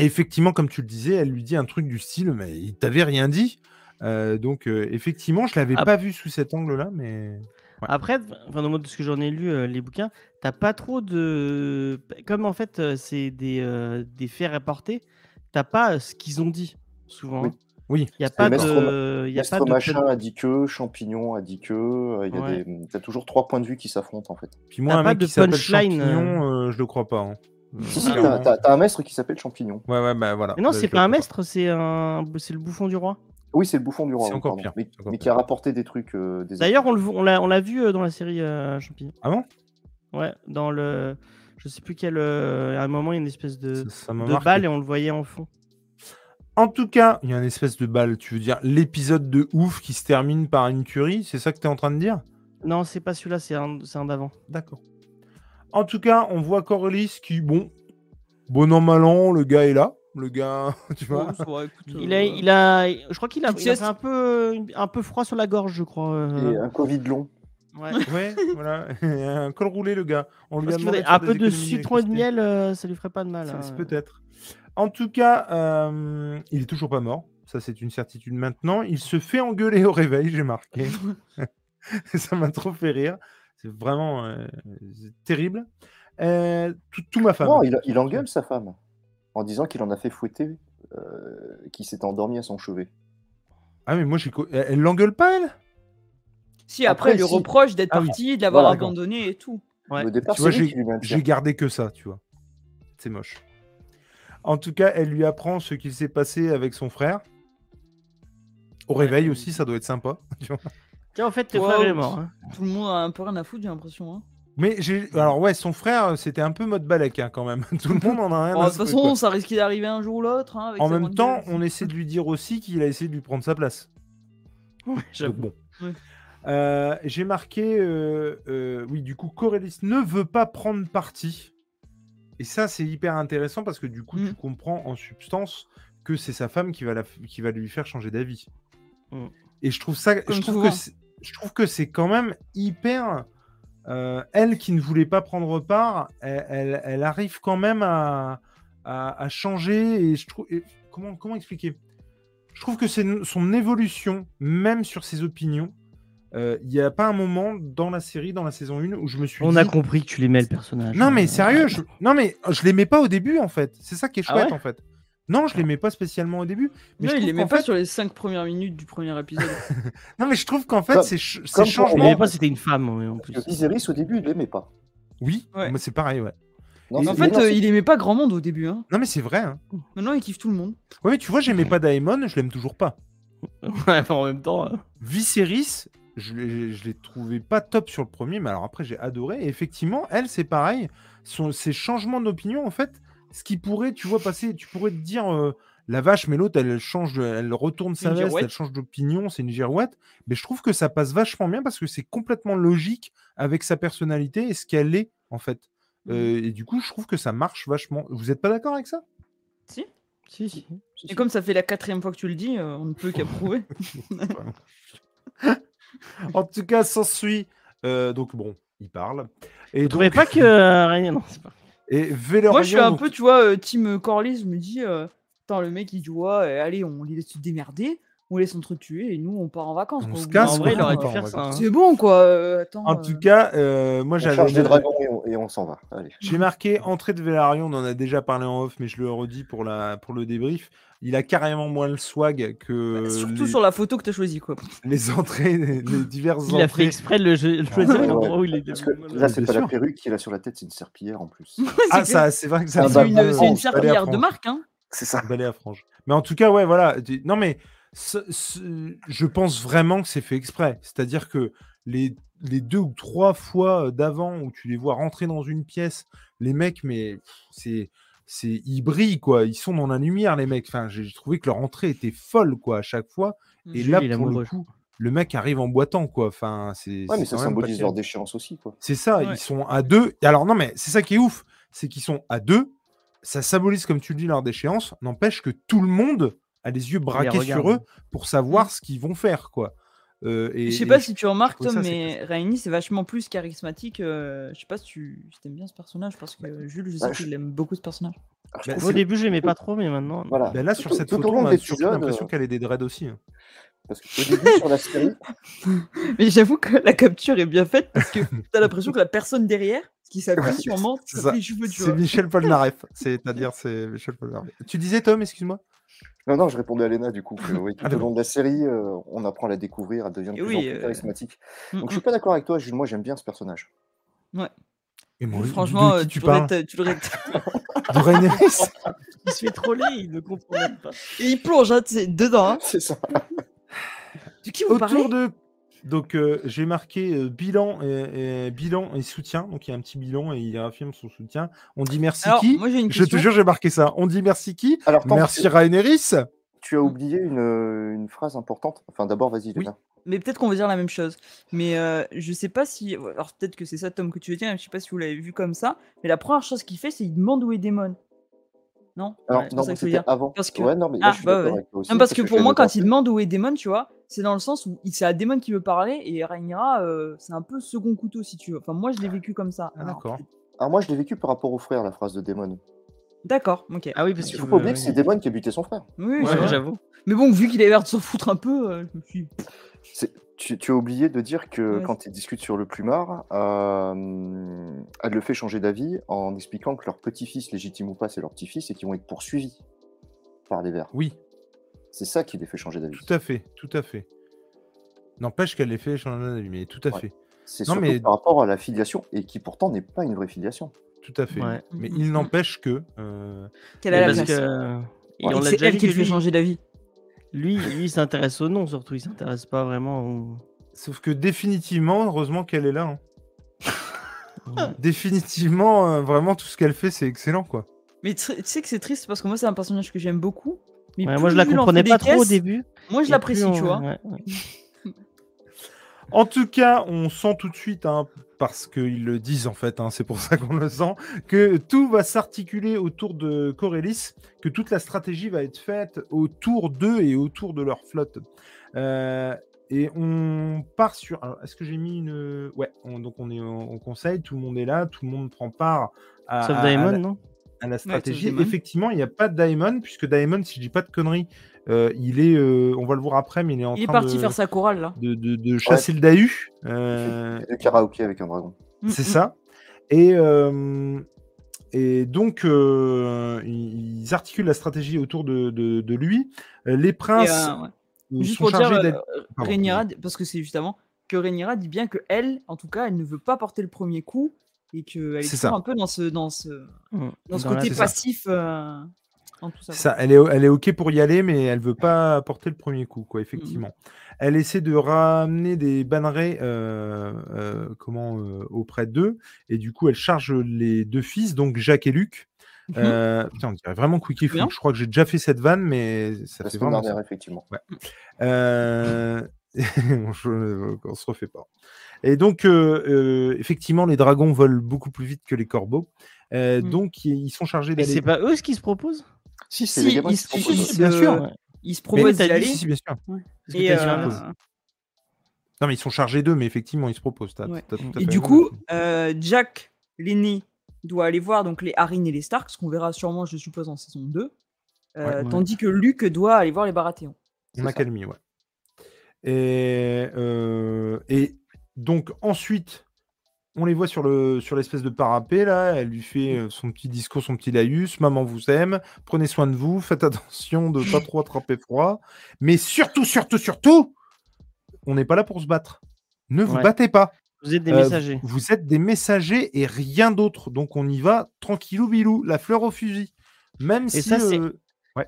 A: et effectivement, comme tu le disais, elle lui dit un truc du style, mais il t'avait rien dit. Euh, donc, euh, effectivement, je l'avais
B: Ah.
A: pas vu sous cet angle-là, mais Ouais.
B: Après, enfin, dans le mode de ce que j'en ai lu, euh, les bouquins, t'as pas trop de. Comme en fait, euh, c'est des, euh, des faits rapportés, t'as pas euh, ce qu'ils ont dit, souvent. hein.
C: Oui.
A: Oui.
B: Il n'y a
C: C'est
B: pas
C: Maestro-
B: de. Il y a pas
C: Mestre
B: de.
C: machin a dit que, Champignon a dit que. euh, il y a
B: Ouais.
C: des- T'as toujours trois points de vue qui s'affrontent, en fait.
A: puis moi,
B: T'as
A: un
B: pas
A: mec
B: de
A: qui s'appelle
B: punchline,
A: Champignon, euh, je le crois pas. hein. Euh,
B: Mm.
C: Si,
B: Ah
C: si,
A: clairement.
C: t'as t'as- t'as un maître qui s'appelle Champignon.
A: Ouais, ouais, bah voilà.
B: Mais non,
A: Bah,
B: c'est
A: je
B: pas un
A: le crois
B: maître, c'est un... c'est le bouffon du roi.
C: Oui, c'est le bouffon du roi.
A: C'est
C: oui,
A: encore
C: pardon.
A: pire,
C: Mais,
A: c'est encore
C: mais
A: pire.
C: qui a rapporté des trucs. euh, des
B: D'ailleurs, on le vo- on l'a on l'a vu euh, dans la série euh, Champignon.
A: Ah bon
B: Ouais, dans le. Je sais plus quel. euh, À un moment, il y a une espèce de,
A: Ça- ça m'a
B: de
A: marqué.
B: balle et on le voyait en fond.
A: En tout cas, il y a une espèce de balle. Tu veux dire l'épisode de ouf qui se termine par une tuerie C'est ça que t'es en train de dire
B: Non, c'est pas celui-là, c'est un, c'est un d'avant.
A: D'accord. En tout cas, on voit Corlys qui, bon, Bon an, mal an, le gars est là. Le gars, tu vois.
B: Il
D: euh,
B: a, il a, je crois qu'il a,
D: Petite
B: il a
D: sieste.
B: fait un peu, un peu froid sur la gorge, je crois. euh,
C: Et un Covid long.
B: ouais.
A: Ouais, voilà. Un col roulé, le gars. On lui a
B: Parce qu'il
A: demandé
B: faudrait-
A: de faire
B: un
A: des
B: peu de
A: économies
B: citron et de
A: d'électricité.
B: miel, euh, ça lui ferait pas de mal.
A: Ça,
B: hein.
A: c'est peut-être. En tout cas, euh, il est toujours pas mort. Ça, c'est une certitude maintenant. Il se fait engueuler au réveil, j'ai marqué. ça m'a trop fait rire. C'est vraiment euh, c'est terrible. Euh, tout, tout ma femme.
B: Oh,
C: non, il, il engueule sa femme en disant qu'il en a fait fouetter, euh, qu'il s'est endormi à son chevet.
A: Ah, mais moi, j'ai. co- Elle elle l'engueule pas, elle
D: Si, après,
C: Après,
D: il lui
C: si.
D: reproche d'être
A: Ah oui.
D: parti, de l'avoir
A: Voilà,
D: abandonné et tout.
B: Ouais.
C: Au départ,
A: Tu vois,
C: c'est lui qui lui maintient.
A: J'ai gardé que ça, tu vois. C'est moche. En tout cas, elle lui apprend ce qu'il s'est passé avec son frère. Au
B: Ouais,
A: réveil
B: euh,
A: aussi, ça doit être sympa. tu vois.
B: Tiens, en fait, tes
D: Wow.
B: frères, il est mort. hein.
D: Tout le monde a un peu rien à foutre, j'ai l'impression. hein.
A: Mais j'ai. Alors, ouais, son frère, c'était un peu mode balèque hein, quand même. Tout le monde en a rien
D: Bon,
A: à
D: Oh, de
A: secouer,
D: toute façon,
A: quoi.
D: ça risque d'arriver un jour ou l'autre. hein, avec
A: En
D: sa
A: même
D: grande
A: temps,
D: gueule.
A: on essaie de lui dire aussi qu'il a essayé de lui prendre sa place. Donc,
B: J'avoue.
A: bon.
D: Ouais.
A: Euh, j'ai marqué. euh, euh, oui, du coup, Corellis ne veut pas prendre parti. Et ça, c'est hyper intéressant parce que du coup,
D: Mhm.
A: tu comprends en substance que c'est sa femme qui va, la f- qui va lui faire changer d'avis.
B: Mhm.
A: Et je trouve ça.
D: Mm. Comme
A: je, trouve
D: souvent.
A: que c'est- je trouve que c'est quand même hyper. euh, elle qui ne voulait pas prendre part, elle, elle- elle arrive quand même à, à- à changer. Et je trouve. et Comment, comment expliquer Je trouve que c'est n- son évolution, même sur ses opinions. euh, Il n'y a pas un moment dans la série, dans la saison 1, où je me suis
B: On
A: dit,
B: a compris que tu l'aimais le personnage.
A: non, mais
B: Euh,
A: sérieux, je... non, mais je l'aimais pas au début, en fait. C'est ça qui est
B: Ah
A: chouette,
B: ouais
A: en fait. Non, je l'aimais pas spécialement au début. Mais
D: Non,
A: je
D: il
A: trouve
D: est même
A: qu'en
D: pas
A: fait-
D: sur les 5 premières minutes du premier épisode.
A: Non, mais je trouve qu'en fait,
C: Comme-
A: ces, ch- ces
C: comme pour-
B: Je
A: changements.
B: l'aimais pas, c'était une femme ouais, en plus.
C: Parce que Viserys, au début, il l'aimait pas.
A: Oui,
D: Ouais.
A: moi, c'est pareil, ouais.
C: Non,
A: Et
C: Ah, c'est-
D: en
C: mais
D: fait,
C: non,
D: euh,
C: c'est-
D: il aimait pas grand monde au début. Hein.
A: Non, mais c'est vrai. Hein.
D: Maintenant, il kiffe tout le monde.
A: Ouais, mais tu vois, j'aimais pas Daemon, je l'aime toujours pas.
B: Ouais, enfin, en même temps. euh,
A: Viserys, je l'ai je l'ai trouvé pas top sur le premier, mais alors après, j'ai adoré. Et effectivement, elle, c'est pareil. Son... Ces changements d'opinion, en fait, ce qui pourrait, tu vois, passer, tu pourrais te dire. euh, La vache, mais l'autre, elle change, elle retourne sa
D: Une
A: veste,
D: girouette.
A: elle change d'opinion, c'est une girouette. Mais je trouve que ça passe vachement bien parce que c'est complètement logique avec sa personnalité et ce qu'elle est, en fait.
D: Mhm.
A: Euh, et du coup, je trouve que ça marche vachement. Vous n'êtes pas d'accord avec ça
D: Si.
B: Si, si.
D: Et comme ça fait la quatrième fois que tu le dis, euh, on ne peut qu'approuver.
A: En tout cas, s'ensuit. euh, donc, bon, il parle. Et,
B: Vous trouvez
A: donc,
B: pas que. euh, Rhaenyra- Non, c'est pas.
A: et Velaryon,
D: Moi, je suis un
A: donc-
D: peu, tu vois, euh, team Corlys, je me dis, euh, attends, le mec, il dit, ouais, euh, allez, on les laisse se démerder, on les entretuer et nous, on part en vacances.
A: On
D: quoi. Au
A: se
D: bout d'un
A: casse,
B: en
D: moment,
B: vrai,
A: quoi.
B: il aurait
A: on
B: dû
A: part en
B: faire ça. hein.
D: C'est bon, quoi. euh, attends,
A: En
D: euh,
A: tout cas, euh, moi,
C: on charge des
A: j'avais.
C: dragons et on, et on s'en va. Allez.
A: J'ai marqué entrée de Vélarion, on en a déjà parlé en off, mais je le redis pour, la, pour le débrief. Il a carrément moins le swag que
D: Bah, surtout
A: euh, les,
D: sur la photo que t'as choisie, quoi.
A: les entrées, les, les diverses
B: Il a fait
A: entrées.
B: exprès de le jeu- de choisir
C: ouais,
B: l'endroit où il était.
C: Parce que
A: bien
C: là, c'est pas
A: sûr.
C: la perruque qu'il a sur la tête, c'est une serpillière en plus.
A: Ah,
D: C'est
A: ça, c'est vrai que ça
C: Ah
A: fait
C: bah,
D: C'est une,
C: pardon,
A: mal,
D: c'est
A: euh,
D: une
A: balai à
D: serpillière de
A: frange.
D: marque, hein.
C: c'est ça.
A: Balai à frange. Mais en tout cas, ouais, voilà. tu- Non, mais ce- ce- je pense vraiment que c'est fait exprès. C'est-à-dire que les, les deux ou trois fois euh, d'avant où tu les vois rentrer dans une pièce, les mecs, mais pff, c'est. C'est, ils brillent quoi, ils sont dans la lumière les mecs. Enfin, j'ai j'ai trouvé que leur entrée était folle quoi à chaque fois. Et
B: Jules,
A: là
B: il est
A: pour le
B: amoureux.
A: coup, le mec arrive en boitant quoi. Enfin, c'est.
C: Ouais, mais
A: c'est quand
C: ça
A: même pas
C: symbolise
A: terrible.
C: leur déchéance aussi, quoi.
A: C'est ça,
D: Ouais.
A: ils sont à deux. Et Alors non, mais c'est ça qui est ouf, c'est qu'ils sont à deux. Ça symbolise, comme tu le dis, leur déchéance. N'empêche que tout le monde a les yeux braqués sur
B: regarde.
A: eux pour savoir ce qu'ils vont faire, quoi. Euh, et,
D: Mm. Je sais
A: et
D: pas si tu remarques,
A: trouve
D: Tom,
A: ça, c'est
D: mais Rainy, c'est vachement plus charismatique. euh, je sais pas si tu si t'aimes bien ce personnage, parce que euh, Jules, je sais
C: bah,
D: qu'il
C: je-
D: aime beaucoup ce personnage.
C: Alors, je
A: Bah,
C: trouve
B: Au
C: que-
B: début, je l'aimais pas trop, mais maintenant.
C: voilà.
A: Ben là, sur
C: Tout-
A: cette
C: tout au
A: photo,
C: long
A: on
C: de
A: a surtout
C: l'épisode,
A: l'impression
C: euh,
A: qu'elle est des dreads aussi. hein.
C: parce qu'au début, sur la série,
D: Mais j'avoue que la capture est bien faite, parce que t'as l'impression que la personne derrière, qui s'appuie sûrement,
A: c'est
D: ça
A: ça.
D: les cheveux, tu
A: C'est
D: vois.
A: Michel Polnareff. C'est-à-dire, c'est Michel Polnareff. Tu disais, Tom, excuse-moi
C: Non, non, je répondais à Lena du coup. Que, oui, tout
A: Ah,
C: au long de la série, euh, on apprend à la découvrir, elle devient de
D: Et
C: plus en
D: oui,
C: plus
D: euh,
C: charismatique.
D: Mm,
C: Donc je
D: mm.
C: suis pas d'accord avec toi, Jules. Moi, j'aime bien ce personnage.
A: Et moi,
D: Franchement,
A: de
D: euh,
A: qui
D: tu,
A: tu
D: devrais
A: parles
D: te- tu devrais te-
A: De Rhaenys
B: Il se fait troller, il ne comprend même pas.
D: Et il plonge hein, tu sais, dedans. hein.
C: C'est ça.
D: De qui vous parlez
A: Autour de. Donc, euh, j'ai marqué euh, bilan, et, et- bilan et soutien. Donc, il y a un petit bilan et il affirme son soutien. On dit merci
D: Alors,
A: qui
D: moi j'ai une
A: Je te
D: question.
A: jure, j'ai marqué ça. On dit merci qui
C: Alors, tant
A: Merci
C: que
A: Rhaenerys
C: tu as oublié une, euh, une phrase importante. Enfin, d'abord, vas-y,
A: Oui.
C: Lena.
D: Mais peut-être qu'on va dire la même chose. Mais euh, je sais pas si. Alors peut-être que c'est ça, Tom, que tu veux dire. Je sais pas si vous l'avez vu comme ça. Mais la première chose qu'il fait, c'est il demande où est Démon. Non
C: Alors,
D: Ouais, c'est
C: non,
D: ça que je veux
C: c'était
D: dire.
C: avant.
D: Parce que-
C: Ouais, non, mais là,
D: Ah,
C: je suis
D: bah,
C: d'accord
D: ouais.
C: avec toi aussi,
D: Non, parce que
C: je
D: pour
C: suis
D: moi,
C: d'accord.
D: quand il demande où est Daemon, tu vois, c'est dans le sens où il- c'est à Daemon qui veut parler et Rhaenyra, euh, c'est un peu second couteau si tu veux. Enfin, moi, je l'ai vécu comme ça.
A: Ah,
D: Alors,
A: D'accord.
C: Alors, moi, je l'ai vécu par rapport au frère, la phrase de Damon.
D: D'accord, ok.
B: Ah oui, parce
C: Il
B: qu'il
C: faut
B: veut-
A: euh,
C: pas oublier que c'est Damon qui a buté son frère.
D: Oui,
B: Ouais,
D: c'est vrai.
B: j'avoue.
D: Mais bon, vu qu'il avait l'air de s'en foutre un peu, euh, je me suis.
C: C'est- Tu, tu as oublié de dire que
D: Ouais.
C: quand ils discutent sur le plumard, euh, elle le fait changer d'avis en expliquant que leur petit-fils, légitime ou pas, c'est leur petit-fils et qu'ils vont être poursuivis par les Verts.
A: Oui,
C: C'est ça qui les fait changer d'avis.
A: tout à fait, tout à fait. N'empêche qu'elle l'ait fait changer d'avis, mais tout à
C: Ouais.
A: fait,
C: C'est
A: Non,
C: surtout
A: mais-
C: par rapport à la filiation et qui pourtant n'est pas une vraie filiation.
A: tout à fait.
B: Ouais.
A: Mais
D: Mhm.
A: il n'empêche que euh,
D: Qu'elle
B: Mais
D: a la
B: parce
D: classe.
B: que. euh, et
D: Et
B: on
D: que
B: l'a
D: c'est
B: déjà
D: elle
B: dit
D: qui
B: que
D: lui fait
B: lui,
D: changer d'avis.
B: lui, lui, il s'intéresse au nom surtout, il s'intéresse pas vraiment au.
A: Sauf que définitivement, heureusement qu'elle est là. hein. définitivement, euh, vraiment, tout ce qu'elle fait, c'est excellent, quoi.
D: Mais tr- tu sais que c'est triste parce que moi, c'est un personnage que j'aime beaucoup. Mais
B: Ouais,
D: plus
B: moi, je la
D: il en
B: comprenais
D: fait
B: pas
D: des
B: trop au
D: caisses,
B: début.
D: Moi, je
B: Et
D: l'apprécie,
B: plus on-
D: tu vois.
B: ouais, ouais.
A: En tout cas, on sent tout de suite, hein, parce qu'ils le disent en fait, hein, c'est pour ça qu'on le sent, que tout va s'articuler autour de Corellis, que toute la stratégie va être faite autour d'eux et autour de leur flotte. Euh, et on part sur. alors, est-ce que j'ai mis une. Ouais, on- donc on est au, au conseil, tout le monde est là, tout le monde prend part à,
B: Sauf
A: à- à
B: Daemon,
A: la-
B: non
A: à la
D: sauf
A: stratégie.
D: Daemon.
A: Effectivement, il n'y a pas de Daemon, puisque Daemon, si je dis pas de conneries, euh, il est. euh, on va le voir après, mais il est en
D: Il est
A: train
D: parti
A: de
D: faire sa chorale là.
A: de, de- de chasser le Dahu. euh,
C: Et de karaoké avec un dragon.
D: Mm,
A: c'est
D: mm.
A: ça. Et, euh, et donc, euh, ils ils articulent la stratégie autour de, de- de lui. Euh, Les
D: Et,
A: princes
D: euh, ouais.
A: euh,
D: Juste
A: sont
D: pour dire,
A: chargés
D: euh,
A: d'être. Pardon,
D: Rhaenyra, parce que c'est justement que Rhaenyra dit bien que elle, en tout cas, elle ne veut pas porter le premier coup et qu'elle est,
A: C'est ça.
D: toujours un peu dans ce, dans ce,
B: Dans,
D: dans ce
B: la-
D: côté
A: c'est ça.
D: passif euh, dans tout ça.
A: C'est ça, elle est, elle est OK pour y aller, mais elle veut pas porter le premier coup, quoi, effectivement. Elle essaie de ramener des bannerets euh, euh, comment, euh, auprès d'eux, et du coup, elle charge les deux fils, donc Jacques et Luc. Euh, putain, on dirait vraiment Quickie
D: Bien.
A: Foot. Je crois que j'ai déjà fait cette vanne, mais ça
C: La
A: fait
C: semaine
A: vraiment
C: dernière, effectivement.
A: Euh, on, je- euh, on se refait pas. Et donc, euh, euh, effectivement, les dragons volent beaucoup plus vite que les corbeaux. Euh,
D: Mm.
A: Donc, ils ils sont chargés
B: Mais
A: d'aller.
B: c'est pas eux ce qui se proposent
C: Si, c'est
D: Si,
C: les gamins
D: il
C: qui
D: se-
C: proposent.
D: si,
A: Oui,
D: si,
A: bien
D: de-
A: sûr.
D: Il se
A: Mais-
D: propose d'y
B: t'as dit
D: aller.
A: Si, si, bien sûr.
B: Parce que
D: Et,
B: t'as dit
D: euh,
B: un mot.
A: Non, mais ils sont chargés d'eux, mais effectivement, ils se proposent. T'as-
D: Ouais.
A: t'as tout à
D: et
A: fait
D: du
A: raison.
D: coup, euh, Jack, l'aîné, doit aller voir donc les Harin et les Stark, ce qu'on verra sûrement, je suppose, en saison 2. euh,
A: Ouais,
B: ouais.
D: Tandis que Luke doit aller voir les Baratheons.
A: On
C: C'est
A: a
C: ça.
A: calmé, ouais. Et, euh, et donc ensuite, on les voit sur le sur l'espèce de parapet là. Elle lui fait euh, son petit discours, son petit laïus. Maman vous aime. Prenez soin de vous. Faites attention de pas trop attraper froid. Mais surtout, surtout, surtout, on n'est pas là pour se battre. Ne vous
B: Ouais.
A: battez pas.
B: Vous êtes des
A: Euh,
B: messagers.
A: Vous êtes des messagers et rien d'autre. Donc on y va tranquillou bilou, la fleur au fusil. Même si
B: ça, c'est-
A: euh,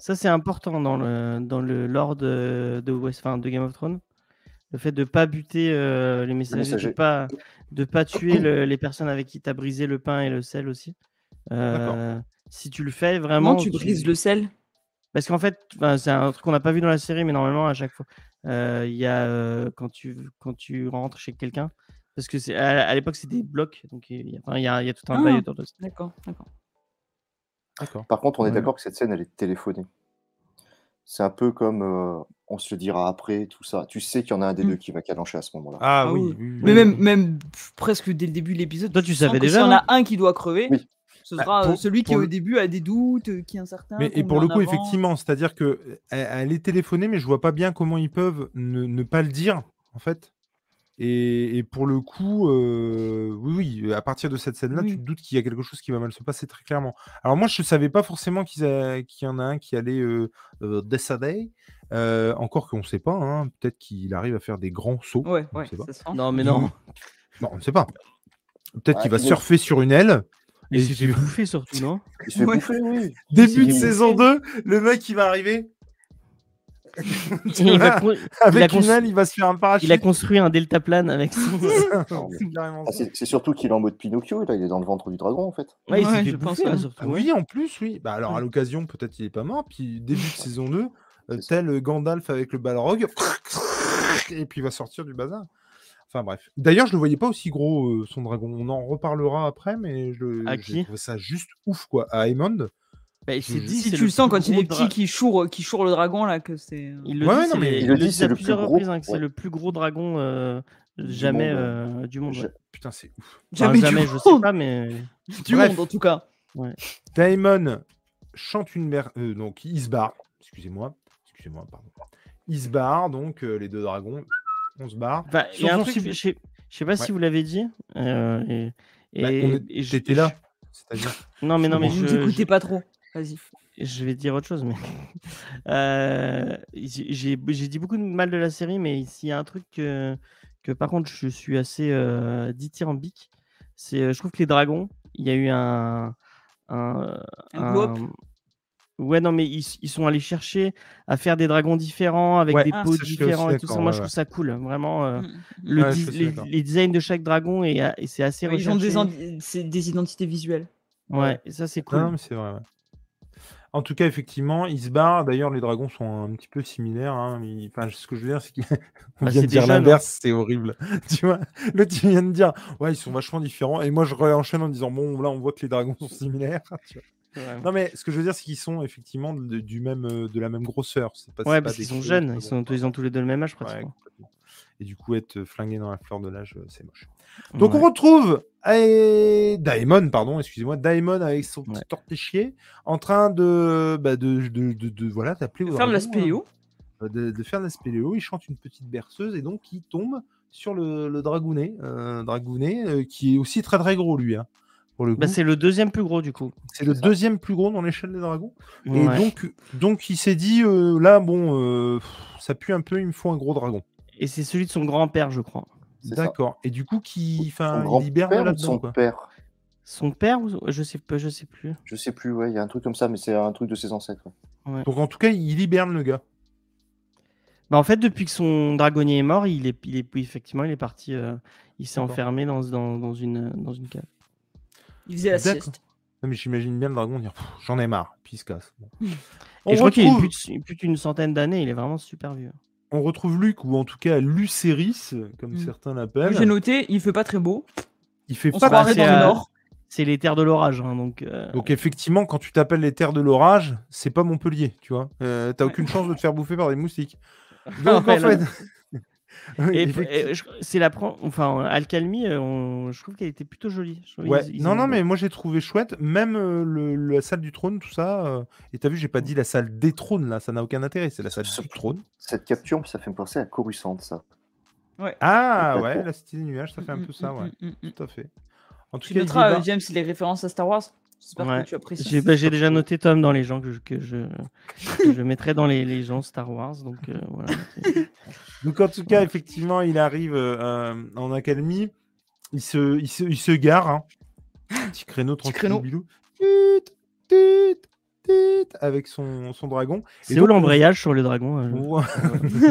B: Ça, c'est important dans le, dans le lore de, de, West, enfin, de Game of Thrones. Le fait de pas buter euh, les messagers,
C: messager.
B: de pas de pas tuer le- les personnes avec qui tu as brisé le pain et le sel aussi. Euh, si tu le fais vraiment.
D: Comment tu brises le sel
B: Parce qu'en fait, enfin, c'est un truc qu'on n'a pas vu dans la série, mais normalement, à chaque fois, euh, il y a euh, quand, tu, quand tu rentres chez quelqu'un, parce que c'est à, à l'époque, c'est des blocs, donc il y a, enfin, il y a- il y a tout un
D: Ah.
B: bail autour de ça.
D: D'accord, d'accord.
C: Par contre, on est
A: Ouais.
C: d'accord que cette scène, elle est téléphonée. C'est un peu comme euh, on se le dira après, tout ça. Tu sais qu'il y en a un des
D: Mm.
C: deux qui va calancher à ce moment-là.
A: ah,
D: Ah
A: oui,
D: oui.
A: oui, oui,
D: Mais
A: oui.
D: même, même pff, presque dès le début de l'épisode,
B: Toi, tu
D: sens
B: savais
D: que
B: déjà.
D: Si on
B: non
D: a un qui doit crever,
C: Oui.
D: ce
A: Bah,
D: sera euh,
A: pour-
D: celui qui
A: pour
D: au
A: le-
D: début a des doutes, euh, qui est incertain.
A: Mais, et
D: qu'on
A: pour
D: met
A: le
D: en
A: coup,
D: avant.
A: effectivement, c'est-à-dire que euh, elle, elle est téléphonée, mais je vois pas bien comment ils peuvent ne, ne pas le dire, en fait. Et, et pour le coup, euh, oui, oui, à partir de cette scène-là,
D: Oui.
A: tu te doutes qu'il y a quelque chose qui va mal se passer très clairement. Alors moi, je ne savais pas forcément qu'ils a- qu'il y en a un qui allait euh, euh, Desaday. Euh, encore qu'on ne sait pas, hein, peut-être qu'il arrive à faire des grands sauts.
D: Ouais,
A: on
D: ouais,
A: sait pas.
D: ça se sent.
B: Non, mais non.
A: Non, on ne sait pas. Peut-être
C: Ah,
A: qu'il va
C: il est-
A: surfer sur une aile.
B: Mais
A: Et
B: c'est
A: tu-
B: bouffé surtout, non
C: Il se fait
D: Ouais.
C: bouffer, oui.
A: Début de
B: c'est-
A: saison 2, le mec il va arriver
B: Et il, va
A: vois,
B: con- a
A: avec une
B: constru-
A: aile, il va se faire un parachute.
B: il a construit un deltaplane avec son. Ouais,
C: Non, mais-
A: C'est carrément
C: Ah,
A: ça.
C: c'est c'est surtout qu'il est en mode Pinocchio, là, il est dans le ventre du dragon, en fait.
B: il s'est
D: Ouais,
B: fait
D: je pense,
B: bouffer, là,
D: ouais.
B: surtout.
A: Ah
B: ouais.
A: oui, en plus, oui. Bah alors à l'occasion, peut-être il est pas mort. Puis début de saison 2, euh,
C: C'est ça.
A: tel euh, Gandalf avec le Balrog, et puis il va sortir du bazar. Enfin bref. D'ailleurs, je le voyais pas aussi gros euh, son dragon. On en reparlera après, mais je le-
B: À
A: j'ai
B: qui
A: trouvé ça juste ouf quoi. À Aemond,
B: Bah, il s'est
A: Mhm.
B: dit,
D: Si
B: c'est
D: tu le sens
B: plus
D: quand il est
B: gros
D: petit
B: dra-
D: qui choure, qui choure le dragon là que c'est. euh,
B: Il le
A: Ouais,
B: dit,
A: ouais, non,
B: c'est-
A: mais
B: il
A: il
C: le
B: le
C: dit,
B: dit
C: c'est
B: à
C: le plus
B: plusieurs
C: gros-
B: reprises hein, que c'est
C: ouais.
B: le plus gros dragon euh,
C: Du
B: jamais
C: monde, ouais.
B: euh, du monde. ouais.
C: Je-
A: Putain, c'est ouf.
B: Enfin,
D: Jamais,
B: jamais,
D: du,
B: je sais
D: monde,
B: pas, mais
D: du
A: Bref.
D: monde en tout cas.
A: Daemon chante une mer... euh, donc il se barre. Excusez-moi. Excusez-moi, pardon. Il se barre, donc euh, les deux dragons, on se barre.
B: Enfin, Bah, il y a
A: Sur
B: un
A: son
B: truc,
A: truc-
B: je sais, je sais pas si
A: Ouais.
B: vous l'avez dit. euh, et,
A: Bah,
B: et-
A: on est-
B: et je-
A: J'étais là. C'est-à-dire.
B: je- non, mais non, mais
D: Vous
B: je,
D: ne t'écoutez pas trop. Vas-y.
B: je- je vais dire autre chose. Mais Euh, j'ai j'ai- j'ai dit beaucoup de mal de la série, mais s'il y a un truc que, que par contre je suis assez euh, dithyrambique, c'est euh, je trouve que les dragons, il y a eu un, un,
D: Un glow-up.
B: Ouais, non, mais ils, ils sont allés chercher à faire des dragons différents avec
A: Ouais,
B: des
D: Ah.
B: peaux
A: ça, je suis aussi
B: différents et tout ça.
A: d'accord,
B: Moi,
A: ouais,
B: je
A: ouais.
B: trouve ça cool, vraiment. euh,
D: Mm.
B: le
A: Ouais, je
B: dis-
A: suis
B: les,
A: d'accord.
B: les designs de chaque dragon et, et c'est assez
D: Ouais, Ils
B: recherché.
D: ont des, en- c'est des identités visuelles.
B: Ouais, et ça c'est cool.
A: Non, mais c'est vrai. ouais. En tout cas, effectivement, il se barre. D'ailleurs, les dragons sont un petit peu similaires. hein, mais- Enfin, ce que je veux dire, c'est qu'on
B: Bah,
A: vient
B: c'est
A: de
B: des
A: dire
B: jeunes, hein.
A: l'inverse, c'est horrible. tu vois, l'autre, il vient de dire, ouais, ils sont vachement différents. Et moi, je réenchaîne en disant, bon, là, on voit que les dragons sont similaires. tu vois. Non, mais ce que je veux dire, Bah, c'est qu'ils sont effectivement de, du même, euh, de la même grosseur. C'est pas, c'est
B: Ouais,
A: pas
B: parce
A: des
B: qu'ils sont
A: choses,
B: jeunes,
A: mais
B: ils,
A: bon,
B: sont, ils ont tous les deux le même âge
A: ouais,
B: pratiquement.
A: complètement. Et du coup, être flingué dans la fleur de l'âge, euh, c'est moche. Donc
B: Ouais.
A: on retrouve eh, Daemon, pardon, excusez-moi, Daemon avec son
B: Ouais.
A: petit tortéchier en train de, bah, de, de, de- de- voilà, d'appeler au
D: Faire de la
A: dragon, hein.
D: spéléo.
A: Euh, de, de faire de la spéléo. Il chante une petite berceuse et donc il tombe sur le, le dragounet, euh, dragounet euh, qui est aussi très très gros lui. hein, pour le
B: Bah,
A: coup.
B: c'est le deuxième plus gros du coup.
A: c'est le deuxième plus gros dans l'échelle des dragons. Et
B: Ouais.
A: donc, donc il s'est dit euh, là bon, euh, pff, ça pue un peu, il me faut un gros dragon.
B: Et c'est celui de son grand-père, je crois.
C: C'est ça.
A: D'accord. Et du coup, qui,
C: Son
A: enfin, il libère
C: grand-père ou
A: là-dedans.
C: son
A: quoi.
C: père
B: Son père ou... Je sais pas, je sais plus.
C: Je sais plus, ouais, il y a un truc comme ça, mais c'est un truc de ses ancêtres. ouais.
A: Donc en tout cas, il hiberne le gars.
B: Bah, en fait, depuis que son dragonnier est mort, il est, il est... effectivement, il est parti. euh, Il s'est
A: D'accord.
B: enfermé dans, dans, dans une, dans une cave.
D: Ils faisaient la
A: D'accord.
D: sieste.
A: Non, mais j'imagine bien le dragon dire Pff, j'en ai marre, puis il se casse. Bon. On,
B: Et je crois qu'il a
A: retrouve,
B: plus de- plus d'une centaine d'années, il est vraiment super vieux.
A: on retrouve Luc, ou en tout cas Lucéris, comme
D: Mm.
A: certains
D: Moi, J'ai
A: l'appellent.
D: noté, il fait pas très beau.
A: Il fait
D: On se
A: pas
D: croirait
A: très
D: dans le
A: beau.
D: Nord.
B: C'est les terres de l'orage, hein, donc. euh,
A: Donc effectivement, quand tu t'appelles les terres de l'orage, c'est pas Montpellier, tu vois. Euh, T'as
D: Ouais.
A: aucune chance de te faire bouffer par des moustiques. Donc
B: Ouais,
A: en
B: là-
A: fait. Oui,
B: Et,
A: effectivement.
B: et je- c'est la pre- enfin Alcalmie, euh, on- je trouve qu'elle était plutôt jolie. Je trouve
D: euh,
A: Ouais.
B: qu'ils- ils
A: Non,
B: ont-
A: non, mais moi j'ai trouvé chouette, même euh, le- le- la salle du trône, tout ça. euh, Et t'as vu,
D: Mm.
A: j'ai pas dit la salle des trônes là, ça n'a aucun intérêt, c'est la salle
C: Ce-
A: du trône.
C: Cette capture, ça fait me penser à Coruscant, ça.
A: Ah
C: Peut-être.
A: ouais, la cité des nuages, ça fait un peu ça, ouais.
D: Mm, mm, mm, mm.
A: Tout à fait. En tout
D: Tu
A: cas, il
D: noteras,
A: débarque-
D: euh, James, les références à Star Wars. J'espère
B: Ouais.
D: que tu apprécies.
B: j'ai bah, j'ai déjà noté Tom dans les gens que je que je, que je mettrai dans les, les gens Star Wars, donc euh, voilà. C'est-
A: Donc en tout cas, effectivement, il arrive euh, euh, en accalmie. Il se, il se, il se gare. hein. Petit créneau tranquille,
D: créneau.
A: bilou. Tut, tut, tut, avec son, son dragon.
B: C'est
A: donc, euh,
B: où
A: on-
B: l'embrayage sur le dragon
A: On
D: Mmh.
B: euh,
A: voit-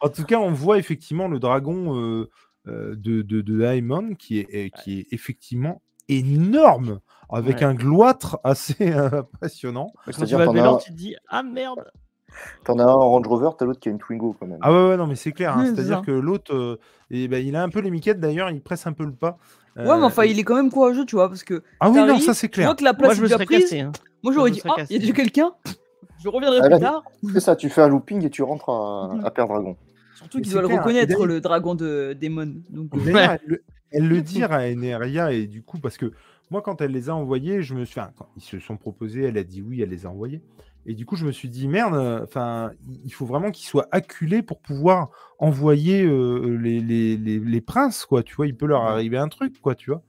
A: en tout cas, on voit effectivement le dragon euh, euh, de, de, de Daemon qui est, est- qui est effectivement énorme, avec
B: Ouais.
A: un gloître assez euh, impressionnant.
B: Quand tu
C: C'est-à-dire,
B: vas
C: t'en
B: de
C: as,
B: l'or,
C: un-
B: tu te dis ah merde.
C: t'en as un en Range Rover, t'as l'autre qui a une Twingo quand même.
A: Ah ouais, ouais, non, mais c'est clair. hein.
D: Ouais, c'est
A: C'est-à-dire
D: ça.
A: que l'autre, euh, eh ben, il a un peu les miquettes d'ailleurs, il presse un peu le pas.
D: Ouais, mais enfin,
A: Euh,
D: il est quand même courageux, tu vois, parce que
A: Ah oui, non,
D: T'arrives,
A: ça c'est
D: tu vois
A: clair.
D: que la
B: Moi
D: place
B: je me
D: est déjà
B: serais
D: prise.
B: cassé. hein.
D: Moi,
B: Moi,
D: j'aurais
B: je me
D: dit,
B: serais
D: ah, il
B: cassé.
D: y a déjà quelqu'un. Je reviendrai
C: Ah,
D: plus
C: là,
D: tard.
C: C'est ça, tu fais un looping et tu rentres
A: Mhm.
C: à, à Père Dragon.
D: Surtout
A: Mais
D: qu'ils
A: c'est
D: doivent le
A: clair, et
D: reconnaître,
A: d'ailleurs-
D: le dragon de Démon. Donc, euh,
A: D'ailleurs, elle, le- elle le dit à Eneria et du coup, parce que moi, quand elle les a envoyés, je me suis, enfin, quand ils se sont proposés, elle a dit oui, elle les a envoyés. Et du coup, je me suis dit merde, euh, enfin, il- il faut vraiment qu'ils soient acculés pour pouvoir envoyer euh, les, les- les- les princes, quoi. Tu vois, il peut leur arriver un truc, quoi, tu vois.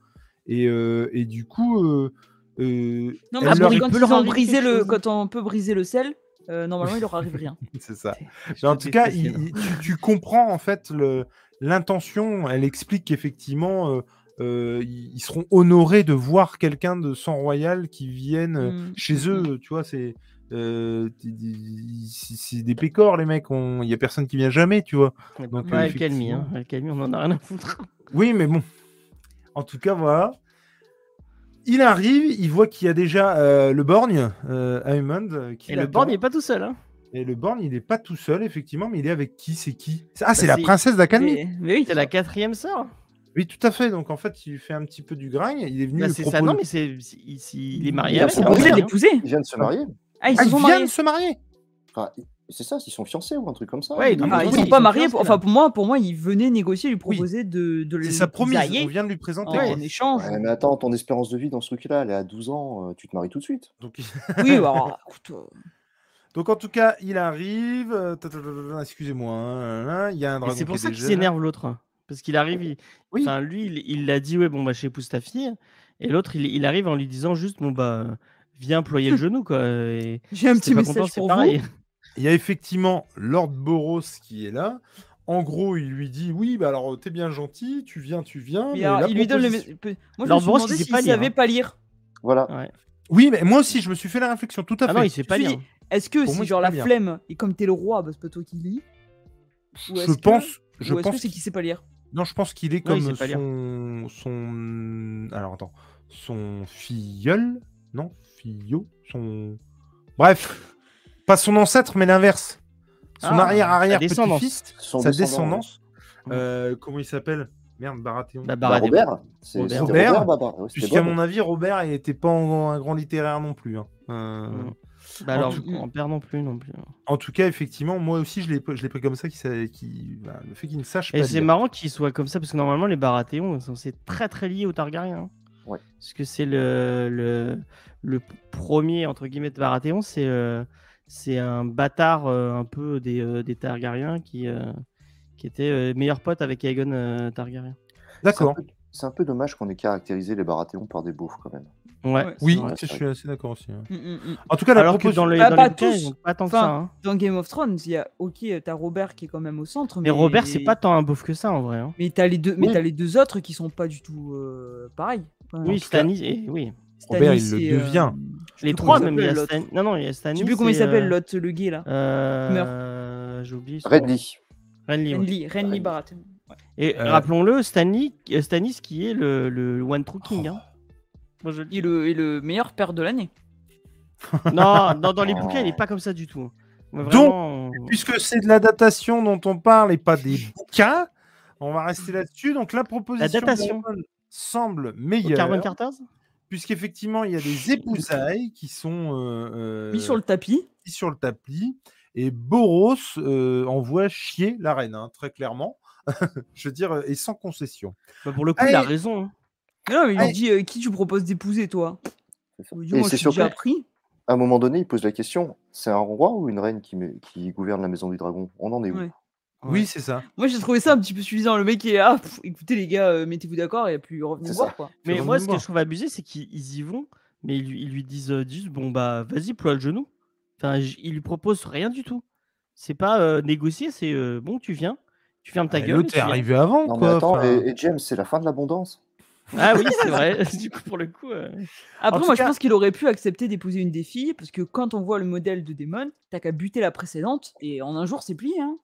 A: Et, euh, et du coup, euh, euh, elle
D: Non, mais parce que
A: leur-
B: il
D: quand,
B: peut
D: ils
B: leur
D: ont
B: arriver
D: brisé
B: quelque
D: le,
B: chose.
D: quand on peut briser le sel, euh, normalement, il leur arrive rien.
A: c'est ça.
B: Je
A: Mais en
B: te
A: tout cas,
B: déteste,
A: il-
B: Yann.
A: il- tu, tu comprends en fait le- l'intention. Elle explique qu'effectivement, euh, euh, ils ils seront honorés de voir quelqu'un de sang royal qui vienne euh,
D: Mm,
A: chez
D: mm,
A: eux. Tu vois, c'est euh, t- t- c'est c'est des pécores, les mecs. Il n'y a personne qui vient jamais, tu vois.
B: Ouais,
A: donc,
B: bah,
A: euh,
B: Alcalmie, hein. Alcalmie, on en a rien à foutre.
A: Oui, mais bon. En tout cas, voilà. Il arrive, il voit qu'il y a déjà euh, le borgne, euh, Hammond, euh, qui
B: Et le
A: l'attend.
B: board n'est pas tout seul. Hein.
A: Et le borgne, il n'est pas tout seul, effectivement, mais il est avec qui C'est qui Ah, c'est la
B: c'est-
A: princesse d'Academy.
D: Mais, mais oui,
B: C'est la quatrième sœur.
A: Oui, tout à fait. Donc en fait, il fait un petit peu du grain. Il est venu.
B: Bah,
A: lui
B: c'est ça,
A: proposer-
B: non, mais c'est, c'est- il, il est marié
C: Il a
B: avec
D: Ils
C: son
B: un
D: sont obligés
B: mec,
C: marié,
B: hein.
D: d'épouser.
C: Ils viennent de se marier.
D: Ah, ils
A: Ah,
D: se
A: il
D: sont
A: vient
D: mariés.
A: de se marier.
C: Enfin, c'est ça, ils sont fiancés ou un truc comme ça.
B: Ouais,
C: Ils-
B: donc,
D: Ah,
B: ils
D: ils
B: sont-
D: sont
B: ils
D: pas
B: sont
D: mariés.
B: fiancés,
D: pour-
B: là.
D: Enfin, pour moi, pour moi, ils venaient négocier, lui proposer de, de
A: C'est sa promise.
D: ailler
A: On vient de lui présenter.
B: Ouais.
A: quoi.
D: en échange.
C: Ouais, mais attends, ton espérance de vie dans ce truc-là, elle est à 12 ans, euh, tu te maries tout de suite.
A: Donc,
D: Oui, alors, écoute, euh,
A: donc en tout cas, il arrive. euh, ta- ta- ta- ta- ta- Excusez-moi. hein, hein, hein, Il y a un
B: Mais
A: dragon.
B: c'est pour
A: qui est
B: ça qu'il
A: déjà là.
B: s'énerve l'autre. hein. Parce qu'il arrive, il-
A: Oui.
B: enfin, lui, il, il l'a dit, ouais, bon, bah, j'épouse ta fille. Et l'autre, il, il arrive en lui disant juste, bon, bah, euh, viens ployer le genou, quoi. Et
D: j'ai un
B: si
D: petit
B: t'es pas
D: message
B: content, c'est
D: pour
B: pareil.
A: Il y a effectivement Lord Boros qui est là. En gros, il lui dit oui, bah alors t'es bien gentil, tu viens, tu viens.
D: vous.
A: mais
D: Et alors,
A: la
D: il lui donne le.
A: proposition-
D: me- Moi, je me
B: Alors,
D: suis
B: Boris,
D: demandé
B: il sait
D: s'il
B: pas lire,
D: savait
B: hein.
D: pas lire.
C: Voilà.
A: Oui, mais moi aussi, je me suis fait la réflexion. Tout à
B: Ah
A: fait.
B: non, il sait pas
D: Tu
B: lire.
D: dis- Est-ce que
A: Pour moi,
D: c'est
A: il
D: genre
A: sait
D: la
A: pas lire.
D: flemme Et comme t'es le roi, bah, c'est pas toi qui lis. Ou
A: je
D: est-ce que-
A: pense, je
D: ou est-ce que
A: pense
D: c'est qu'il sait pas lire
A: Non, je pense qu'il est
B: Non, il
A: comme
B: sait pas lire.
A: son... son. Alors attends. Son filleul Non Fillot Son. Bref Pas son ancêtre, mais l'inverse. Son
B: Ah,
A: arrière-arrière-petit-fils.
B: descendance.
C: Son
A: Sa
C: descendant,
A: descendance.
B: ouais.
A: Euh, comment il s'appelle Merde, Baratheon.
B: Mmh. Bah,
C: Bah,
B: Baradé-
C: Robert, c'est
B: Robert.
C: c'était
A: Robert,
C: Robert Baba. Ouais, c'était
A: Puisqu'à
C: Bob.
A: mon avis, Robert il était pas en- un grand littéraire non plus. hein. Euh,
B: Mm. Bah,
A: En
B: alors,
A: tout-
B: on perd non plus, non plus.
A: En tout cas, effectivement, moi aussi, je l'ai je l'ai pris comme ça, qui, le fait qu'il ne sache
B: Et
A: pas.
B: c'est
A: lire.
B: marrant qu'il soit comme ça, parce que normalement, les Baratheons sont c'est très très liés aux Targaryens. hein.
C: Ouais.
B: Parce que c'est le, le, le premier, entre guillemets, de Baratheon, c'est euh, c'est un bâtard euh, un peu des, euh, des Targaryens qui, euh, qui était euh, meilleur pote avec Aegon euh, Targaryen.
A: D'accord.
C: C'est un peu- C'est un peu dommage qu'on ait caractérisé les Baratheons par des beaufs quand même.
B: Ouais.
D: Ouais.
A: Oui,
B: Ouais.
A: je suis assez d'accord aussi. ouais.
D: Mm, mm, mm.
A: En tout cas, la
B: Alors que
A: proposition-
B: dans les,
D: Bah,
B: dans
D: pas
B: les bouquins,
D: tous.
B: ils ont pas tant que
D: Enfin,
B: ça. hein.
D: Dans Game of Thrones, il y a. Ok, t'as Robert qui est quand même au centre. Mais,
B: Mais Robert, c'est pas tant un beauf que ça en vrai. hein.
D: Mais t'as les deux, mais
C: Oui.
D: t'as les deux autres qui sont pas du tout euh, pareils. Enfin,
B: Oui,
A: tout cas-
B: Stanis, et- oui.
D: Stanis
A: Robert, il le
D: et, euh,
A: devient.
D: je sais
B: Les
D: plus
B: trois,
D: comment
B: même. Il y a
D: s'appelle, l'autre.
B: Stan- Non, non, il y a Stanis.
D: Je sais plus comment il
B: et,
D: s'appelle
B: euh,
D: l'autre, le gay là.
B: euh, J'ai oublié. son nom.
C: Redley.
B: Renly, ouais.
D: Renly, Renly
C: Renly.
D: Baratheon.
B: Et
A: Euh,
B: rappelons-le, Stanley, euh, Stanis qui est le, le le One True King. hein.
A: Oh.
B: Moi, je le dis.
D: Il est le, il est le meilleur père de l'année.
B: non, non, dans les bouquins, il n'est pas comme ça du tout. hein. Moi,
A: Oh. Donc, euh,
B: vraiment, on-
A: Puisque c'est de la datation dont on parle et pas des bouquins, on va rester là-dessus. Donc la proposition
B: La datation.
A: d'Aaron semble
B: au Carbon
A: meilleure,
B: Carters
A: puisqu'effectivement, il y a des épousailles qui sont euh, euh,
D: Mis sur le tapis.
A: mis sur le tapis. Et Boros euh, envoie chier la reine, hein, très clairement. Je veux dire, euh, et sans concession.
B: Bah, Pour le coup, il a
A: Allez.
B: raison. hein.
D: Mais non, mais il
A: Ouais.
D: lui dit euh, qui tu proposes d'épouser toi
C: C'est ça.
D: Il lui dit,
C: Et
D: Moi,
C: c'est
D: je suis déjà
C: surtout,
D: pris.
C: à un moment donné, il pose la question c'est un roi ou une reine qui, me- qui gouverne la maison du dragon On en est où
D: Ouais.
B: Ouais.
A: Oui, c'est ça.
D: Moi, j'ai trouvé ça un petit peu suffisant. Le mec il est ah, pff, écoutez les gars, euh, mettez-vous d'accord et puis revenez
C: C'est
D: voir
C: ça.
D: quoi.
A: Je
B: Mais
A: reviens
B: moi,
A: de
B: ce que
A: voir.
B: je trouve abusé, c'est qu'ils ils y vont, mais ils, lui- ils lui disent euh, juste, bon, bah, vas-y, ploie le genou. Enfin, j- ils lui proposent rien du tout. C'est pas euh, négocier, c'est euh, bon, tu viens, tu fermes ta
A: Ah, mais
B: gueule.
A: L'autre
B: tu
A: est
B: viens.
A: arrivé avant,
C: Non, mais
A: quoi.
C: attends,
A: enfin.
C: et, et James, c'est la fin de l'abondance.
B: Ah oui, c'est vrai. du coup, pour le coup. euh,
D: Après,
A: tout
D: moi,
A: cas-
D: je pense qu'il aurait pu accepter d'épouser une des filles parce que quand on voit le modèle de Daemon, t'as qu'à buter la précédente et en un jour, c'est plié. Hein.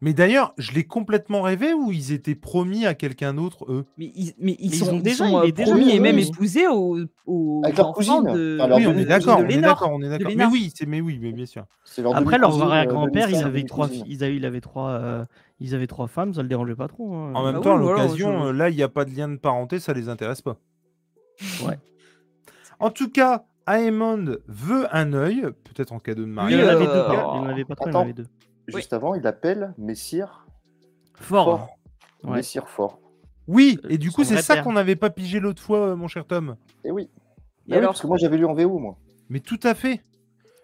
A: Mais d'ailleurs, je l'ai complètement rêvé ou ils étaient promis à quelqu'un d'autre, eux
D: Mais ils, mais ils
B: Mais ils
D: sont,
B: ont
D: ils
B: déjà-
D: sont,
B: il
D: euh,
B: est déjà
D: promis
C: mis
D: et
C: en
D: même
C: couple.
D: épousés aux, aux
C: Avec leur
D: enfants
C: cousine.
D: de,
C: Enfin, leur
D: de-
A: Oui, on
D: de-
A: est
D: de
A: d'accord, on est
D: Lénore.
A: d'accord, on est d'accord. Mais
D: Lénore.
A: oui, c'est mais oui, mais bien sûr.
C: C'est leur
B: Après, leur
C: demi-cousine, euh,
B: arrière-grand-père, ils
C: demi-frère,
B: avaient trois
C: demi-cousine.
B: filles, ils avaient, il avait trois, euh, ils avaient trois femmes, ça le dérangeait pas trop. hein.
A: En
D: Bah
A: même
D: oui,
A: temps, à
D: voilà,
A: l'occasion,
D: je-
A: euh, là, il n'y a pas de lien de parenté, ça les intéresse pas.
B: Ouais.
A: En tout cas, Aemond veut un œil, peut-être Ah, en cadeau de
B: il
A: mariage.
B: y en
D: Oui,
B: avait deux,
D: euh,
B: gars, il y en avait pas trois, il y en
C: attends.
B: avait deux.
C: Juste avant, il appelle Messire
B: Fort.
C: Fort.
B: Ouais.
C: Messire Fort.
A: Oui,
B: Euh,
A: et du coup,
B: son
A: c'est
B: vrai
A: ça
B: père.
A: qu'on n'avait pas pigé l'autre fois, euh, mon cher Tom.
C: Et oui.
D: Et
C: Ah oui,
D: alors
C: parce que moi, j'avais lu en VO, moi.
A: Mais tout à fait.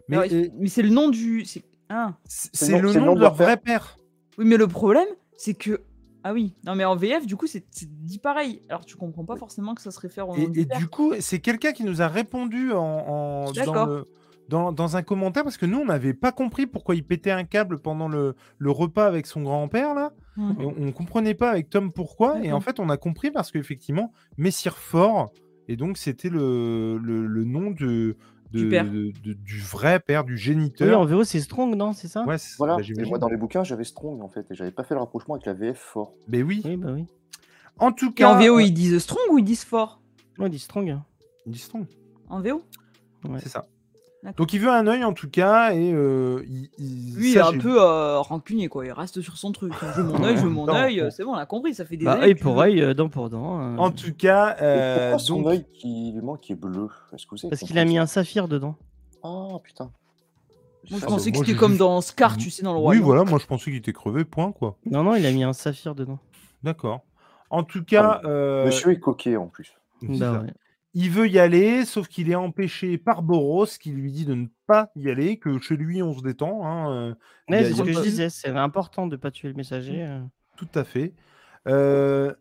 A: Mais
D: Alors,
A: euh,
D: il- Mais c'est le nom du. c'est- Ah.
A: c- c'est le nom
C: leur
A: de leur
C: père.
A: vrai père.
D: Oui, mais le problème, c'est que. Ah oui, non, mais en VF, du coup, c'est c'est dit pareil. Alors, tu comprends pas forcément que ça se réfère au
A: Et,
D: nom du
A: et
D: père.
A: du coup, c'est quelqu'un qui nous a répondu en, en- dans,
D: D'accord.
A: le- dans, dans un commentaire parce que nous, on n'avait pas compris pourquoi il pétait un câble pendant le, le repas avec son grand-père là.
D: Hmm.
A: Et on, on comprenait pas avec Tom pourquoi. Et en
D: D'accord.
A: fait, on a compris parce qu'effectivement, Messire Fort. Et donc, c'était le, le, le nom de, de-
D: Du père.
A: de- de- du vrai père, du
B: Oui,
A: géniteur.
B: en VO, c'est Strong, non C'est ça
A: hein. Ouais, c'est-
C: Voilà.
A: bah,
C: et
A: j'imagine.
C: moi, dans les bouquins, j'avais Strong, en fait. Et j'avais pas fait le rapprochement avec la VF Fort.
A: Mais Ben oui.
B: Oui, bah oui.
A: En tout
D: Et
A: cas.
D: en VO,
A: euh,
D: ils disent strong ou ils disent fort
B: On dit Strong.
A: ils sont,
D: En VO
B: hein. Ouais.
A: euh, C'est ça. Donc il veut un œil en tout cas et euh, il, il-
D: Lui, il est
A: ça,
D: un
A: j'ai-
D: peu euh, rancunier, quoi. Il reste sur son truc. Je veux mon œil, je veux mon
A: Non,
D: œil.
A: bon.
D: C'est bon, on a compris, ça fait des
B: Bah,
D: années
B: œil
D: que-
B: pour œil, euh, dent pour dent. euh,
A: En tout cas,
C: Et
A: euh,
C: pourquoi son
A: donc,
C: œil qui lui manque est bleu Est-ce que vous savez
B: parce qu'il
C: pourquoi
B: a mis un saphir dedans.
C: Ah putain.
D: Moi, je
A: Ah, bah,
D: pensais que
A: moi,
D: c'était
A: j'ai
D: comme
A: juste-
D: dans Scar, tu sais, dans le roi.
A: oui,
D: Lion.
A: voilà, moi je pensais qu'il était crevé, point quoi.
B: Non, non, il a mis un saphir dedans.
A: D'accord. En tout cas, euh,
C: Ah, Monsieur est coquet en plus.
A: c'est
B: Bah
A: ça.
B: ouais.
A: il veut y aller, sauf qu'il est empêché par Boros qui lui dit de ne pas y aller, que chez lui on se détend. hein, euh, il y
B: Ouais,
A: a-
B: c'est
A: il
B: ce
A: y a
B: que je
A: pas-
B: disais, c'est important de pas tuer le messager. euh.
A: Tout à fait. Euh,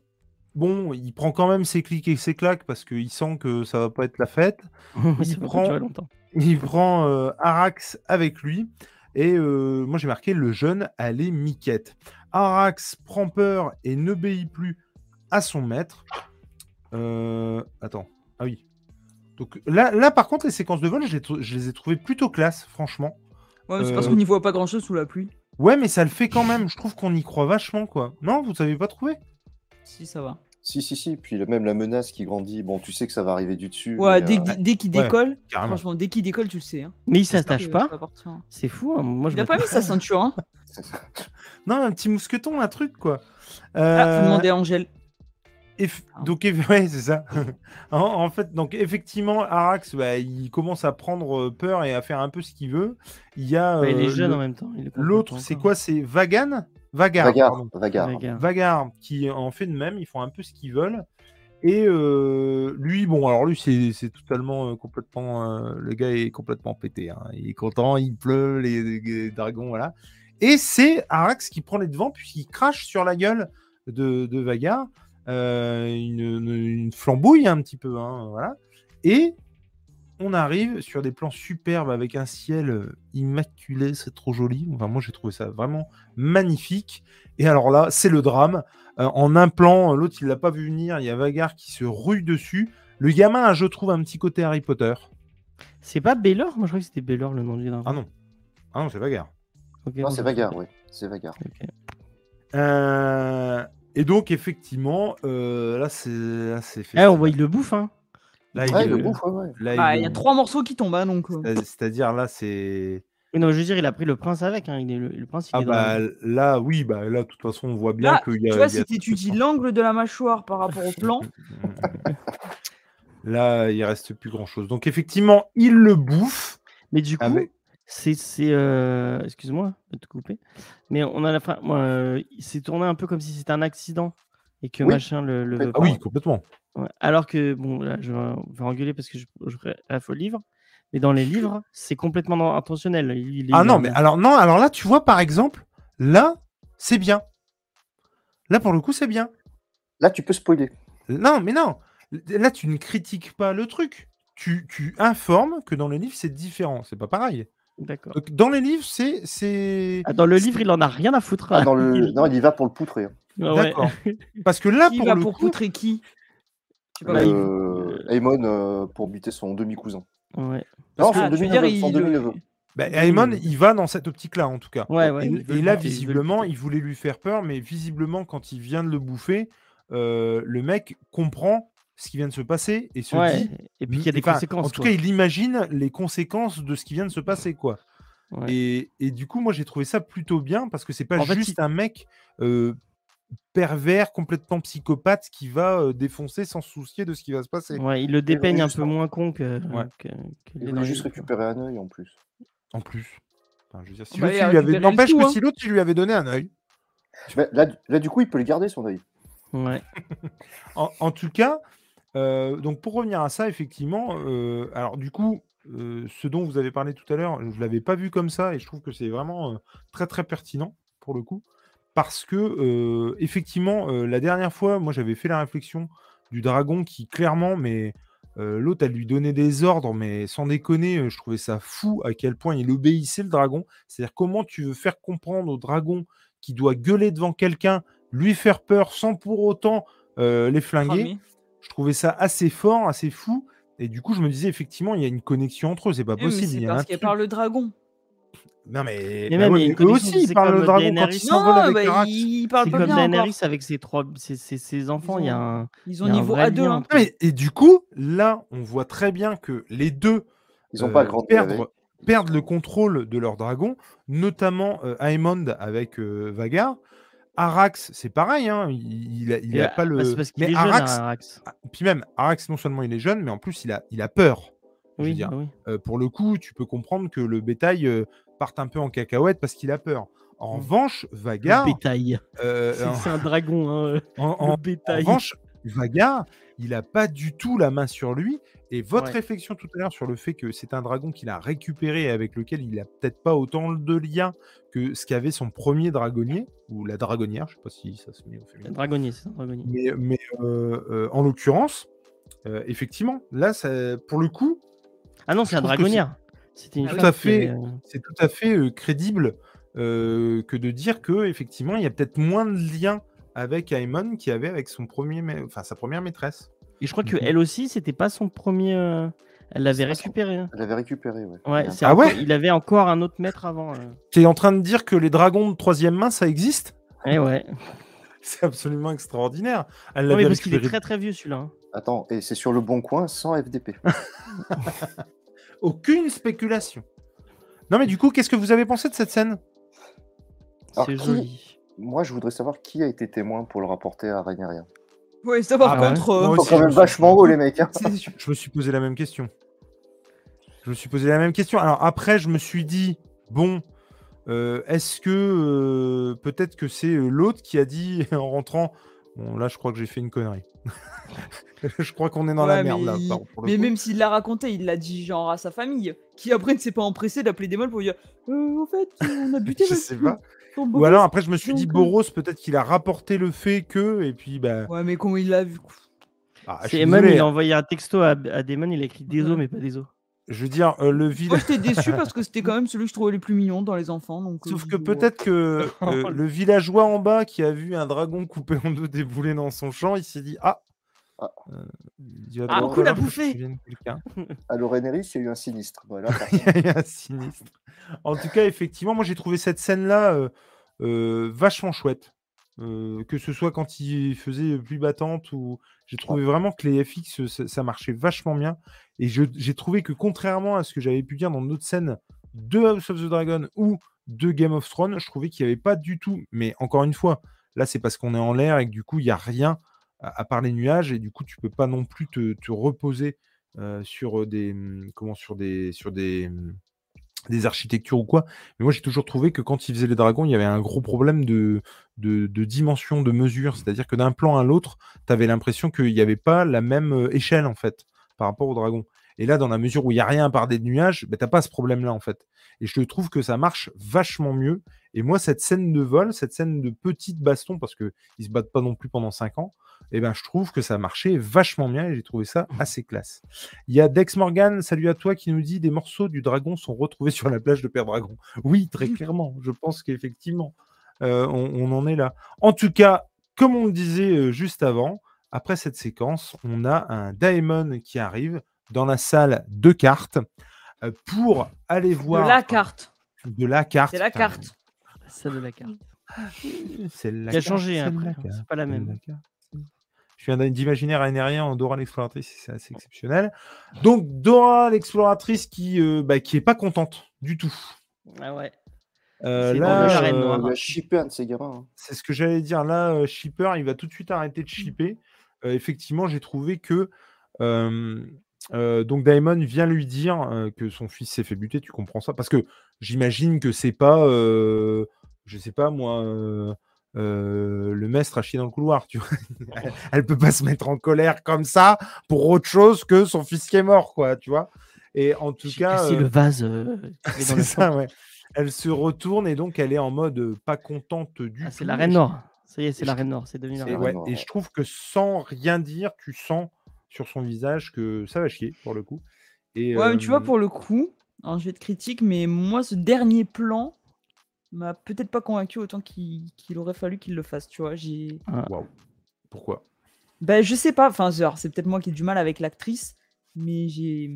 A: bon, il prend quand même ses clics et ses claques parce qu'il sent que ça va pas être la fête.
B: ça
A: Il
B: va
A: prend-
B: pas durer longtemps.
A: Il prend euh, Arax avec lui. Et euh, moi, j'ai marqué le jeune allait miquette. Arax prend peur et n'obéit plus à son maître. Euh, attends. Ah oui. Donc là, là, par contre, les séquences de vol, je les, trou- je les ai trouvées plutôt classe, franchement.
D: Ouais, mais c'est parce
A: Euh,
D: qu'on n'y voit pas grand chose sous la pluie.
A: Ouais, mais ça le fait quand même. Je trouve qu'on y croit vachement, quoi. Non, vous avez pas trouvé
D: Si, ça va.
C: Si, si, si. Puis le- même la menace qui grandit. Bon, tu sais que ça va arriver du dessus. mais,
D: Ouais, dès,
C: euh,
D: que- dès qu'il
A: Ouais, Ah,
D: décolle,
A: Carrément.
D: franchement, dès qu'il décolle, tu le sais. hein.
B: Mais il
D: C'est
B: s'attache
D: euh,
B: pas.
D: c'est pertinent.
B: C'est fou. hein, Moi, je
D: Il a pas mis sa ceinture, hein.
A: Non, un petit mousqueton, un truc, quoi.
D: Ah,
A: Euh,
D: faut demander à Angèle.
A: Eff-
D: Pardon.
A: donc eff- ouais, c'est ça. en, en fait, donc effectivement, Arax, bah, il commence à prendre euh, peur et à faire un peu ce qu'il veut. Il y a
B: Bah, il
A: euh,
B: est jeune
A: le-
B: en même temps. il le comprend
A: l'autre,
B: pas
A: c'est
B: encore.
A: quoi C'est Vagan, Vagar,
C: Vagar,
A: pardon.
C: Vagar.
B: Regarde.
A: Vagar, qui en fait de même. Ils font un peu ce qu'ils veulent. Et euh, lui, bon, alors lui, c'est c'est totalement euh, complètement. euh, le gars est complètement pété. hein. Il est content, il pleut, les, les dragons, voilà. Et c'est Arax qui prend les devants, puisqu'il crache sur la gueule de, de Vagar euh, une, une- une flambouille, un petit peu. hein, voilà. Et on arrive sur des plans superbes avec un ciel euh, immaculé, c'est trop joli. Enfin, moi, j'ai trouvé ça vraiment magnifique. Et alors là, c'est le drame. Euh, en un plan, euh, l'autre, il l'a pas vu venir. Il y a Vagar qui se rue dessus. Le gamin a, je trouve, un petit côté Harry Potter.
B: C'est pas Baylor Moi, je croyais que c'était Baylor le nom du dragon.
A: Ah non. Ah non, c'est Vagar.
B: Ok,
C: Non,
B: bon,
C: c'est
B: je-
C: Vagar, oui. C'est Vagar.
B: ok.
A: Euh, Et donc, effectivement, euh, là, c'est. Là, c'est fait.
B: Eh, on voit, il le bouffe. Hein.
A: Là,
C: Ouais,
A: il-
C: le bouffe, ouais, ouais.
A: là, il-
D: Ah, il y a trois morceaux qui tombent, hein, donc. euh.
A: Euh, C'est-à-dire, là, c'est.
B: Oui, non, je veux dire, il a pris le prince avec. Hein. Il est le, le prince, il
A: Ah
B: est dans la-
A: bah là, oui, bah là, de toute façon, on voit bien
D: Là,
A: qu'il y a.
D: Tu vois,
A: Euh, il y a très
D: si tu
A: peu de
D: étudies
A: temps.
D: l'angle de la mâchoire par rapport au plan,
A: Là, il reste plus grand chose. Donc, effectivement, il le bouffe.
B: Mais du coup,
A: Avec-
B: c'est. c'est, euh, Excuse-moi de te couper. Mais on a la fin. moi, euh, il s'est tourné un peu comme si c'était un accident et que
C: Oui.
B: machin le. le veut
C: Ah
A: Ah
B: pas.
A: oui, complètement.
B: Ouais. Alors que, bon, là, je vais, je vais engueuler parce que je, je ferai ref au livre. Mais dans les livres, c'est complètement intentionnel. Il- il est-
A: Ah non, mais alors non, alors là, tu vois, par exemple, là, c'est bien. Là, pour le coup, c'est bien.
C: Là, tu peux spoiler.
A: Non, mais non. Là, tu ne critiques pas le truc. Tu, tu informes que dans le livre, c'est différent. C'est pas pareil.
B: D'accord.
A: Donc, dans les livres, c'est. c'est...
B: Ah, dans le livre, il en a rien à foutre.
C: Ah, dans le... Non, il y va pour le poutrer. hein.
B: Ah ouais.
A: D'accord. Parce que là,
D: qui
A: pour
D: va
A: le
D: pour
A: coup,
D: poutrer qui Je sais pas.
B: Bah, il-
C: Euh, Aemon euh, pour buter son demi-cousin.
B: Ouais.
C: Non, son
D: Ah, tu veux dire,
C: demi-neveu. Son
D: il le-
C: demi-neveu.
A: bah, Aemon, il va dans cette optique-là, en tout cas.
B: Ouais, ouais,
A: Et-
B: ils
A: et là,
B: veulent buter, ils veulent
A: visiblement,
B: buter.
A: il voulait lui faire peur, mais visiblement, quand il vient de le bouffer, euh, le mec comprend ce qui vient de se passer et se
B: Ouais.
A: dit.
B: Et puis, il y a des
A: Mmh, Enfin,
B: conséquences.
A: En tout
B: quoi.
A: cas, il imagine les conséquences de ce qui vient de se passer, quoi.
B: Ouais.
A: Et, et du coup, moi, j'ai trouvé ça plutôt bien parce que c'est pas
B: En fait,
A: juste
B: il-
A: un mec euh, pervers, complètement psychopathe qui va euh, défoncer sans se soucier de ce qui va se passer.
B: Ouais, il le dépeigne
C: voulait
B: un
C: juste
B: peu
C: en-
B: moins con que.
A: Ouais.
B: que- que
C: Il
B: les
C: voulait juste
B: Norvégiens, quoi.
C: récupérer un œil en plus.
A: En plus. Enfin, je veux dire, si
D: Bah,
A: l'autre,
D: il a
A: il lui avait-
D: récupéré le
A: N'empêche
D: tout,
A: que
D: hein.
A: si l'autre, il lui avait donné un œil.
C: Mais là, du- là, du coup, il peut le garder, son œil.
B: Ouais.
A: En, en tout cas, euh, donc pour revenir à ça, effectivement, euh, alors du coup, euh, ce dont vous avez parlé tout à l'heure, je ne l'avais pas vu comme ça et je trouve que c'est vraiment euh, très très pertinent pour le coup. Parce que, euh, effectivement, euh, la dernière fois, moi j'avais fait la réflexion du dragon qui clairement, mais euh, l'autre, elle lui donnait des ordres, mais sans déconner, euh, je trouvais ça fou à quel point il obéissait le dragon. C'est-à-dire, comment tu veux faire comprendre au dragon qui doit gueuler devant quelqu'un, lui faire peur sans pour autant euh, les flinguer
D: cramé.
A: je trouvais ça assez fort, assez fou. Et du coup, je me disais, effectivement, il y a une connexion entre eux, c'est pas
D: Eh, mais
A: possible. il
D: c'est
A: y a un
D: parce qu'elle
A: truc.
D: parle le dragon.
A: Non, mais,
B: Et
A: bah
B: même,
A: ouais,
B: il y
A: mais
B: a une
A: eux
B: connexion,
A: aussi, ils
B: c'est
A: parlent
B: comme
A: le dragon quand
B: Daenerys.
A: ils s'envolent
D: Non,
A: avec
D: bah,
A: Arax.
D: il
B: C'est
D: parle pas
B: comme
D: bien encore.
B: Daenerys avec ses trois, ses, ses- ses enfants. Il y a un.
D: Ils ont
B: il y a un
D: niveau
B: vrai
D: A2.
B: lien
D: hein.
A: Non, mais- et du coup, là, on voit très bien que les deux
C: Ils n'ont
A: euh,
C: pas grandi. avec.
A: perdre perdent le contrôle de leur dragon, notamment euh, Aemond avec euh, Vagar. Arax, c'est pareil, hein, il, il a, il
B: Et,
A: a pas
B: bah,
A: le.
B: c'est parce qu'il
A: mais
B: est jeune,
A: Arax-
B: hein, Arax.
A: Ah, Puis même, Arax, non seulement il est jeune, mais en plus, il a, il a peur. je veux
B: Oui,
A: dire.
B: bah oui.
A: Euh, pour le coup, tu peux comprendre que le bétail euh, parte un peu en cacahuète parce qu'il a peur. En
B: Mm.
A: revanche, Vagar,
B: Le bétail.
A: euh,
B: C'est-
A: en-
B: c'est un dragon, hein, euh,
A: en- en-
B: le
A: en
B: bétail.
A: revanche, Vagar, il n'a pas du tout la main sur lui. Et votre
B: Ouais.
A: réflexion tout à l'heure sur le fait que c'est un dragon qu'il a récupéré et avec lequel il n'a peut-être pas autant de liens que ce qu'avait son premier dragonnier, ou la dragonnière, je ne sais pas si ça se met au féminin.
B: Dragonnier, c'est un dragonnier.
A: Mais, mais, euh, euh, en l'occurrence, euh, effectivement, là, ça- pour le coup,
B: Ah non, c'est
A: Je
B: un
A: trouve que
B: dragonnière. C'était une
A: Tout
B: femme
A: à
B: qui
A: fait.
B: avait, euh,
A: c'est tout à fait euh, crédible euh, que de dire que effectivement, il y a peut-être moins de liens avec Aemon qu'il y avait avec son premier, ma- enfin sa première maîtresse.
B: Et je crois que
A: Mhm.
B: elle aussi, c'était pas son premier. euh, Elle l'avait
C: C'est pas son-
B: récupéré. hein.
C: Elle avait récupéré, ouais.
B: Ouais,
C: Bien.
B: c'est
A: Ah
B: encore-
A: ouais
B: Il avait encore un autre maître avant. euh.
A: Tu es en train de dire que les dragons de troisième main, ça existe
B: Eh ouais.
A: C'est absolument extraordinaire. Elle
B: Non, mais
A: l'avait
B: parce qu'il est
A: récupéré
B: très très vieux celui-là. hein.
C: Attends, et c'est sur le bon coin sans FDP.
A: Aucune spéculation. Non mais du coup, qu'est-ce que vous avez pensé de cette scène Ah,
C: Alors,
B: C'est
C: qui-
B: joli.
C: Moi, je voudrais savoir qui a été témoin pour le rapporter à Ragnaria.
D: Ouais, ça par
B: Ah ouais.
D: contre. euh,
A: Moi
C: Ils
A: aussi,
C: sont quand
A: je
C: même
A: me suis-
C: vachement gros, les mecs. hein.
A: Je me suis posé la même question. Je me suis posé la même question. Alors après, je me suis dit, bon, euh, est-ce que euh, peut-être que c'est euh, l'autre qui a dit en rentrant, bon là, je crois que j'ai fait une connerie. je crois qu'on est dans la
D: Ouais,
A: merde
D: mais
A: là.
D: il-
A: par- pour le
D: Mais
A: coup.
D: même s'il l'a raconté, il l'a dit genre à sa famille, qui après ne s'est pas empressé d'appeler des molles pour lui dire Euh, Au fait, on a buté
A: je
D: votre-
A: sais pas.
D: ton
A: Ou
D: beau-fils.
A: alors après, je me suis dit,
D: donc, euh,
A: Boros, peut-être qu'il a rapporté le fait que, et puis bah.
D: Ouais, mais comment il l'a vu quoi.
A: ah, je,
B: C'est
A: suis
B: Aemon,
A: désolé.
B: il a envoyé un texto à, à Daemon, il a écrit Désolé, mais pas Désolé.
A: Je veux dire, euh, le village.
D: Moi, j'étais déçu parce que c'était quand même celui que je trouvais le plus mignon dans les enfants. Donc, euh,
A: Sauf
D: je
A: que
D: dis, ouais.
A: peut-être que euh, le villageois en bas qui a vu un dragon coupé en deux débouler dans son champ, il s'est dit Ah
C: Ah.
A: euh, il va
B: Ah,
A: falloir
B: beaucoup l'a
A: que je
B: bouffé.
A: prévienne quelqu'un.
C: À Loreneris, il y a eu un sinistre. Voilà.
A: Il y a un sinistre. En tout cas, effectivement, moi j'ai trouvé cette scène-là euh, euh, vachement chouette. Euh, que ce soit quand il faisait pluie battante ou j'ai trouvé vraiment que les FX ça, ça marchait vachement bien et je- j'ai trouvé que contrairement à ce que j'avais pu dire dans d'autres scènes de House of the Dragon ou de Game of Thrones, je trouvais qu'il n'y avait pas du tout mais encore une fois, là c'est parce qu'on est en l'air et que du coup il n'y a rien à, à part les nuages et du coup tu peux pas non plus te, te reposer euh, sur des hum, comment sur des sur des hum, des architectures ou quoi mais moi j'ai toujours trouvé que quand ils faisaient les dragons il y avait un gros problème de de, de dimension, de mesure. C'est-à-dire que d'un plan à l'autre, tu avais l'impression qu'il n'y avait pas la même euh, échelle, en fait, par rapport au dragon. Et là, dans la mesure où il n'y a rien à part des nuages, ben, tu pas ce problème-là, en fait. Et je trouve que ça marche vachement mieux. Et moi, cette scène de vol, cette scène de petite baston, parce qu'ils ne se battent pas non plus pendant 5 ans, et ben, je trouve que ça marchait vachement bien et j'ai trouvé ça
D: Mmh.
A: assez classe. Il y a Dex Morgan, salut à toi, qui nous dit des morceaux du dragon sont retrouvés sur la plage de Père Dragon. Oui, très
D: Mmh.
A: clairement. Je pense qu'effectivement, euh, on, on en est là. En tout cas, comme on le disait euh, juste avant, après cette séquence, on a un Daemon qui arrive dans la salle de cartes euh, pour aller voir
D: De la carte.
A: De la carte.
D: C'est la
A: Putain,
D: carte.
B: Celle de la carte.
A: C'est la
B: Qui a
A: carte,
B: changé
A: c'est la
B: après. hein.
A: carte.
B: C'est pas la même.
A: Je viens d'imaginer Rhaenyra en Dora l'exploratrice, c'est assez exceptionnel. Donc Dora l'exploratrice qui euh, bah, qui est pas contente du tout.
B: Ah ouais.
A: Euh,
B: C'est
A: là,
B: dans hein. le Jaren
A: euh,
B: noir.
C: Il a chippé un de ses gamins. hein.
A: c'est ce que j'allais dire là, euh, Shipper, il va tout de suite arrêter
B: Mmh.
A: de shipper. Euh, effectivement, j'ai trouvé que euh, euh, donc Daemon vient lui dire euh, que son fils s'est fait buter. Tu comprends ça Parce que j'imagine que c'est pas, euh, je sais pas moi, euh, euh, le maître a chié dans le couloir. Tu vois elle, elle peut pas se mettre en colère comme ça pour autre chose que son fils qui est mort, quoi. Tu vois Et en tout
B: J'ai
A: cas,
B: cassé
A: euh,
B: le vase. euh, qui est
A: c'est
B: dans la
A: ça,
B: chambre.
A: ouais. Elle se retourne et donc elle est en mode euh, pas contente du
B: Ah, c'est
A: tout.
B: la
A: Et
B: reine
A: je
B: noire. Ça y est,
A: Et
B: c'est la
A: je-
B: reine noire. C'est devenu la
A: et,
B: reine
A: ouais,
B: noire.
C: vraiment,
A: et
C: ouais.
A: je trouve que sans rien dire, tu sens sur son visage que ça va chier pour le coup. Et,
D: Ouais, mais tu vois,
A: euh,
D: pour le coup, alors, je vais être critique, mais moi, ce dernier plan m'a peut-être pas convaincu autant qu'il qu'il aurait fallu qu'il le fasse, tu vois. J'ai.
A: waouh. Pourquoi
D: Ben, je sais pas, enfin, genre, c'est peut-être moi qui ai du mal avec l'actrice, mais j'ai.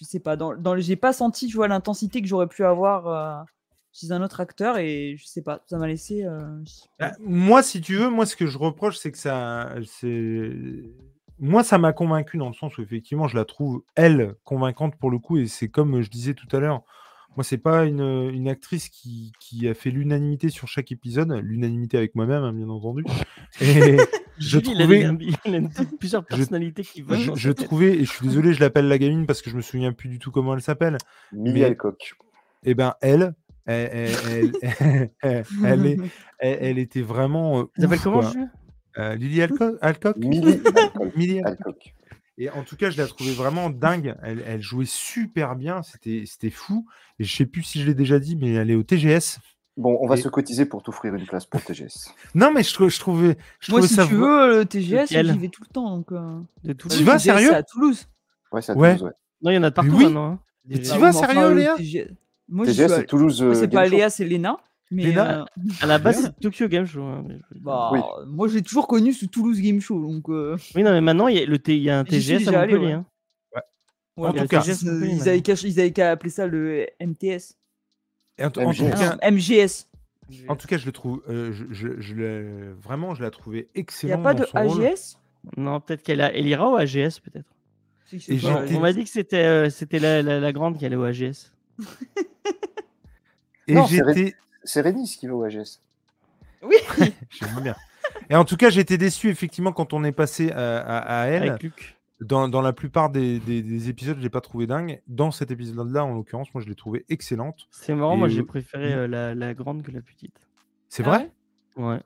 D: Je sais pas, dans, dans le- j'ai pas senti, tu vois, l'intensité que j'aurais pu avoir euh, chez un autre acteur, et je sais pas, ça m'a laissé. euh, je sais pas.
A: Bah, Moi, si tu veux, moi, ce que je reproche, c'est que ça. c'est Moi, ça m'a convaincu dans le sens où, effectivement, je la trouve, elle, convaincante pour le coup. Et c'est comme je euh, disais tout à l'heure, Moi, c'est pas une, une actrice qui, qui a fait l'unanimité sur chaque épisode, l'unanimité avec moi-même, hein, bien entendu. Et je
B: Julie, il a
A: trouvais,
B: des- il a des- plusieurs
A: je-
B: personnalités qui veulent.
A: je, je trouvais, et je suis désolé, je l'appelle la gamine parce que je me souviens plus du tout comment elle s'appelle.
C: Millie
A: Mais-
C: Alcock.
A: Eh ben, elle, elle, elle, elle- elle- elle est- elle- elle était vraiment. euh,
B: Ils s'appellent
A: ouf,
B: comment
A: quoi.
B: Jules
A: Euh, Lily Alco- Alcock.
C: Millie Alcock.
A: Millie Alcock.
C: Alcock.
A: Et en tout cas, je la trouvais vraiment dingue. Elle, elle jouait super bien. C'était, c'était fou. Et je sais plus si je l'ai déjà dit, mais elle est au TGS.
C: Bon, on va
A: Et-
C: se cotiser pour t'offrir une place pour TGS.
A: Non, mais je, trou- je trouvais, je
D: Moi,
A: trouvais
D: si
A: ça
D: tu
A: vra-
D: veux, le TGS,
B: Lequel
D: j'y vais tout le temps. Donc, euh,
B: De tout
A: Tu
D: le
B: le-
A: vas,
D: TGS, c'est
A: sérieux
D: à Toulouse.
C: Ouais, c'est à
A: Ouais.
C: Toulouse.
B: Non, il y en a de partout
A: oui.
B: maintenant. hein.
A: Mais tu
B: Déjà.
D: Ah,
A: vas,
D: mais enfin,
A: sérieux,
D: le
A: Léa
D: TGS Moi,
C: ouais.
D: j'y suis
C: TGS,
D: allé.
C: c'est Toulouse. euh,
D: Moi, C'est
C: Game
D: pas
C: Show.
D: Léa, c'est Léna. Mais
A: Léna,
D: euh,
B: À la base,
A: Bien.
B: c'est Tokyo Game Show. hein, mais-
D: bah,
C: Oui.
D: moi, j'ai toujours connu sous Toulouse Game Show. Donc, euh,
B: Oui, non, mais maintenant, il y a, le T- il y a un
D: J'y suis
B: TGS à
D: déjà allé,
B: Montpellier.
D: ouais.
B: hein.
D: ouais,
A: En
D: mais
A: tout
D: le
A: cas.
D: TGS, euh, ils avaient qu'à ils avaient qu'à appeler ça le MTS.
A: Et en, en tout
C: MGS.
A: cas,
D: Ah non, MGS.
A: en tout cas, je le trouve, euh, je, je- je l'ai- vraiment, je la trouvais
D: Il n'y a
A: excellente.
D: pas
A: dans
D: de
A: son rôle.
D: AGS
B: Non, peut-être qu'elle a... elle ira au AGS, peut-être.
D: C'est que
A: Et
D: c'est pas
A: j'étais-
B: On m'a dit que c'était euh, c'était la, la- la grande qui allait au AGS.
A: Et
C: Non, c'est vrai.
A: j'étais,
C: C'est Rénis qui va au AGS.
A: j'aime bien. Et en tout cas, j'étais déçu effectivement quand on est passé euh, à, à- à elle.
B: Avec Luc.
A: Dans, dans la plupart des, des- des épisodes, je l'ai pas trouvé dingue. Dans cet épisode-là, en l'occurrence, moi, je l'ai trouvé excellente.
B: C'est marrant,
A: Et
B: moi
A: au-
B: j'ai préféré euh, la, la grande que la petite.
A: C'est
D: Ah
A: vrai.
D: ouais
B: Ouais.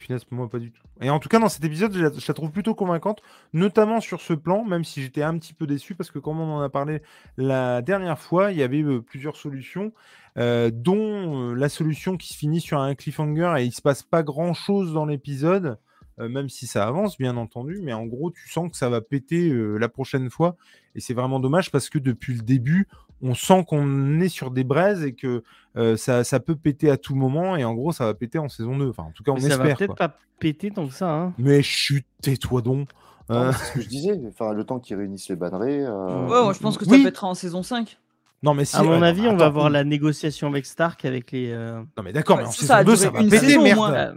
A: Finesse, moi, pas du tout. Et en tout cas, dans cet épisode, je la, je la trouve plutôt convaincante, notamment sur ce plan, même si j'étais un petit peu déçu, parce que comme on en a parlé la dernière fois, il y avait euh, plusieurs solutions, euh, dont euh, la solution qui se finit sur un cliffhanger et il se passe pas grand-chose dans l'épisode, euh, même si ça avance, bien entendu, mais en gros, tu sens que ça va péter euh, la prochaine fois, et c'est vraiment dommage, parce que depuis le début, on sent qu'on est sur des braises et que euh, ça, ça peut péter à tout moment, et en gros, ça va péter en saison 2. Enfin, en tout cas, on
B: Mais ça va
A: espère.
B: peut-être
A: quoi.
B: pas péter tant que ça. hein.
A: Mais chut, tais-toi donc.
B: Ah
C: Non,
A: Euh,
C: mais C'est ce que je disais. Enfin, le temps qu'ils réunissent les bannerets. euh,
D: Ouais, ouais, je pense que
A: Oui.
D: ça pètera en saison 5.
A: non, mais si.
B: à mon
A: attends,
B: avis, on va
A: attends.
B: voir la négociation avec Stark, avec les. euh,
A: Non, mais d'accord,
D: Ouais,
A: mais en
D: ça,
A: saison
D: ça a
A: 2,
D: duré
A: ça va
D: une
A: péter,
D: saison au
A: merde.
D: moins.
B: euh,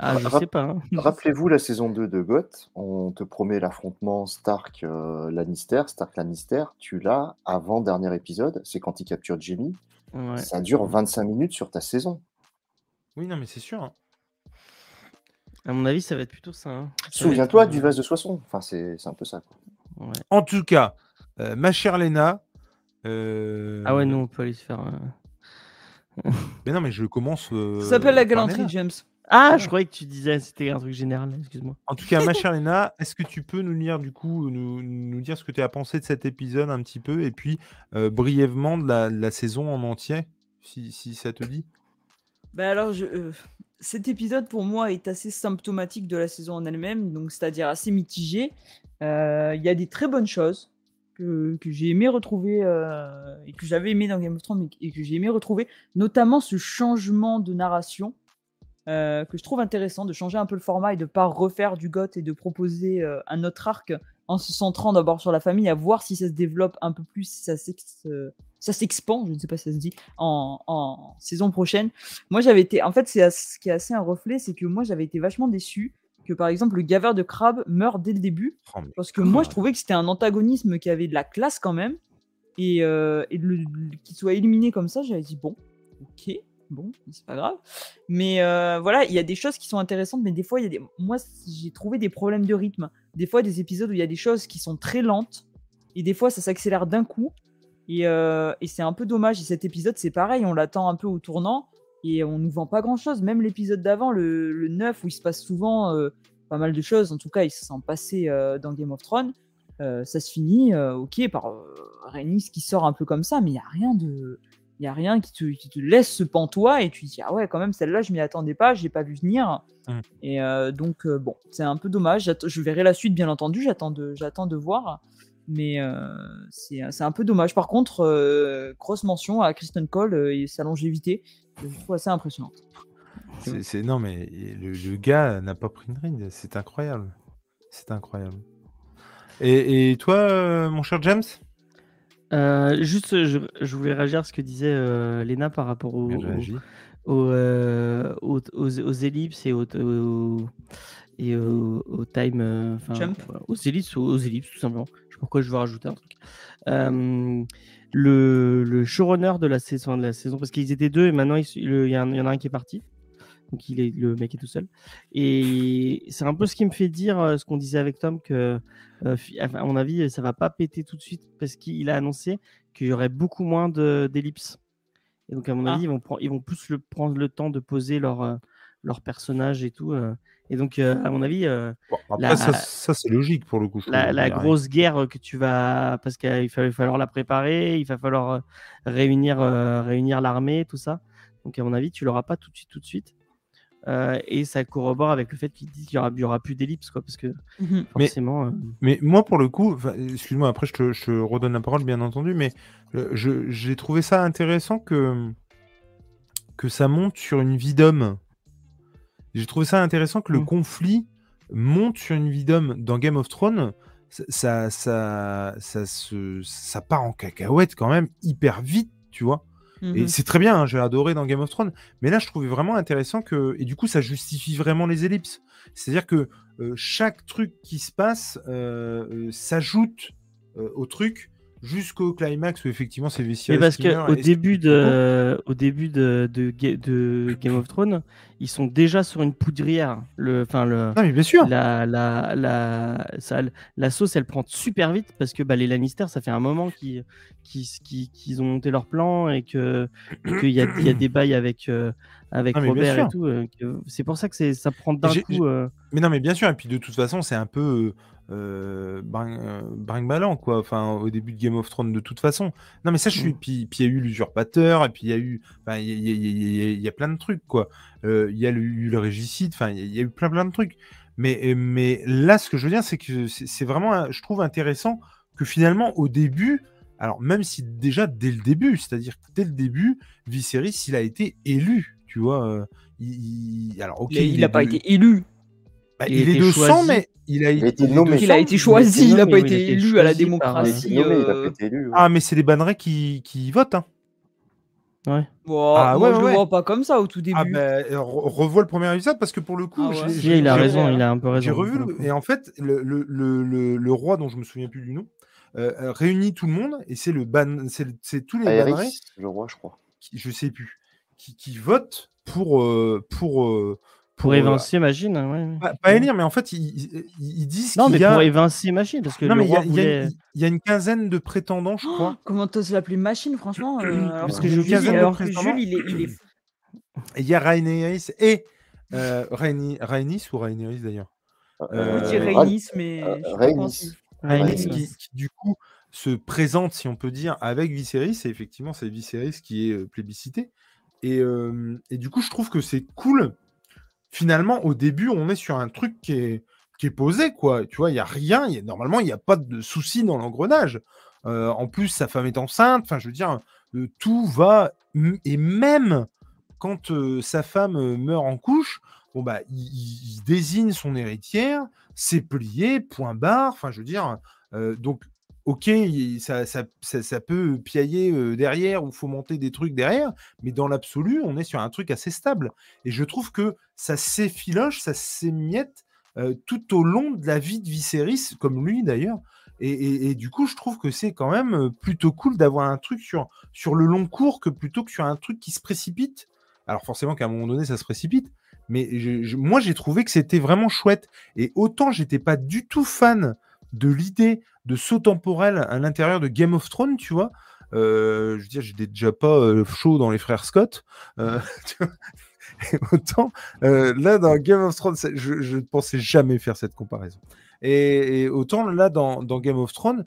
B: Ah, je
C: Rap-
B: sais pas. hein.
C: Rappelez-vous la saison 2 de Goth, on te promet l'affrontement euh, Stark-Lannister. Stark-Lannister, tu l'as avant dernier épisode, c'est quand il capture Jamie.
B: Ouais.
C: Ça dure 25 minutes sur ta saison.
A: Oui, non, mais c'est sûr. hein.
B: À mon avis, ça va être plutôt ça. hein. Ça va
C: Souviens-toi
B: être,
C: du vase de Soissons. Enfin, c'est c'est un peu ça. quoi.
B: euh, ouais.
A: En tout cas, euh, ma chère Léna. euh,
B: Ah ouais, nous, on peut aller se faire. euh,
A: Mais non, mais je commence. euh,
D: Ça s'appelle la
A: par
D: galanterie,
A: Léna.
D: James.
B: Ah, je croyais que tu disais c'était un truc général, excuse-moi.
A: En tout cas, ma chère Léna, est-ce que tu peux nous lire, du coup, nous, nous dire ce que tu as pensé de cet épisode un petit peu, et puis euh, brièvement de la, de la saison en entier, si, si ça te dit
D: Bah alors, je, euh, cet épisode pour moi est assez symptomatique de la saison en elle-même, donc c'est-à-dire assez mitigé. Euh, Il y a des très bonnes choses que, que j'ai aimé retrouver euh, et que j'avais aimé dans Game of Thrones mais- et que j'ai aimé retrouver, notamment ce changement de narration euh, que je trouve intéressant, de changer un peu le format et de pas refaire du goth et de proposer euh, un autre arc en se centrant d'abord sur la famille, à voir si ça se développe un peu plus, si ça s'ex- euh, ça s'expand, je ne sais pas si ça se dit, en- en saison prochaine. Moi, j'avais été. En fait, c'est as- ce qui est assez un reflet, c'est que moi, j'avais été vachement déçu que, par exemple, le gaveur de crabe meurt dès le début.
A: Oh, mais-
D: Parce que moi, je trouvais que c'était un antagonisme qui avait de la classe quand même. Et, euh, et de le- de- qu'il soit éliminé comme ça, j'avais dit bon, ok, bon, c'est pas grave. Mais euh, voilà, il y a des choses qui sont intéressantes, mais des fois, il y a des... moi, j'ai trouvé des problèmes de rythme. Des fois, des épisodes où il y a des choses qui sont très lentes, et des fois, ça s'accélère d'un coup. Et, euh, et c'est un peu dommage. Et cet épisode, c'est pareil, on l'attend un peu au tournant, et on nous vend pas grand-chose. Même l'épisode d'avant, le, le 9, où il se passe souvent euh, pas mal de choses, en tout cas, il se sent passer euh, dans Game of Thrones, euh, ça se finit, euh, ok, par euh, Rhaenys qui sort un peu comme ça, mais il n'y a rien de... Il a rien qui te, qui te laisse ce pantois et tu te dis, ah ouais, quand même, celle-là, je m'y attendais pas, j'ai pas vu venir.
A: Mm.
D: Et euh, donc, euh, bon, c'est un peu dommage. J'att- Je verrai la suite, bien entendu, j'attends de, j'attends de voir. Mais euh, c'est c'est un peu dommage. Par contre, euh, grosse mention à Kristen Cole euh, et sa longévité. Je trouve assez impressionnant.
A: C'est, c'est- Non, mais le, le gars n'a pas pris une ride. C'est incroyable. C'est incroyable. Et, et toi, euh, mon cher James
B: Euh, juste, euh, je, je voulais réagir à ce que disait euh, Léna par rapport au- au-
A: Réagis.
B: au, euh, aux, aux- aux ellipses et aux, aux- et au, au time, euh, enfin,
D: Jump.
B: voilà, aux ellipses, aux, aux ellipses tout simplement. Je sais pas pourquoi je veux rajouter un truc. Euh, le, le showrunner de la saison, de la saison, parce qu'ils étaient deux et maintenant il s- le- il y, en il y en a un qui est parti. Donc il est, le mec est tout seul. Et c'est un peu ce qui me fait dire euh, ce qu'on disait avec Tom que, euh, fi- à mon avis, ça va pas péter tout de suite parce qu'il a annoncé qu'il y aurait beaucoup moins de- d'ellipses. Et donc à mon
D: Ah.
B: avis, ils vont, pre- ils vont plus le, prendre le temps de poser leur, euh, leur personnage et tout. euh. Et donc euh, à mon avis, euh,
A: Bon, après,
B: La-
A: ça, ça, c'est logique pour le coup. je
B: la,
A: trouve,
B: la
A: derrière.
B: grosse guerre euh, que tu vas parce qu'il va falloir- falloir la préparer, il va falloir euh, réunir euh, réunir l'armée, tout ça. Donc à mon avis, tu l'auras pas tout de suite, tout de suite. Euh, et ça corrobore avec le fait qu'il dit qu'il y aura, il y aura plus d'ellipses, quoi, parce que
D: Mhm.
A: Mais-
B: forcément. euh,
A: Mais moi, pour le coup, enfin, excuse-moi, après, je te, je te redonne la parole, bien entendu, mais euh, je- j'ai trouvé ça intéressant que, que ça monte sur une vie d'homme. J'ai trouvé ça intéressant que le
B: Mm.
A: conflit monte sur une vie d'homme dans Game of Thrones. Ça, ça, ça, ça se- ça part en cacahuète quand même hyper vite, tu vois. Et
D: Mhm.
A: c'est très bien, hein, j'ai adoré dans Game of Thrones. Mais là, je trouvais vraiment intéressant que. Et du coup, ça justifie vraiment les ellipses. C'est-à-dire que euh, chaque truc qui se passe euh, euh, s'ajoute euh, au truc jusqu'au climax où effectivement c'est vestiaire.
B: Mais parce que au début de, au début de, de, Ga- de Game of Thrones, ils sont déjà sur une poudrière. Le, enfin le,
A: Non, mais bien sûr
B: la, la, la, ça- la sauce, elle prend super vite parce que bah, les Lannister, ça fait un moment qu'ils qu'ils qu'ils- qu'ils ont monté leur plan et que qu'il y a, il y a des bails avec, euh, avec
A: Ah, mais bien
B: Robert
A: sûr.
B: et tout. euh, que- C'est pour ça que c'est- ça prend d'un
A: J'ai- j'ai-
B: coup. euh,
A: Mais non, mais bien sûr. Et puis de toute façon, c'est un peu euh, bring, euh, brinque-ballant, quoi. Enfin, au début de Game of Thrones, de toute façon. Non, mais ça, je suis.
D: Mm.
A: Puis puis il y a eu l'usurpateur, et puis il y a eu. enfin, il y a, il y a- il y a- il y a plein de trucs, quoi. Euh, Il y a le- eu le régicide. Enfin, il y, a- il y a eu plein, plein de trucs. Mais, euh, mais là, ce que je veux dire, c'est que c'est c'est vraiment, un- je trouve intéressant que finalement, au début, alors même si déjà dès le début, c'est-à-dire que dès le début, Viserys, il a été élu, tu vois. euh, il, il- alors, ok,
D: Il a- il
A: est
D: n'a pas
A: de-
D: été élu.
A: bah,
B: Il
A: il,
B: a
A: est
B: été
A: 200,
B: choisi.
A: mais il a,
C: Il a été
A: est
C: nommé.
A: 200,
D: Il a été
A: mais-
D: choisi, il n'a
B: nommé,
D: pas
B: il a
D: été
B: été
D: élu à la
B: choisi par-
C: Il a
B: Ah,
C: été
D: démocratie.
C: nommé, il a
D: euh,
C: pas été élu. ouais.
A: Ah, mais c'est les bannerets qui, qui votent. Hein.
D: bon,
A: Ah,
D: moi,
A: ouais,
D: je
A: ouais,
D: le vois pas comme ça au tout début.
A: Ah, bah, re- revois le premier épisode parce que pour le coup,
D: Ah ouais.
A: j'ai-
D: Si,
B: si,
A: j'ai-
B: il a
A: j'ai-
B: raison, il a un peu raison.
A: J'ai revu, le- et en fait, le, le- le- le- le roi dont je me souviens plus du nom euh, euh, réunit tout le monde et c'est le ban- c'est le- c'est tous les
C: Ah,
A: bannerets,
C: Aerys, le roi, je crois.
A: qui, je sais plus, qui, qui votent pour euh, pour euh,
B: Pour
A: euh,
B: évincer Machine, hein, ouais, ouais.
A: pas, pas élire, mais en fait, ils, ils- ils disent
B: Non,
A: qu'il
B: mais
A: y a,
B: pour évincer Machine, parce que
A: non,
B: le
A: mais il y
B: roi
A: a- il y a
B: voulait. Oh
A: une- il y a une quinzaine de prétendants, je crois.
D: Oh, Comment t'oses l'appeler machine, franchement euh, alors
B: Parce
D: qu'on
B: que
D: a
B: je
D: vu-
B: viens de
D: alors que
A: présentement-
D: Jules, il est, il est fou.
A: Et Il y a Rhaenyra et euh, Rhaeny- Rhaenys ou Rhaenyra d'ailleurs,
D: On
A: Euh,
D: dit
A: Rhaenys,
D: Rhaenys, mais.
C: euh,
D: je sais pas
C: Rhaenys.
D: comment c'est.
B: Ouais,
A: Rhaenys
B: ouais.
A: qui, qui, du coup se présente, si on peut dire, avec Viserys. Et effectivement, c'est Viserys qui est euh, plébiscité. Et, euh, et du coup, je trouve que c'est cool. Finalement, au début, on est sur un truc qui est, qui est posé, quoi. Tu vois, il y a rien. il Y a, normalement, il n'y a pas de souci dans l'engrenage. Euh, en plus, sa femme est enceinte. Enfin, je veux dire, euh, tout va. Et même quand euh, sa femme euh, meurt en couche, bon bah, il, il- il désigne son héritière, c'est plié, point barre. Enfin, je veux dire, euh, donc, ok, il- ça, ça, ça- ça peut piailler euh, derrière ou fomenter des trucs derrière, mais dans l'absolu, on est sur un truc assez stable. Et je trouve que ça s'effiloche, ça s'émiette euh, tout au long de la vie de Viserys, comme lui d'ailleurs. Et, et- et du coup, je trouve que c'est quand même euh, plutôt cool d'avoir un truc sur, sur le long cours que plutôt que sur un truc qui se précipite. Alors forcément qu'à un moment donné, ça se précipite. Mais je- je- moi, j'ai trouvé que c'était vraiment chouette. Et autant j'étais pas du tout fan de l'idée de saut temporel à l'intérieur de Game of Thrones, tu vois. Euh, je veux dire, j'étais déjà pas euh, chaud dans les frères Scott. Euh, tu vois. Et autant euh, là dans Game of Thrones, c'est- je, je ne pensais jamais faire cette comparaison. Et, et autant là dans, dans Game of Thrones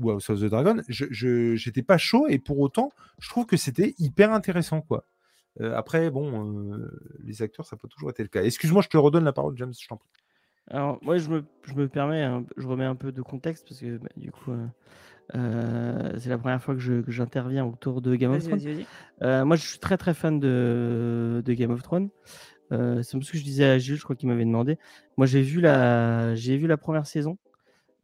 A: ou House of the Dragon, je- je j'étais pas chaud et pour autant, je trouve que c'était hyper intéressant quoi. Euh, après, bon, euh, les acteurs, ça n'a pas toujours été le cas. Excuse-moi, je te redonne la parole, James, je t'en prie.
B: Alors, moi, je me, je me permets, hein, je remets un peu de contexte parce que bah, du coup, euh, euh, c'est la première fois que je- que j'interviens autour de Game of
D: Vas-y,
B: Thrones.
D: vas-y, vas-y.
B: Euh, moi, je suis très très fan de, de Game of Thrones. Euh, c'est ce que je disais à Jules, je crois qu'il m'avait demandé. Moi, j'ai vu la, j'ai vu la première saison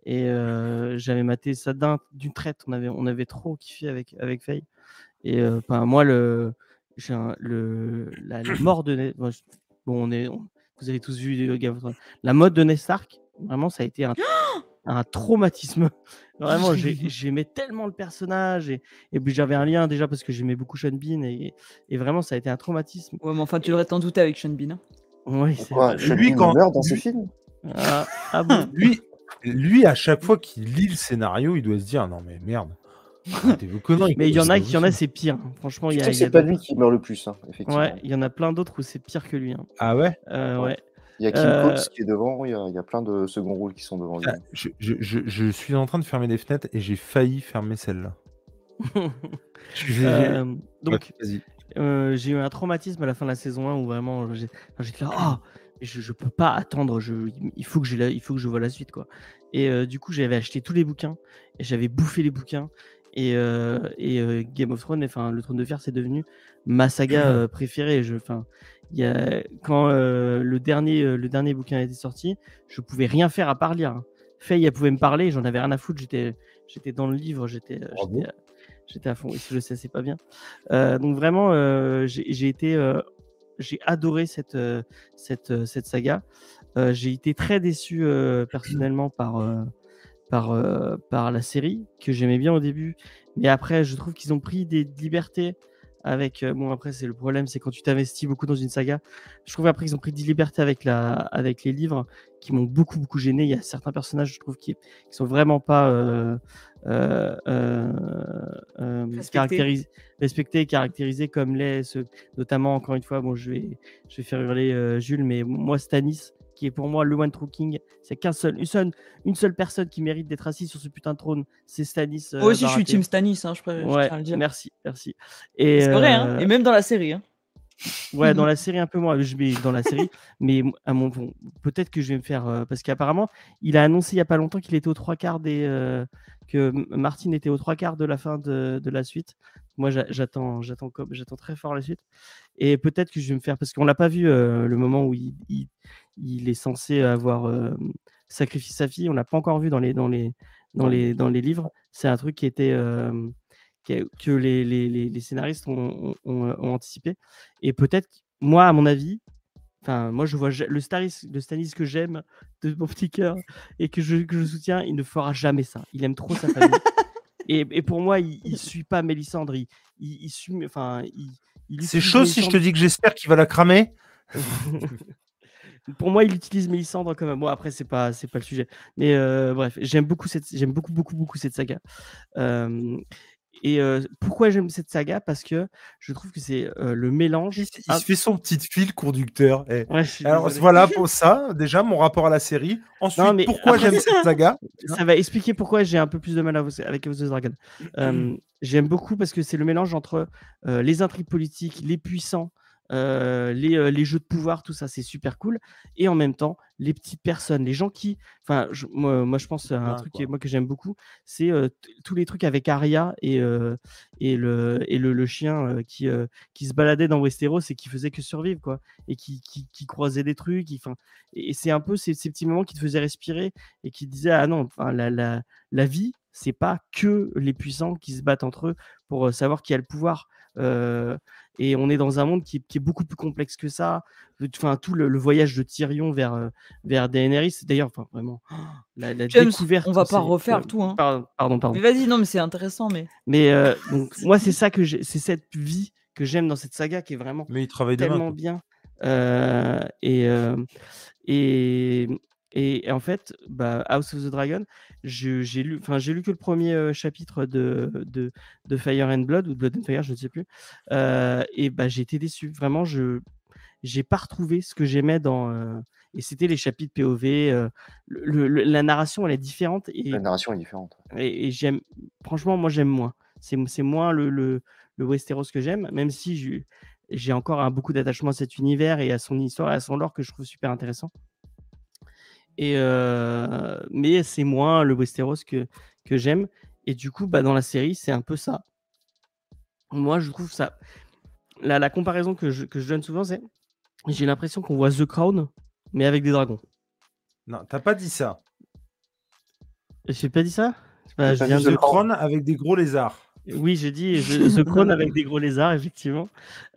B: et euh, j'avais maté ça d'un- d'une traite. On avait, on avait trop kiffé avec avec Faye. Et euh, enfin, moi, le, j'ai un- le, la, la mort de, Ne- moi, je- bon, on est, on- Vous avez tous vu euh, Game of Thrones. La mode de Ned Stark, vraiment, ça a été un, un traumatisme. Vraiment, j'ai- j'aimais tellement le personnage. Et, et puis j'avais un lien déjà parce que j'aimais beaucoup Sean Bean. Et, et vraiment, ça a été un traumatisme.
D: Ouais, mais enfin, tu devrais t'en douter avec Sean Bean. hein.
B: Oui, c'est
C: Pourquoi
B: vrai.
C: Sean
A: Lui,
C: Bean
A: quand-
C: meurt dans ses
A: lui-
C: films
B: Ah, ah bon
A: Lui, lui, à chaque fois qu'il lit le scénario, il doit se dire non mais merde. arrêtez vos conneries,
B: Mais il y
A: quoi,
B: en
A: c'est
B: a
A: pas
B: qui en a,
A: possible.
B: c'est pire. hein. Franchement, il
C: Tu
B: y
C: sais
B: a.
C: que
B: il y a
C: c'est pas
B: d'autres-
C: lui qui meurt le plus, hein, effectivement.
B: Ouais, il y en a plein d'autres où c'est pire que lui. hein.
A: Ah ouais.
B: Euh,
C: Ouais.
B: ouais.
C: Il y a Kim
B: Euh,
C: Cox qui est devant, il y a, il y a plein de second rôles qui sont devant lui.
A: Putain, Ah, Je, je- je- je suis en train de fermer des fenêtres et j'ai failli fermer celle-là. Je- j'ai-
B: Euh,
A: Ouais,
B: donc,
A: vas-y.
B: euh, j'ai eu un traumatisme à la fin de la saison 1 où vraiment j'ai- enfin, j'étais là, ah, mais je, je peux pas attendre, je, il, faut que j'ai la- il faut que je vois la suite. quoi. Et euh, du coup, j'avais acheté tous les bouquins, et j'avais bouffé les bouquins, et, euh, et, euh, Game of Thrones, enfin, le trône de fer, c'est devenu ma saga euh, préférée. Je, enfin, il y a- quand euh, le, dernier, euh, le dernier bouquin était sorti, je pouvais rien faire à part lire. hein. Faye, elle pouvait me parler, j'en avais rien à foutre, j'étais j'étais dans le livre, j'étais euh,
A: Bravo.
B: j'étais- j'étais à fond. Et je sais, c'est pas bien. Euh, donc vraiment, euh, j'ai j'ai été, euh, j'ai adoré cette euh, cette euh, cette saga. Euh, j'ai été très déçu euh, personnellement par euh, par euh, par la série que j'aimais bien au début, mais après, je trouve qu'ils ont pris des libertés. Avec euh, bon après c'est le problème c'est quand tu t'investis beaucoup dans une saga je trouve après qu'ils ont pris des libertés avec la avec les livres qui m'ont beaucoup beaucoup gêné il y a certains personnages je trouve qui, qui sont vraiment pas euh, euh, euh, euh,
D: Respectés.
B: caractéris- respectés et caractérisés comme les ceux- notamment encore une fois bon je vais je vais faire hurler euh, Jules mais moi Stanis qui est pour moi le one true king c'est qu'un seul une seule une seule personne qui mérite d'être assise sur ce putain de trône c'est Stanis euh,
D: Moi aussi, je suis
B: Baratheon.
D: Team Stanis, hein, je préfère je
B: Ouais,
D: tiens à le dire.
B: merci, merci. Et
D: C'est vrai, hein,
B: euh,
D: et même dans la série. hein.
B: ouais, dans la série un peu moins, je vais dans la série, mais à mon bon, peut-être que je vais me faire euh, parce qu'apparemment il a annoncé il y a pas longtemps qu'il était aux trois quarts des euh, que M- Martine était aux trois quarts de la fin de, de la suite. Moi j'a- j'attends, j'attends comme j'attends très fort la suite et peut-être que je vais me faire parce qu'on l'a pas vu euh, le moment où il, il, il est censé avoir euh, sacrifié sa fille, on l'a pas encore vu dans les dans les dans les dans les livres. C'est un truc qui était euh, que que les, les, les, les scénaristes ont, ont- ont, euh, ont anticipé. Et peut-être, qu- moi, à mon avis, enfin, moi, je vois ja- le, Staris, le Stanis que j'aime de mon petit cœur et que je, que je soutiens, il ne fera jamais ça. Il aime trop sa famille. et, et pour moi, il ne suit pas Mélisandre. Il, il, il suit. Enfin, il, il
A: C'est
B: utilise
A: chaud si je te
B: Mélisandre-
A: dis que j'espère qu'il va la cramer.
B: Pour moi, il utilise Mélisandre comme moi. Après, c'est pas, c'est pas le sujet. Mais euh, bref, j'aime beaucoup cette, j'aime beaucoup, beaucoup, beaucoup cette saga. Euh, et euh, pourquoi j'aime cette saga Parce que je trouve que c'est euh, le mélange.
A: Il, se- il
B: Ah.
A: se fait son petit fil conducteur. eh.
B: Ouais, je suis
A: Alors
B: désolé.
A: voilà pour ça, déjà mon rapport à la série. Ensuite,
B: mais
A: pourquoi
B: après-
A: j'aime cette saga
B: ça va expliquer pourquoi j'ai un peu plus de mal à House- avec House of the Dragon. Euh, J'aime beaucoup parce que c'est le mélange entre euh, les intrigues politiques, les puissants, euh, les, euh, les jeux de pouvoir, tout ça, c'est super cool. Et en même temps, les petites personnes, les gens qui. Enfin, je- moi, moi, je pense à un
A: Humains,
B: truc
A: quoi.
B: qui- moi, que j'aime beaucoup, c'est euh, t- tous les trucs avec Arya et, euh, et, le, et le, le chien euh, qui, euh, qui se baladait dans Westeros et qui faisait que survivre, quoi. Et qui, qui, qui croisait des trucs. qui- 'fin, et et c'est un peu ces, ces petits moments qui te faisaient respirer et qui disait ah non enfin, la, la, la vie c'est pas que les puissants qui se battent entre eux pour euh, savoir qui a le pouvoir Euh, et on est dans un monde qui, est- qui est beaucoup plus complexe que ça enfin tout le, le voyage de Tyrion vers euh, vers Daenerys d'ailleurs enfin vraiment oh, la, la
D: James,
B: découverte
D: on va pas
B: c'est-
D: refaire
B: euh,
D: tout, hein.
B: pardon pardon, pardon.
D: Mais vas-y, non, mais c'est intéressant, mais.
B: mais euh, donc moi c'est ça que j'ai- c'est cette vie que j'aime dans cette saga qui est vraiment
A: Mais il travaille demain.
B: tellement
A: quoi.
B: bien. Euh, et, euh, et, et, et en fait, bah, House of the Dragon, je- j'ai lu, enfin, j'ai lu que le premier euh, chapitre de, de, de Fire and Blood ou de Blood and Fire, je ne sais plus. Euh, et bah, j'ai été déçu. Vraiment, je j'ai pas retrouvé ce que j'aimais dans. euh, et c'était les chapitres POV. euh, le- le- la narration, elle est différente. Et,
C: La narration est différente.
B: et, et j'aime franchement moi j'aime moins c'est c'est moins le, le, le Westeros que j'aime même si j'ai- j'ai encore hein, beaucoup d'attachement à cet univers et à son histoire et à son lore que je trouve super intéressant et euh, mais c'est moins le Westeros que que j'aime et du coup bah dans la série c'est un peu ça moi je trouve ça la, la comparaison que je, que je donne souvent c'est j'ai l'impression qu'on voit The Crown mais avec des dragons
A: Non, t'as pas dit ça.
B: j'ai pas dit ça Bah,
C: T'as
B: je
C: dit
B: viens
C: The
B: de
A: The
C: Crown.
A: Crown avec des gros lézards.
B: Oui, j'ai dit je, The Crown avec des gros lézards, effectivement.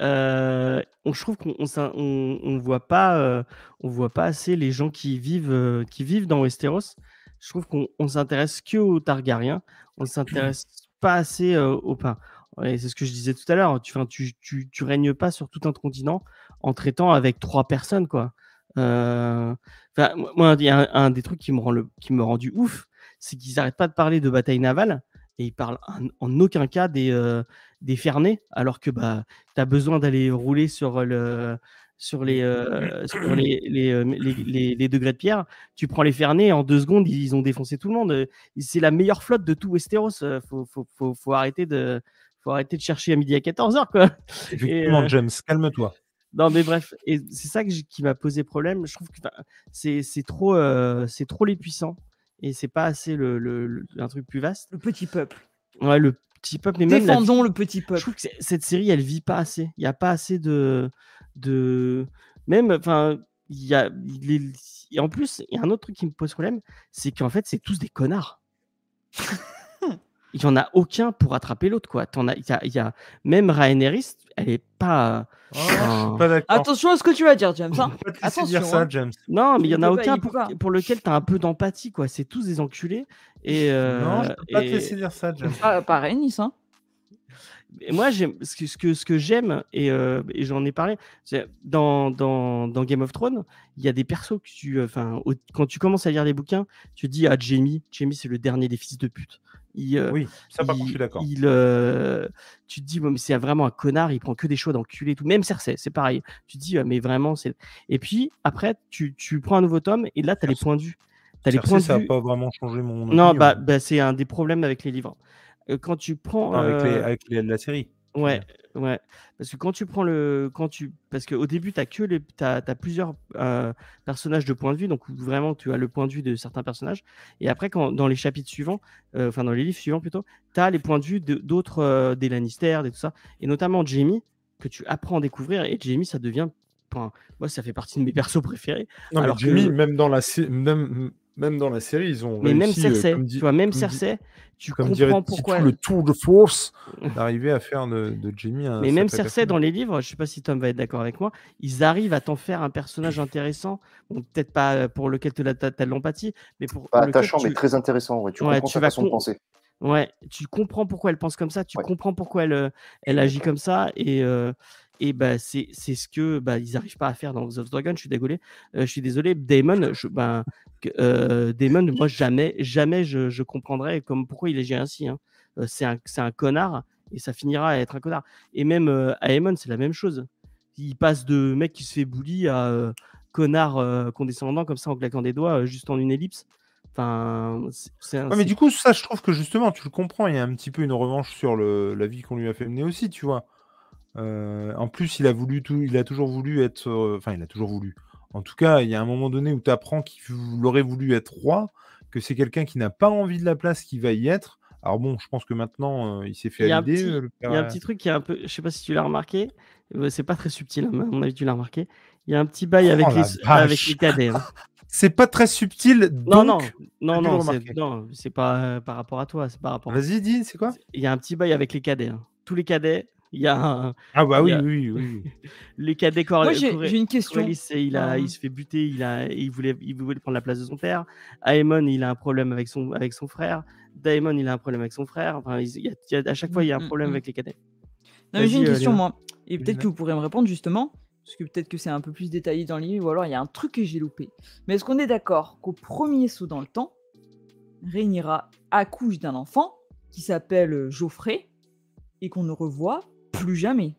B: Euh, on, je trouve qu'on on, s'in- on- on voit pas, euh, on voit pas assez les gens qui vivent, euh, qui vivent dans Westeros. Je trouve qu'on on s'intéresse que aux Targaryens. On s'intéresse pas assez euh, aux pains. Et c'est ce que je disais tout à l'heure. Tu, 'fin, tu, tu, tu règnes pas sur tout un continent en traitant avec trois personnes, quoi. Euh, 'fin, moi- moi, il y a un, un des trucs qui me rend le, qui me rend du ouf, c'est qu'ils n'arrêtent pas de parler de bataille navale et ils parlent en, en aucun cas des, euh, des Fernets, alors que bah, tu as besoin d'aller rouler sur, le, sur, les, euh, sur les, les, euh, les- les- les degrés de pierre. Tu prends les Fernets, en deux secondes, ils ont défoncé tout le monde. Euh, C'est la meilleure flotte de tout Westeros. Euh, Faut, faut, faut, faut arrêter de. Faut arrêter de chercher à midi à 14h quoi.
A: Effectivement,
B: euh,
A: James, calme-toi.
B: Non mais bref, et c'est ça que j'ai- qui m'a posé problème. Je trouve que enfin, c'est c'est trop euh, c'est trop les puissants et c'est pas assez le, le- le- un truc plus vaste.
D: Le petit peuple.
B: Ouais, le petit peuple mais même la
D: Défendons le petit
B: je
D: peuple.
B: trouve que c'est- cette série, elle vit pas assez. Il n'y a pas assez de. de... Même, enfin, il y a. il est- Et en plus, il y a un autre truc qui me pose problème, c'est qu'en fait, c'est tous des connards. Il n'y en a aucun pour attraper l'autre, quoi. T'en as, il y a, il y a- Même Rhaenerys, elle est pas.
A: Oh, je suis
B: Ah.
A: pas d'accord.
D: Attention à ce que tu vas dire, James. hein.
A: Je peux pas te laisser
D: attention,
A: dire ça,
D: hein.
A: James.
B: Non, mais il n'y
D: Il
B: en a
D: peut pas,
B: aucun
D: il peut
B: pour,
D: pas.
B: pour lequel tu as un peu d'empathie, quoi. C'est tous des enculés. Et,
A: Non, je
B: euh,
A: peux pas te
B: et-
A: laisser dire ça, James.
D: Ah, pareil, Nice. Hein.
B: Et moi, j'aime ce que, ce que, ce que j'aime, et, euh, et j'en ai parlé, c'est dans, dans, dans Game of Thrones, il y a des persos que tu. euh, Enfin, quand tu commences à lire les bouquins, tu dis Ah, Jamie, Jamie, c'est le dernier des fils de pute. Il, euh,
A: Oui, ça par contre, je suis
B: il-
A: d'accord.
B: il, euh, tu te dis, ouais, mais c'est vraiment un connard, il prend que des choses d'enculé et tout. Même Cersei, c'est pareil. Tu te dis, ouais, mais vraiment, c'est. Et puis, après, tu, tu prends un nouveau tome, et là, tu as les
A: Cersei.
B: points de vue. T'as les
A: Cersei,
B: points de
A: ça n'a
B: vue-
A: pas hein. vraiment changé mon.
B: Non,
A: opinion.
B: bah, bah, c'est un des problèmes avec les livres. Euh, Quand tu prends.
A: Non, avec, les-
B: euh,
A: avec les- la série.
B: Ouais, ouais. Parce que quand tu prends le. Quand tu... Parce qu'au début, tu as, que les... t'as- t'as plusieurs euh, personnages de point de vue. Donc, où vraiment, tu as le point de vue de certains personnages. Et après, quand... dans les chapitres suivants, euh, enfin, dans les livres suivants plutôt, tu as les points de vue de- d'autres, euh, des Lannister, et tout ça. Et notamment Jamie, que tu apprends à découvrir. Et Jamie, ça devient. enfin, moi, ça fait partie de mes persos préférés.
E: Non, mais
B: Alors que-
E: Jimmy, même, dans la sé- même, même dans la série, ils ont.
B: Mais même
E: réussi, euh,
B: Cersei,
E: comme
B: tu
E: dit-
B: vois, même
E: comme dit-
B: Cersei, tu
E: comme
B: comprends
E: dirait Titou,
B: pourquoi.
E: le tour de force.
A: D'arriver à faire de, de Jimmy un
B: Mais même
A: sacré
B: Cersei,
A: personnage.
B: dans les livres, je sais pas si Tom va être d'accord avec moi, ils arrivent à t'en faire un personnage intéressant. Bon, peut-être pas euh, pour lequel tu as, de l'empathie, mais pour
C: Pas
B: lequel
C: attachant,
B: tu...
C: mais très intéressant. Ouais, tu
B: Ouais,
C: comprends
B: tu
C: sa
B: vas
C: façon de
B: con-
C: penser.
B: Ouais, tu comprends pourquoi elle pense comme ça, tu
C: Ouais.
B: comprends pourquoi elle, euh, elle agit comme ça, et, euh, et bah, c'est, c'est ce que bah, ils n'arrivent pas à faire dans House of Dragon. Je suis désolé, euh, je suis désolé. Damon, je, ben, que- euh, Damon, moi jamais, jamais je, je comprendrais comme pourquoi il agit ainsi. hein. Euh, c'est un, c'est un connard et ça finira à être un connard. Et même euh, Aemon, c'est la même chose. Il passe de mec qui se fait bully à euh, connard euh, condescendant comme ça en claquant des doigts, euh, juste en une ellipse. Enfin, c'est, c'est un-
A: Ouais, mais du coup, ça, je trouve que justement, tu le comprends, il y a un petit peu une revanche sur le, la vie qu'on lui a fait mener aussi, tu vois. Euh, en plus, il a, voulu tout, il a toujours voulu être. euh, Enfin, il a toujours voulu. En tout cas, il y a un moment donné où tu apprends qu'il aurait voulu être roi, que c'est quelqu'un qui n'a pas envie de la place qui va y être. Alors bon, je pense que maintenant, euh, il s'est fait
B: Il y a
A: à
B: un
A: l'idée.
B: petit-
A: euh, le
B: Il y a un
A: père-
B: petit truc qui est un peu, je sais pas si tu l'as remarqué, euh, c'est pas très subtil, hein, mais à mon avis tu l'as remarqué. Il y a un petit bail
A: Oh
B: avec,
A: la
B: les, euh, avec
A: vache.
B: les cadets. hein.
A: euh. C'est pas très subtil.
B: Non,
A: Donc...
B: non, non,
A: dû le
B: non, c'est,
A: remarquer.
B: non, c'est pas euh, par rapport à toi, c'est par rapport.
A: Vas-y, dis, c'est quoi
B: Il y a un petit bail avec les cadets. hein. Tous les cadets, il y a un-
A: Ah bah
B: Il
A: oui,
B: y a-
A: oui, oui. oui.
B: les cadets corps.
D: Moi, j'ai j'ai une question.
B: Corellis, c'est- il, a,
D: Euh.
B: il se fait buter, il, a, il, voulait, il voulait prendre la place de son père. Aemon, il a un problème avec son, avec son frère. Daemon, il a un problème avec son frère. Enfin, il y a- il y a- à chaque fois, il y a
D: Mm,
B: un problème
D: mm.
B: avec les cadets.
D: Non, mais j'ai une
B: Vas-y, euh,
D: question,
B: Léna.
D: moi. Et peut-être
A: Léna.
D: que vous pourrez me répondre, justement, parce que peut-être que c'est un peu plus détaillé dans le livre, ou alors il y a un truc que j'ai loupé. Mais est-ce qu'on est d'accord qu'au premier saut dans le temps, Rhaenyra accouche d'un enfant qui s'appelle euh, Geoffrey et qu'on ne revoit plus jamais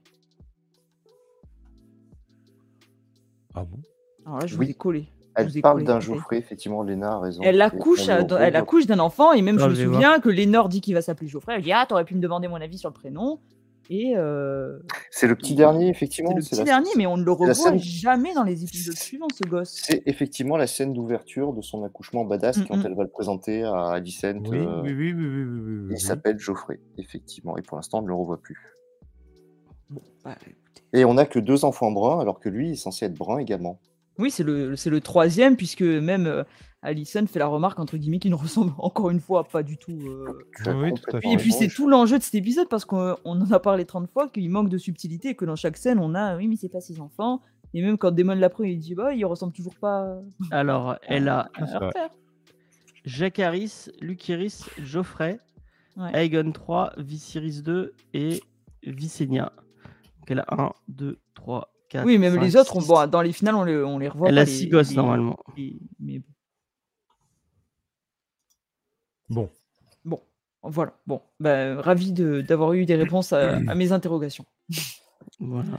A: Ah bon
D: Alors là, je
C: Oui.
D: vous ai collé.
C: Elle
D: vous ai
C: parle
D: collé,
C: d'un
D: ok.
C: Geoffrey, effectivement, Léna a raison.
D: Elle
C: Et
D: accouche,
C: on
D: à-
C: est au
D: elle
C: bon-
D: accouche d'un enfant, et même
B: Ah,
D: je me
B: je vais
D: souviens que Lénore dit qu'il va s'appeler Geoffrey. Elle dit Ah, t'aurais pu me demander mon avis sur le prénom. Et euh,
C: C'est le petit dernier, effectivement.
D: c'est le
C: c'est
D: petit
C: la-
D: dernier, mais on ne le revoit
C: scène-
D: jamais dans les épisodes suivants, ce gosse.
C: C'est effectivement la scène d'ouverture de son accouchement badass
D: Mm,
C: quand
D: mm.
C: elle va le présenter à Alicent.
A: oui,
C: euh,
A: oui, oui, oui, oui, oui, oui, oui,
C: Il s'appelle Geoffrey, effectivement. Et pour l'instant, on ne le revoit plus.
D: Bah,
C: Et on n'a que deux enfants bruns, alors que lui est censé être brun également.
D: Oui, c'est le, c'est le troisième, puisque même euh, Allison fait la remarque, entre guillemets, qu'il ne ressemble encore une fois pas du tout. euh,
C: Tu as
F: Oui, tout à
C: complètement
F: fait.
D: Et puis
C: raison,
D: c'est
C: je-
D: tout l'enjeu de cet épisode, parce qu'on on en a parlé 30 fois, qu'il manque de subtilité, et que dans chaque scène, on a, oui, mais c'est pas ses enfants. Et même quand Damon l'apprend, il dit, bah, il ressemble toujours pas
B: Alors, elle a
D: à leur
F: vrai.
D: père.
B: Jacques Harris, Luke Harris, Geoffrey,
D: Ouais.
B: Aegon 3, Viserys 2 et Visenya. Donc elle a 1, 2, 3, 4.
D: Oui, même les autres, on,
B: ont
D: bon, dans les finales, on les, on les revoit.
B: Ah, Elle
D: pas,
B: a
D: les-
B: 6 gosses
D: les-
B: normalement.
D: les- mais bon.
A: Bon.
D: Bon, voilà. Bon, bah, ravi de- d'avoir eu des réponses à, à mes interrogations.
B: Voilà.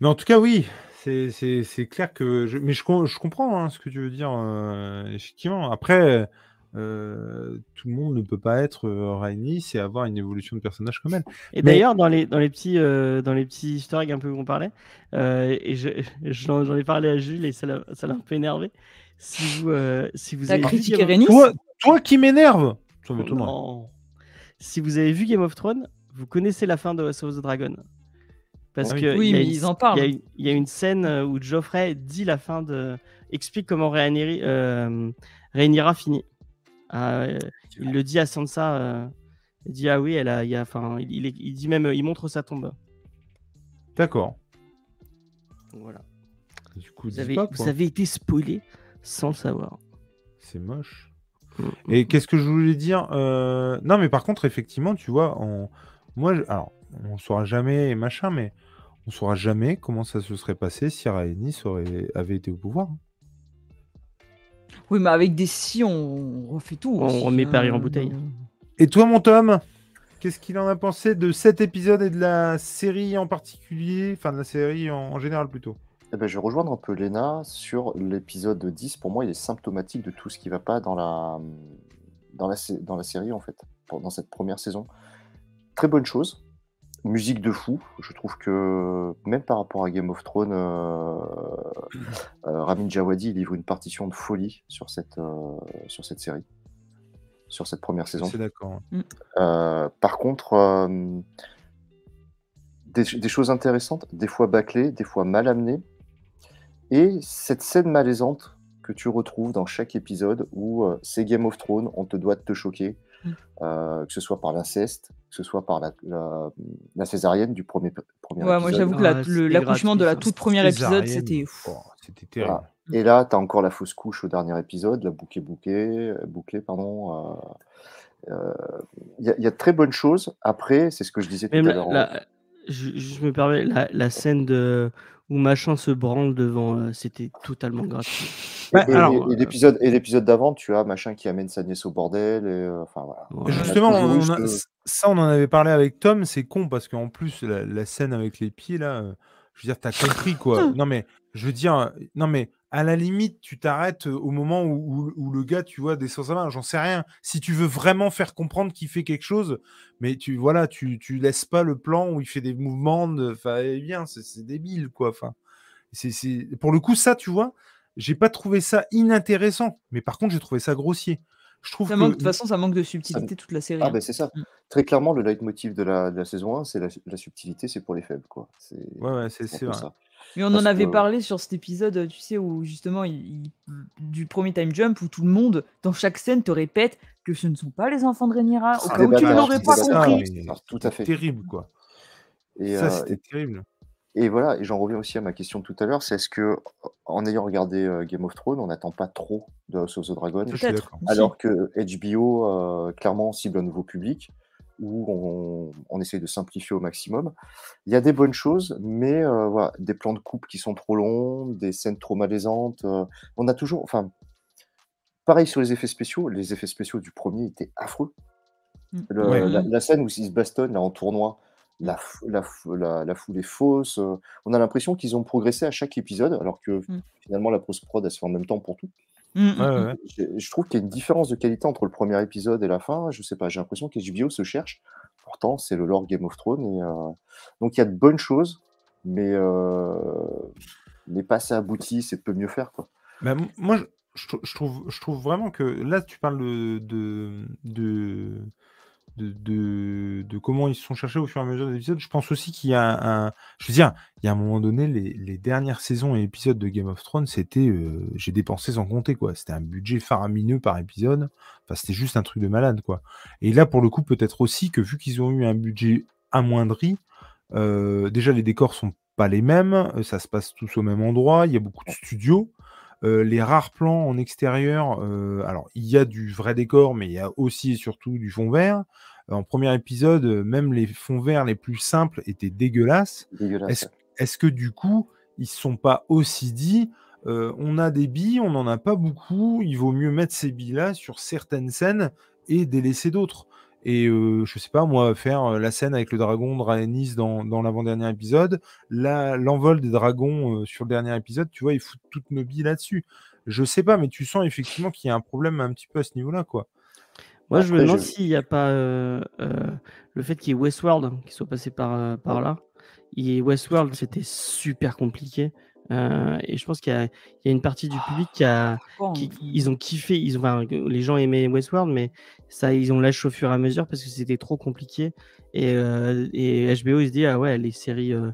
A: Mais en tout cas, oui, c'est- c'est c'est clair que. je- mais je, com- je comprends hein, ce que tu veux dire, euh, effectivement. Après, euh, tout le monde ne peut pas être euh, Rhaenys et avoir une évolution de personnage comme elle.
B: Et
A: Mais-
B: d'ailleurs, dans les, dans, les petits, euh, dans les petits easter eggs un peu qu'on parlait, euh, et je- j'en j'en ai parlé à Jules et ça l'a ça l'a un peu énervé. Si vous, euh, si vous
D: T'as
B: avez vu
D: critiqué
B: Game of-
D: Rhaenys
A: Toi, toi qui m'énerve Ça m'étonnerait.
B: Oh Non. Si vous avez vu Game of Thrones, vous connaissez la fin de House of the Dragon. Parce
A: Ah Oui.
B: que
D: Oui,
B: il y a
D: mais
B: une-
D: ils en parlent.
B: Il y, a une- il y a une scène euh, où Geoffrey dit la fin de. explique comment Rhaenyra, euh, Rhaenyra finit. Ah, euh, il le dit à Sansa. euh, il dit Ah oui, elle a, il, y a- enfin, il, il est- il dit même. euh, Il montre sa tombe.
A: D'accord.
B: Donc voilà.
A: Du coup,
B: Vous
A: dis
B: avez,
A: pas,
B: vous
A: quoi.
B: avez été spoilé sans le savoir.
A: C'est moche.
B: Mmh,
A: Et qu'est-ce que je voulais dire Euh, Non, mais par contre, effectivement, tu vois, on... moi, je- alors, on saura jamais, machin, mais on saura jamais comment ça se serait passé si Rhaenys aurait... avait été au pouvoir.
D: Oui, mais avec des si, on refait tout.
B: On
D: aussi,
B: remet
D: hein,
B: Paris en bouteille.
D: donc-
A: Et toi, mon Tom, qu'est-ce qu'il en a pensé de cet épisode et de la série en particulier, enfin de la série en, en général plutôt
C: Eh ben, je vais rejoindre un peu Léna sur l'épisode 10. Pour moi, il est symptomatique de tout ce qui va pas dans la, dans la, sé- dans la série, en fait, pour- dans cette première saison. Très bonne chose. Musique de fou. Je trouve que, même par rapport à Game of Thrones, euh, euh, Ramin Djawadi livre une partition de folie sur cette, euh, sur cette série, sur cette première saison.
A: C'est d'accord.
C: Euh, par contre, euh, des, des choses intéressantes, des fois bâclées, des fois mal amenées. Et cette scène malaisante que tu retrouves dans chaque épisode où euh, c'est Game of Thrones, on te doit de te choquer,
D: Mm.
C: euh, que ce soit par l'inceste, que ce soit par la, la- la césarienne du premier, premier
D: Ouais, moi
C: épisode.
D: j'avoue que la-
B: Ah,
D: le-
B: c'était
D: l'accouchement
B: gratuit,
D: de la
B: ça.
D: toute première épisode,
A: Césarienne.
D: c'était fou.
A: Oh, C'était terrible.
C: Voilà. Et là, tu as encore la fausse couche au dernier épisode, la bouquet bouquet, bouclée, pardon. Il euh, euh, y, a- y a de très bonnes choses. Après, c'est ce que je disais tout
B: Même
C: à
B: la,
C: l'heure.
B: la- je, je me permets, la, la scène de, où machin se branle devant, euh, c'était totalement gratuit.
A: Bah,
C: Et-
A: alors,
C: et, et l'épisode et l'épisode d'avant, tu as machin qui amène sa nièce au bordel. Et, euh, enfin, voilà.
B: Voilà.
C: Je-
A: Justement,
C: toujours eu
A: on a-
C: ce-
A: ça, on en avait parlé avec Tom. C'est con parce qu'en plus, la, la scène avec les pieds, là, euh, je veux dire, t'as compris
D: Ah.
A: quoi. non, mais je veux dire, euh, non, mais à la limite, tu t'arrêtes euh, au moment où, où- où le gars, tu vois, descend sa main. J'en sais rien. Si tu veux vraiment faire comprendre qu'il fait quelque chose, mais tu, voilà, tu, tu laisses pas le plan où il fait des mouvements. De, enfin, eh bien, c'est- c'est débile quoi. Enfin, c'est, c'est- pour le coup, ça, tu vois, j'ai pas trouvé ça inintéressant, mais par contre, j'ai trouvé ça grossier. Je trouve
D: Ça
A: que-
D: manque, de toute façon, ça manque de subtilité toute la série.
C: Ah
D: hein.
C: ben c'est ça.
D: Mm.
C: Très clairement, le leitmotiv de la, de la saison 1, c'est la, la subtilité, c'est pour les faibles, quoi. C'est
A: Ouais, ouais, c'est,
C: c'est un
A: c'est
C: peu
A: vrai.
C: ça.
D: Mais on en
C: Parce
D: avait
C: que-
D: parlé sur cet épisode, tu sais, où justement, il- il- du premier time jump, où tout le monde, dans chaque scène, te répète que ce ne sont pas les enfants de Rhaenyra, au
C: Ah,
D: cas où tu ne
C: bâtards,
D: l'aurais
C: des
D: pas
C: bâtards,
D: compris.
C: oui. Alors, tout à fait.
A: Terrible, quoi.
C: Et,
A: ça,
C: euh,
A: c'était terrible.
C: Et voilà, et j'en reviens aussi à ma question de tout à l'heure, c'est est-ce que, en ayant regardé euh, Game of Thrones, on n'attend pas trop de House of the Dragon,
A: Je suis
D: Peut-être.
A: d'accord.
D: aussi.
C: alors que HBO, euh, clairement, cible un nouveau public, où on, on essaye de simplifier au maximum. Il y a des bonnes choses, mais euh, voilà, des plans de coupe qui sont trop longs, des scènes trop malaisantes. euh, on a toujours, enfin, pareil sur les effets spéciaux, les effets spéciaux du premier étaient affreux.
D: Mm.
C: Le-
A: Ouais.
C: la, la scène où ils se bastonnent là, en tournoi, la, f- la, f- la, la foule est fausse. euh, on a l'impression qu'ils ont progressé à chaque épisode, alors que
D: Mm.
C: finalement la post-prod, elle se fait en même temps pour tout.
D: Mm, mm,
A: Ouais,
D: mm.
A: ouais, ouais.
C: Je, je trouve qu'il y a une différence de qualité entre le premier épisode et la fin. Je sais pas, j'ai l'impression qu'HBO se cherche. Pourtant, c'est le lore Game of Thrones. Et, euh, Donc il y a de bonnes choses, mais, euh... mais pas assez abouti, c'est peu mieux faire. Quoi.
A: Bah, m- moi, je, je trou- je trouve, je trouve vraiment que là, tu parles de, de, de, de, de comment ils se sont cherchés au fur et à mesure des épisodes. Je pense aussi qu'il y a un. Je veux dire, il y a un moment donné, les, les dernières saisons et épisodes de Game of Thrones, c'était. euh, J'ai dépensé sans compter, quoi. C'était un budget faramineux par épisode. Enfin, c'était juste un truc de malade, quoi. Et là, pour le coup, peut-être aussi que vu qu'ils ont eu un budget amoindri, euh, déjà, les décors sont pas les mêmes, euh, ça se passe tous au même endroit, il y a beaucoup de studios. Euh, les rares plans en extérieur, euh, alors il y a du vrai décor, mais il y a aussi et surtout du fond vert. Euh, En premier épisode, euh, même les fonds verts les plus simples étaient dégueulasses
C: Dégueulasse.
A: est-ce est-ce que du coup, ils se sont pas aussi dit, euh, on a des billes, on n'en a pas beaucoup, il vaut mieux mettre ces billes-là sur certaines scènes et délaisser d'autres. Et euh, je sais pas, moi, faire euh, la scène avec le dragon de Rhaenys dans, dans l'avant-dernier épisode, la- l'envol des dragons euh, sur le dernier épisode, tu vois, ils foutent toutes nos billes là-dessus. Je sais pas, mais tu sens effectivement qu'il y a un problème un petit peu à ce niveau-là, quoi.
B: Moi, je me
C: Après,
B: demande
C: je-
B: s'il n'y a pas euh, euh, le fait qu'il y ait Westworld qui soit passé par, euh, par là. Et Westworld, c'était super compliqué. Euh, et je pense qu'il y, a- il y a une partie du public qui a,
D: Pourquoi hein on-
B: qui- ils ont kiffé. Ils ont, enfin, les gens aimaient Westworld, mais ça, ils ont lâché au fur et à mesure parce que c'était trop compliqué. Et, euh, et HBO, ils se dit ah ouais, les séries, euh,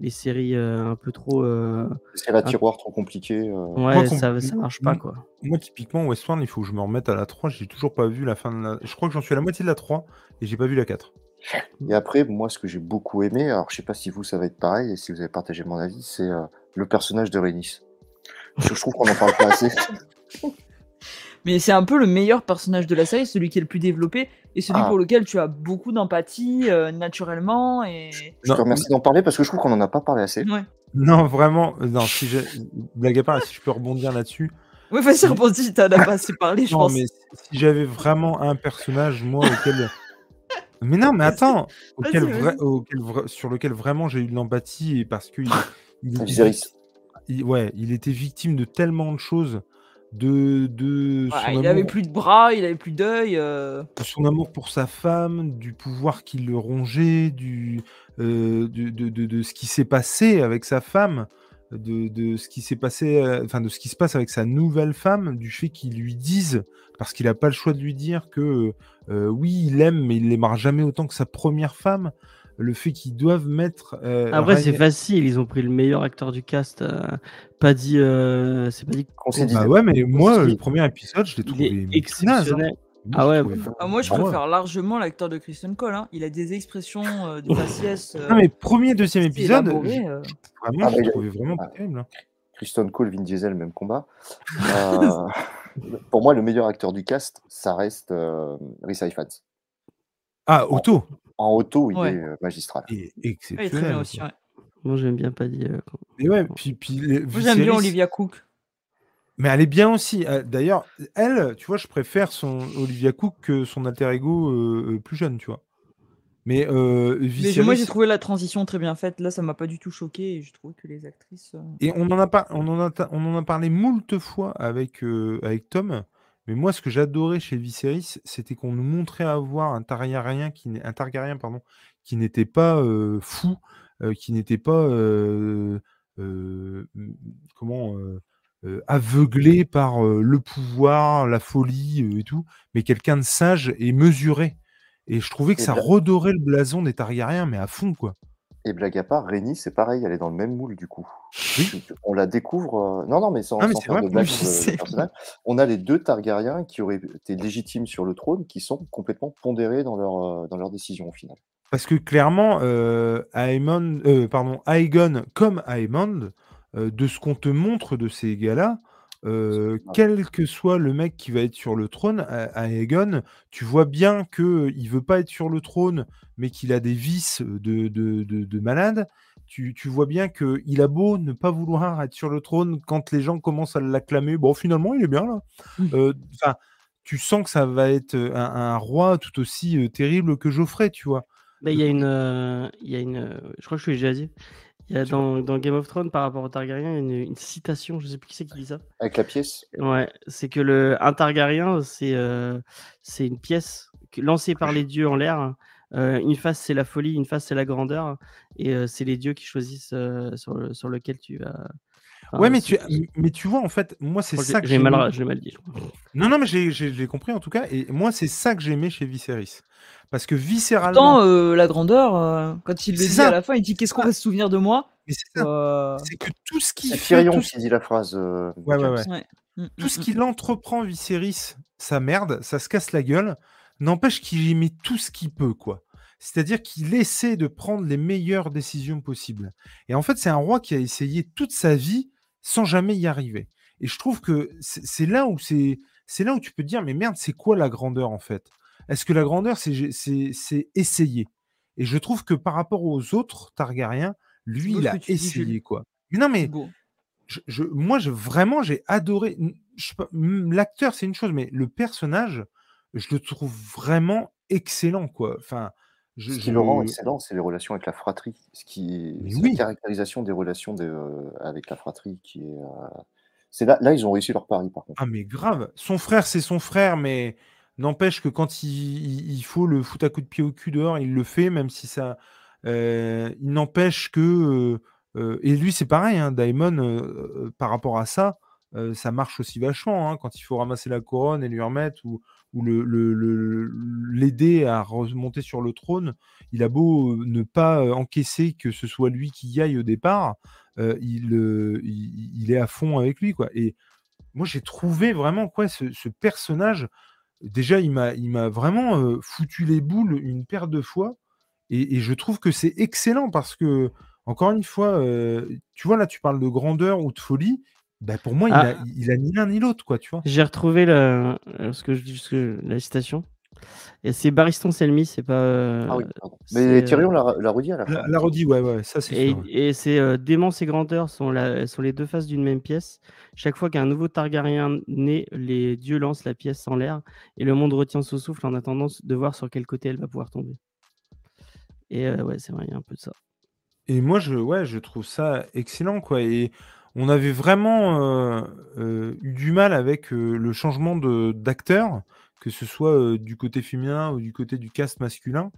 B: les séries euh, un peu trop, euh,
C: C'est la tiroir trop compliquée. euh,
B: ouais,
A: qu'on-
B: ça, ça marche pas quoi.
A: Moi, typiquement, Westworld, il faut que je me remette à la 3. J'ai toujours pas vu la fin de la. Je crois que j'en suis à la moitié de la 3 et j'ai pas vu la 4.
C: Et après, moi, ce que j'ai beaucoup aimé, alors je sais pas si vous, ça va être pareil et si vous avez partagé mon avis, c'est euh, le personnage de Rhaenys. Parce que je trouve qu'on en parle pas assez.
D: Mais c'est un peu le meilleur personnage de la série, celui qui est le plus développé et celui
C: Ah.
D: pour lequel tu as beaucoup d'empathie euh, naturellement. Et...
C: Je te
A: Non. Bah
C: remercie d'en parler parce que je trouve qu'on en a pas parlé assez.
D: Ouais.
A: Non, vraiment. euh, Non, si j'ai- blague à part, si je peux rebondir là-dessus.
D: Oui, vas-y, rebondis, t'en as pas assez parlé, je
A: Non,
D: pense.
A: mais si j'avais vraiment un personnage, moi, auquel. Mais non, mais attends, auquel
D: Vas-y,
A: vra-
D: vas-y.
A: auquel vra- sur lequel vraiment j'ai eu de l'empathie et parce que il,
D: Ah,
A: il-
C: Viserys.
A: il- ouais, il était victime de tellement de choses, de de
D: Ouais,
A: son
D: il
A: amour-
D: avait plus de bras, il avait plus d'œil. euh,
A: son amour pour sa femme, du pouvoir qui le rongeait, du, euh, du- de, de- de ce qui s'est passé avec sa femme, de, de ce qui s'est passé, euh, enfin de ce qui se passe avec sa nouvelle femme, du fait qu'il lui dise, parce qu'il n'a pas le choix de lui dire que euh, oui, il aime, mais il l'aimera jamais autant que sa première femme, le fait qu'ils doivent mettre. euh,
B: Après, Ah c'est
A: Rhaen-
B: facile. Ils ont pris le meilleur acteur du cast. euh, pas dit, euh, c'est pas dit
C: Qu'on s'est dit.
A: Bah ouais, mais moi,
B: Parce
A: le
B: qu'il-
A: premier épisode, je l'ai
B: qu'il
A: trouvé
B: est
A: naze, hein.
B: exceptionnel.
A: Moi,
B: Ah
A: je
B: ouais,
A: trouvais
B: bah-
A: pas-
D: ah, moi, je
A: Ah ouais.
D: préfère largement l'acteur de Christian Cole. hein. Il a des expressions, euh, des faciès. euh,
A: Non, mais premier, deuxième
D: assez
A: épisode,
D: élaborées, euh.
A: Vraiment,
C: Ah,
A: je
C: mais-
A: le trouvais vraiment pas
C: ah.
A: terrible. hein.
C: Kristen Cole, Vin Diesel, même combat. Euh, pour moi, le meilleur acteur du cast, ça reste euh, Rhys Ifans.
A: Ah, Otto
C: En auto, il
D: Ouais.
C: est euh, magistral.
A: est
D: Ouais, il est Ah très
A: exceptionnel.
D: bien aussi. ouais.
B: Moi, j'aime bien pas dit. euh, quand-
A: Et ouais, puis, puis les-
D: Moi, j'aime bien
A: Viserys-
D: Olivia Cook.
A: Mais elle est bien aussi. Euh, D'ailleurs, elle, tu vois, je préfère son Olivia Cook que son alter ego euh, euh, plus jeune, tu vois. Mais euh,
D: Mais je- moi,
A: Viserys-
D: j'ai trouvé la transition très bien faite. Là, ça m'a pas du tout choqué et je trouve que les actrices. euh,
A: Et on en a pas, on en a, ta- on en a parlé moult fois avec euh, avec Tom. Mais moi, ce que j'adorais chez Viserys, c'était qu'on nous montrait avoir un Targaryen qui, n'est- un Targaryen, pardon, qui n'était pas euh, fou, euh, qui n'était pas euh, euh, m- comment euh, euh, aveuglé par euh, le pouvoir, la folie euh, et tout, mais quelqu'un de sage et mesuré. Et je trouvais que
C: Et
A: ça
C: d'a-
A: redorait le blason des Targaryens, mais à fond quoi.
C: Et blague à part, Rémi, c'est pareil, elle est dans le même moule du coup.
A: Oui.
C: On la découvre. euh, Non, non, mais sans,
A: Ah, mais
C: sans
A: c'est
C: faire
A: vrai,
C: de blague
A: je
C: sur le- le
A: sais.
C: personnage. On a les deux Targaryens qui auraient été légitimes sur le trône, qui sont complètement pondérés dans leur, euh, dans leur décision au final.
A: Parce que clairement, euh, Aemon, euh, pardon, Aegon comme Aemond, euh, de ce qu'on te montre de ces gars-là, euh,
C: Ouais.
A: quel que soit le mec qui va être sur le trône, A- Aegon, tu vois bien qu'il ne veut pas être sur le trône, mais qu'il a des vices euh, de, de, de- de malade. Tu, tu vois bien qu'il a beau ne pas vouloir être sur le trône quand les gens commencent à l'acclamer. Bon, finalement, il est bien là.
D: Mm.
A: Euh, 'fin, tu sens que ça va être euh, un, un roi tout aussi euh, terrible que Geoffrey, tu vois.
B: Bah, il y a une, euh, il y a une. euh, Je crois que je l'ai déjà dit. Il y a dans, dans Game of Thrones par rapport au Targaryen il y a une, une citation. Je sais plus qui c'est qui dit ça.
C: Avec la pièce,
B: Ouais, c'est que le un Targaryen, c'est euh, c'est une pièce que- lancée par les dieux en l'air. Euh, une face c'est la folie, une face c'est la grandeur, et euh, c'est les dieux qui choisissent euh, sur, le- sur lequel tu vas. Enfin,
A: ouais, mais
B: c'est-
A: tu, mais tu vois, en fait, moi, c'est
B: je crois que
A: ça
B: j'ai-
A: que
B: j'ai
A: j'ai aimé.
B: mal, j'ai mal dit. je crois.
A: Non, non, mais j'ai- j'ai j'ai compris en tout cas. Et moi, c'est ça que j'ai aimé chez Viserys. Parce que viscéralement.
D: Pourtant, euh, la grandeur, euh, quand il le
A: C'est
D: dit
A: ça.
D: à la fin, il dit Qu'est-ce qu'on va se souvenir de moi
A: mais c'est ça,
D: Euh,
A: c'est que tout ce qui
C: C'est
A: fait,
C: Tyrion
A: tout ce,
C: qui dit la phrase. euh,
A: Ouais, ouais,
C: James.
A: ouais.
D: mm,
A: tout ce
D: mm,
A: qu'il entreprend, Viserys, ça merde, ça se casse la gueule. N'empêche qu'il y met tout ce qu'il peut, quoi. C'est-à-dire qu'il essaie de prendre les meilleures décisions possibles. Et en fait, c'est un roi qui a essayé toute sa vie sans jamais y arriver. Et je trouve que c'est c'est là où c'est c'est là où tu peux te dire mais merde, c'est quoi la grandeur en fait Est-ce que la grandeur c'est c'est c'est essayer Et je trouve que par rapport aux autres Targaryens, lui
D: beau
A: il
D: ce
A: a
D: que tu dis, Jules.
A: essayé quoi. Mais non
D: c'est
A: mais
D: beau.
A: je, je- moi, je, vraiment, j'ai adoré. N- je sais pas, m- L'acteur, c'est une chose, mais le personnage, je le trouve vraiment excellent, quoi. Enfin, je,
C: Ce
A: je-
C: qui le rend excellent, c'est les relations avec la fratrie. Ce qui
A: Mais
C: c'est
A: oui.
C: la caractérisation des relations de- euh, avec la fratrie qui est. euh, C'est là, là, ils ont réussi leur pari, par contre.
A: Ah, mais grave. Son frère, c'est son frère, mais n'empêche que quand il, il- il faut le foutre à coup de pied au cul dehors, il le fait, même si ça. euh, il n'empêche que. euh, euh, et lui, c'est pareil, hein, Daemon, euh, euh, par rapport à ça, euh, ça marche aussi vachement. hein, quand il faut ramasser la couronne et lui remettre, ou, ou l'aider le, le- l'aider à remonter sur le trône, il a beau euh, ne pas euh, encaisser que ce soit lui qui y aille au départ, euh, il, euh, il, il est à fond avec lui. quoi. Et moi, j'ai trouvé vraiment quoi, ce, ce personnage. Déjà, il m'a il m'a vraiment euh, foutu les boules une paire de fois. Et, et je trouve que c'est excellent parce que, encore une fois, euh, tu vois, là, tu parles de grandeur ou de folie. Bah, pour moi, il,
B: Ah.
A: a, il a ni l'un ni l'autre, quoi, tu vois.
B: J'ai retrouvé le, euh, ce que je, ce que- la citation. Et c'est Bariston Selmy, c'est pas. euh,
C: Ah oui, pardon.
B: c'est,
C: Mais
B: euh,
C: Tyrion l'a, l'a redit à la fin.
A: La, la redit, ouais, ouais, ça, c'est
B: Et,
A: sûr. ouais.
B: et c'est euh, démence et grandeur sont, la- sont les deux faces d'une même pièce. Chaque fois qu'un nouveau Targaryen naît, les dieux lancent la pièce en l'air et le monde retient son souffle en attendant de voir sur quel côté elle va pouvoir tomber. Et euh, ouais, c'est vrai, il y a un peu de ça.
A: Et moi, je, ouais, je trouve ça excellent, quoi. Et on avait vraiment euh, euh, eu du mal avec euh, le changement de- d'acteur, que ce soit euh, du côté féminin ou du côté du cast masculin.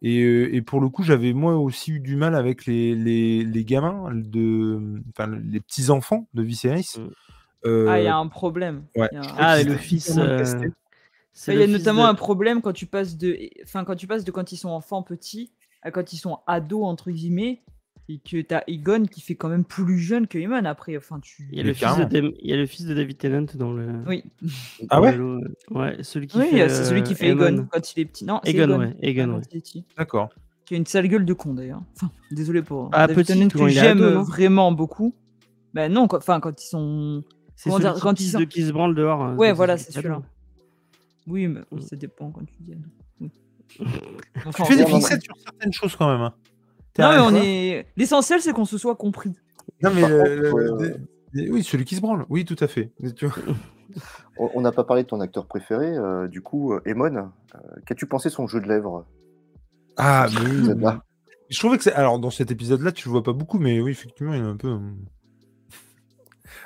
A: Et, euh, et pour le coup, j'avais moi aussi eu du mal avec les, les, les gamins, de, enfin, les petits-enfants de Viserys.
B: Mm.
A: Euh,
D: Ah, il y a un problème.
A: ouais.
D: Il y a un-
B: Ah, et
A: c'est
B: le fils.
A: extrêmement
B: euh,
A: testé.
B: c'est
D: Bah, Il y
B: le
D: a
B: fils
D: notamment
B: de-
D: un problème quand tu passes de, enfin quand tu passes de quand ils sont enfants petits à quand ils sont ados entre guillemets et que t'as Egon qui fait quand même plus jeune que Eamon après. Enfin tu.
B: Il y, a
A: Mais
B: le fils de
A: carrément.
B: Dem- il y a le fils de David Tennant dans le.
D: Oui,
A: Ah
B: dans
A: ouais
B: le lot, euh, Ouais, celui qui
D: oui
B: fait.
D: c'est celui
B: euh,
D: qui fait Egon
B: Aemon.
D: quand il est petit. Non, c'est
B: Aegon, ouais. Aegon,
D: Ah,
B: ouais.
D: quand il est petit.
A: D'accord.
D: Qui a une sale gueule de con d'ailleurs. Enfin, désolé pour.
B: Ah,
D: David
B: petit,
D: Tennant,
B: quand
D: que
B: il est ado, hein.
D: j'aime
B: non
D: vraiment beaucoup. Ben non, quand- enfin quand ils sont.
B: C'est
D: Comment
B: celui
D: dire,
B: qui,
D: quand
B: pisse
D: ils ont-
B: de- qui se branle dehors. euh,
D: Ouais,
B: quand il
D: voilà,
B: fait
D: c'est
B: cadeau.
D: celui-là. Oui, mais oui,
B: Mm.
D: ça dépend quand tu dis. ado. Oui.
A: Tu
D: Enfin,
A: fais des
C: regarde,
A: fixettes sur certaines choses quand même. hein. T'es
D: Non, mais
A: un-
D: on est. L'essentiel, c'est qu'on se soit compris.
A: Non, mais
C: Par
A: le-
C: contre,
A: le-
C: euh,
A: le- Oui, celui qui se branle. Oui, tout à fait. Mais tu vois-
C: On on n'a pas parlé de ton acteur préféré, euh, du coup, euh, Aemon. euh, qu'as-tu pensé de son jeu de lèvres
A: Ah, mais oui,
C: Celle-là.
A: Je trouvais que c'est. Alors, dans cet épisode-là, tu le vois pas beaucoup, mais oui, effectivement, il est un peu. euh,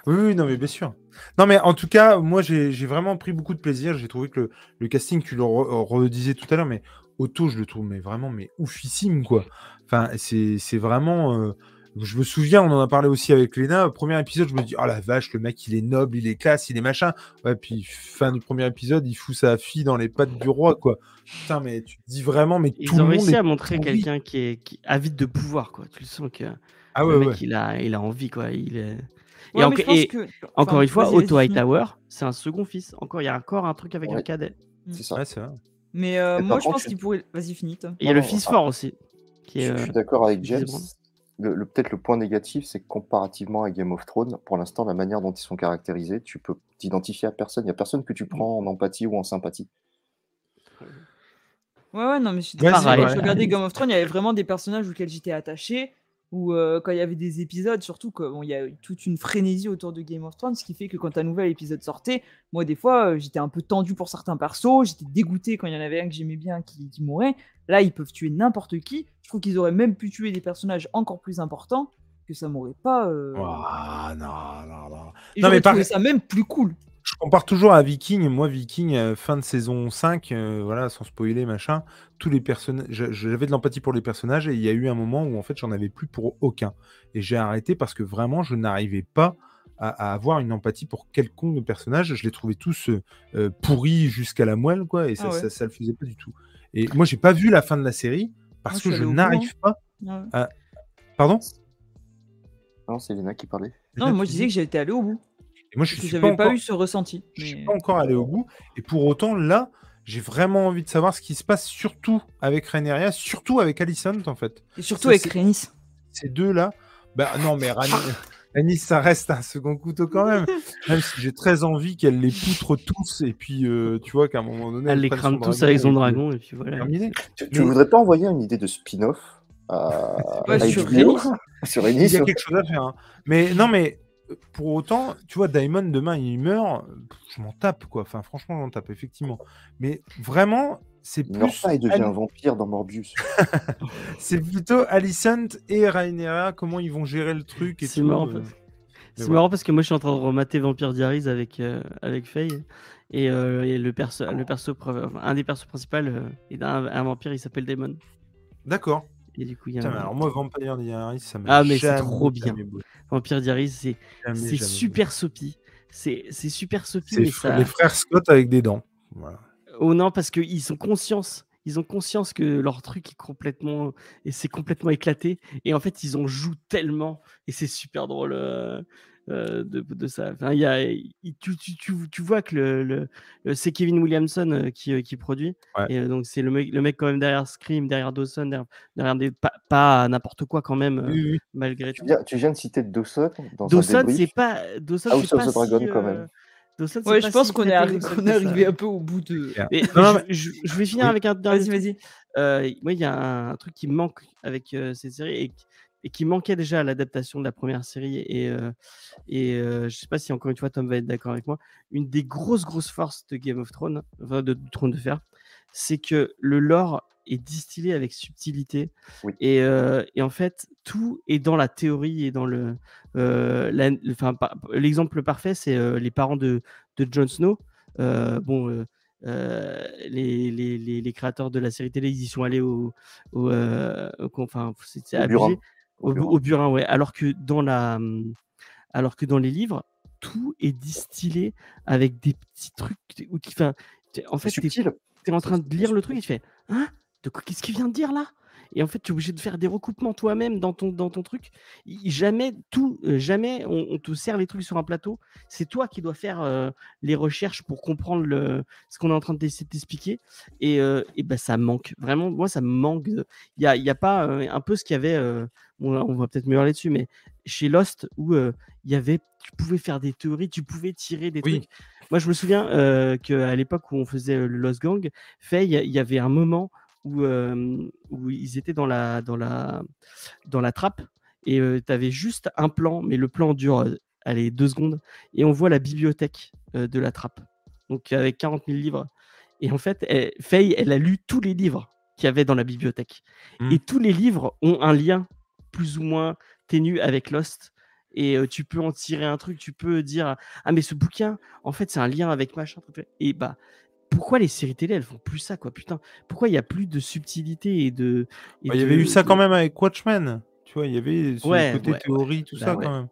A: Oui, oui, non, mais bien sûr. Non, mais en tout cas, moi, j'ai j'ai vraiment pris beaucoup de plaisir. J'ai trouvé que le, le casting, tu le re- euh, redisais tout à l'heure, mais Otto, je le trouve mais vraiment mais oufissime, quoi. Enfin, c'est c'est vraiment. euh, Je me souviens, on en a parlé aussi avec Léna. au Premier épisode, je me dis, oh la vache, le mec, il est noble, il est classe, il est machin. Ouais, puis fin du premier épisode, il fout sa fille dans les pattes du roi, quoi. Putain, mais tu te dis vraiment, mais tout
B: Ils
A: le
B: ont
A: monde.
B: réussi
A: est-
B: à montrer
A: envie.
B: quelqu'un qui est qui- avide de pouvoir, quoi. Tu le sens que
A: Ah
B: le
A: ouais,
B: mec,
A: ouais.
B: il, a, il a envie, quoi. Il est...
D: Ouais,
B: et
D: mais
B: enca-
D: je pense
B: et
D: que-
B: encore
D: enfin,
B: une fois,
D: vas-y, vas-y,
B: Otto
D: finis.
B: Hightower, c'est un second fils. Encore, il y a encore un truc avec un
C: Ouais.
B: cadet.
C: C'est ça.
A: Ouais, c'est vrai.
D: Mais euh,
C: Et par
D: moi, je
C: contre,
D: pense
C: je-
D: qu'il pourrait. Vas-y, finis. toi.
B: Et il y a le
C: Non,
B: fils
C: ah.
B: fort aussi. Qui est,
C: Je, je suis
B: euh,
C: d'accord avec James.
B: visiblement.
C: Le, le- Peut-être le point négatif, c'est que comparativement à Game of Thrones, pour l'instant, la manière dont ils sont caractérisés, tu peux t'identifier à personne. Il n'y a personne que tu prends en empathie ou en sympathie.
D: Ouais, ouais, non, mais je suis
A: Vas-y,
D: d'accord.
B: ouais.
D: Je regardais Game of Thrones, il y avait vraiment des personnages auxquels j'étais attaché. Ou euh, quand il y avait des épisodes, surtout qu'il bon, il y a eu toute une frénésie autour de Game of Thrones, ce qui fait que quand un nouvel épisode sortait, moi, des fois, euh, j'étais un peu tendu pour certains persos, j'étais dégoûté quand il y en avait un que j'aimais bien qui, qui mourait. Là, ils peuvent tuer n'importe qui. Je trouve qu'ils auraient même pu tuer des personnages encore plus importants que ça m'aurait pas. euh,
A: Ah, non, non, non.
D: Et
A: Non,
D: j'aurais
A: mais par-
D: trouvé ça même plus cool.
A: Je compare toujours à Viking. Moi, Viking, euh, fin de saison 5, euh, voilà, sans spoiler, machin, tous les personnages, je- j'avais de l'empathie pour les personnages et il y a eu un moment où en fait, j'en avais plus pour aucun. Et j'ai arrêté parce que vraiment, je n'arrivais pas à, à avoir une empathie pour quelconque personnage. Je les trouvais tous euh, euh, pourris jusqu'à la moelle, quoi, et ça,
D: Ah ouais.
A: ça, ça le faisait pas du tout. Et moi, j'ai pas vu la fin de la série
D: Moi, je
A: parce
D: suis
A: que je
D: allé au
A: n'arrive pas.
D: Ouais.
A: Pardon
C: Ah Non, c'est Léna qui parlait.
D: Non, moi je
A: Tu
D: disais que j'étais allé au bout.
A: Et moi, je
D: Parce que
A: suis pas
D: j'avais pas,
A: encore-
D: eu ce ressenti.
A: je suis
D: mais- euh,
A: pas encore allé au bout. Et pour autant, là, j'ai vraiment envie de savoir ce qui se passe, surtout avec Rhaenyra, surtout avec Alicent, en fait.
D: Et surtout
A: Ça,
D: avec
A: c'est-
D: Rhaenys.
A: Ces deux-là, bah non, mais Rhaenys, Rhaenys, ça reste un second couteau quand même. Même si j'ai très envie qu'elle les poutre tous, et puis euh, tu vois qu'à un moment donné,
B: Elle les
A: prenne
B: crame
A: son
B: tous avec son
A: et puis,
B: dragon, et puis
A: euh,
B: voilà.
A: terminé.
C: Tu, tu
A: Mais-
C: voudrais pas envoyer une idée de spin-off à,
D: pas
C: à
D: sur
C: HBO?
D: Ennis.
C: Sur
A: Il
C: Ennis,
A: y a
C: ouais.
A: quelque chose à faire. hein. Mais non, mais euh, pour autant, tu vois, Diamond demain il meurt, pff, je m'en tape quoi. Enfin, franchement, je m'en tape effectivement. Mais vraiment, c'est
C: Il meurt
A: plus.
C: pas, il devient
A: Ali-
C: un vampire dans Morbius.
A: C'est plutôt Alicent et Rhaenyra, comment ils vont gérer le truc et
B: C'est
A: tout,
B: marrant,
A: euh.
B: parce- C'est
A: voilà.
B: marrant parce que moi je suis en train de remater Vampire Diaries avec, euh, avec Faye et, euh, et le perso, le perso pre- enfin, un des persos principaux euh, est un, un vampire, il s'appelle Damon.
A: D'accord.
B: Et du coup, il y a
A: Putain, mais
B: un-
A: alors moi, Vampire Diaries, ça m'a
B: Ah, mais c'est
A: jamais,
B: trop bien.
A: jamais beau.
B: Vampire Diaries, c'est
A: Jamais,
B: c'est
A: jamais beau.
B: super soppy. C'est c'est super soppy,
A: C'est
B: mais
A: fr-
B: ça.
A: les frères Scott avec des dents. Voilà.
B: Oh non, parce qu'ils sont conscience. Ils ont conscience que leur truc est complètement. Et c'est complètement éclaté. Et en fait, ils en jouent tellement. Et c'est super drôle euh, euh, de, de ça. Enfin, il y a, il- tu, tu, tu, tu vois que le, le- le- c'est Kevin Williamson euh, qui, euh, qui produit.
A: Ouais.
B: Et euh, donc, c'est le mec, le mec quand même derrière Scream, derrière Dawson, derrière, derrière des. Pas, pas n'importe quoi quand même, euh,
A: Oui, oui.
B: malgré
C: Tu
B: tout.
C: viens, tu viens de citer Dawson dans un
B: Dawson,
C: débrief.
B: c'est pas. Dawson,
C: House
B: c'est
C: of
B: pas
C: the Dragon,
B: si,
C: quand même.
B: euh, Dawson, c'est
D: Ouais,
B: pas
D: je pense
B: si
D: qu'on est,
B: éclaté
D: arri-
B: que ça
D: qu'on
B: que
D: est
B: ça.
D: arrivé un peu au bout de.
B: Mais-
A: Non, non,
B: mais je, je- je vais finir
A: Oui.
B: avec un dernier
D: Vas-y, vas-y.
B: euh, moi, il y a un, un truc qui me manque avec euh, cette série et, qui- et qui manquait déjà à l'adaptation de la première série. Et, euh, et euh, je sais pas si encore une fois Tom va être d'accord avec moi. Une des grosses, grosses forces de Game of Thrones, enfin de, de Trône de Fer, c'est que le lore est distillé avec subtilité.
C: Oui.
B: Et, euh, et en fait, tout est dans la théorie et dans le. euh, la- le- enfin, par- L'exemple parfait, c'est euh, les parents de, de Jon Snow. Euh, bon. euh, euh, les, les, les, les créateurs de la série télé, ils y sont allés au. au, euh, au- enfin, c'est c'est
C: Au
B: abusé.
C: Burin.
B: Au, bu-
C: Burin.
B: au Burin, ouais. Alors que dans la. hum, Alors que dans les livres, tout est distillé avec des petits trucs ou qui, enfin, t'es- en
C: C'est
B: fait, t'es
C: subtil.
B: t'es en train
C: c'est
B: de lire le
C: subtil.
B: truc et tu fais Hein De quoi Qu'est-ce qu'il vient de dire là Et en fait, tu es obligé de faire des recoupements toi-même dans ton, dans ton truc. Il- jamais tout, euh, jamais on, on te sert les trucs sur un plateau. C'est toi qui dois faire euh, les recherches pour comprendre le, ce qu'on est en train de t'essa- t'expliquer. Et, euh, et ben, ça manque. Vraiment, moi, ça me manque. de- Il n'y a, il y a pas euh, un peu ce qu'il y avait. euh, bon, là, on va peut-être me hurler dessus, mais chez Lost, où euh, il y avait. Tu pouvais faire des théories, tu pouvais tirer des
A: Oui.
B: trucs. Moi, je me souviens euh, qu'à l'époque où on faisait euh, le Lost Gang, fait, il y, a- il y avait un moment où, euh, où ils étaient dans la, dans la, dans la trappe et tu avais juste un plan, mais le plan dure euh, allez, deux secondes et on voit la bibliothèque euh, de la trappe, donc avec 40 000 livres. Et en fait, elle- Faye, elle a lu tous les livres qu'il y avait dans la bibliothèque.
A: Mm.
B: Et tous les livres ont un lien plus ou moins ténu avec Lost. Et euh, tu peux en tirer un truc, tu peux dire Ah, mais ce bouquin, en fait, c'est un lien avec machin. truc, truc. Et bah, pourquoi les séries télé, elles font plus ça, quoi, putain Pourquoi il n'y a plus de subtilité et de. et
A: Bah, il y avait
B: de-
A: eu ça
B: de-
A: quand même avec Watchmen. Tu vois, il y avait ce
B: Ouais,
A: côté
B: ouais,
A: théorie, tout
B: Bah
A: ça
B: ouais.
A: quand même.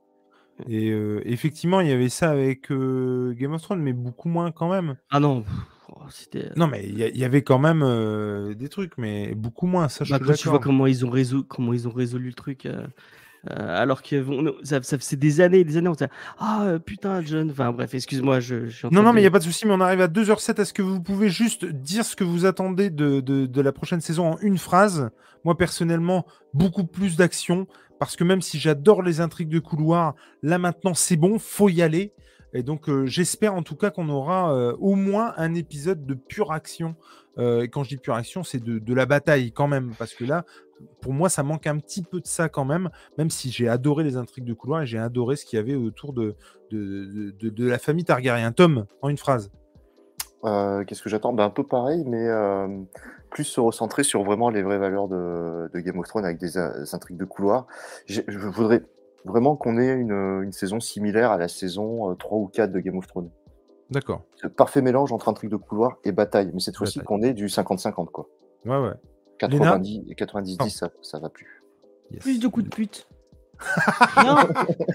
A: Et euh, effectivement, il y avait ça avec euh, Game of Thrones, mais beaucoup moins quand même.
B: Ah non, pff, oh, c'était.
A: Non, mais il y, a- il y avait quand même euh, des trucs, mais beaucoup moins. Ça, je
B: Bah,
A: te
B: quand tu vois
A: l'accorde.
B: comment ils ont résolu, comment ils ont résolu le truc, euh, euh, alors que bon, ça, ça c'est des années et des années, on se dit ah euh, putain John, enfin bref, excuse-moi, je, je suis en
A: Non,
B: train
A: non,
B: de-
A: mais il n'y a pas de souci, mais on arrive à 2h07. Est-ce que vous pouvez juste dire ce que vous attendez de, de- de la prochaine saison en une phrase Moi, personnellement, beaucoup plus d'action, parce que même si j'adore les intrigues de couloir, là maintenant, c'est bon, faut y aller. Et donc, euh, j'espère en tout cas qu'on aura euh, au moins un épisode de pure action. Euh, et quand je dis pure action, c'est de, de la bataille quand même, parce que là, pour moi, ça manque un petit peu de ça quand même, même si j'ai adoré les intrigues de couloir et j'ai adoré ce qu'il y avait autour de, de, de- de la famille Targaryen. Tom, en une phrase.
C: Euh, Qu'est-ce que j'attends ben, Un peu pareil, mais euh, plus se recentrer sur vraiment les vraies valeurs de, de Game of Thrones avec des, euh, des intrigues de couloir. J'ai- Je voudrais vraiment qu'on ait une, une saison similaire à la saison euh, 3 ou 4 de Game of Thrones.
G: D'accord.
C: Le parfait mélange entre un truc de couloir et bataille. Mais cette fois-ci,
G: Bataille.
C: qu'on est du 50-50, quoi.
A: Ouais, ouais.
C: 90 et 90-10, ça, ça va plus.
G: Yes.
D: Plus de coups de pute. non.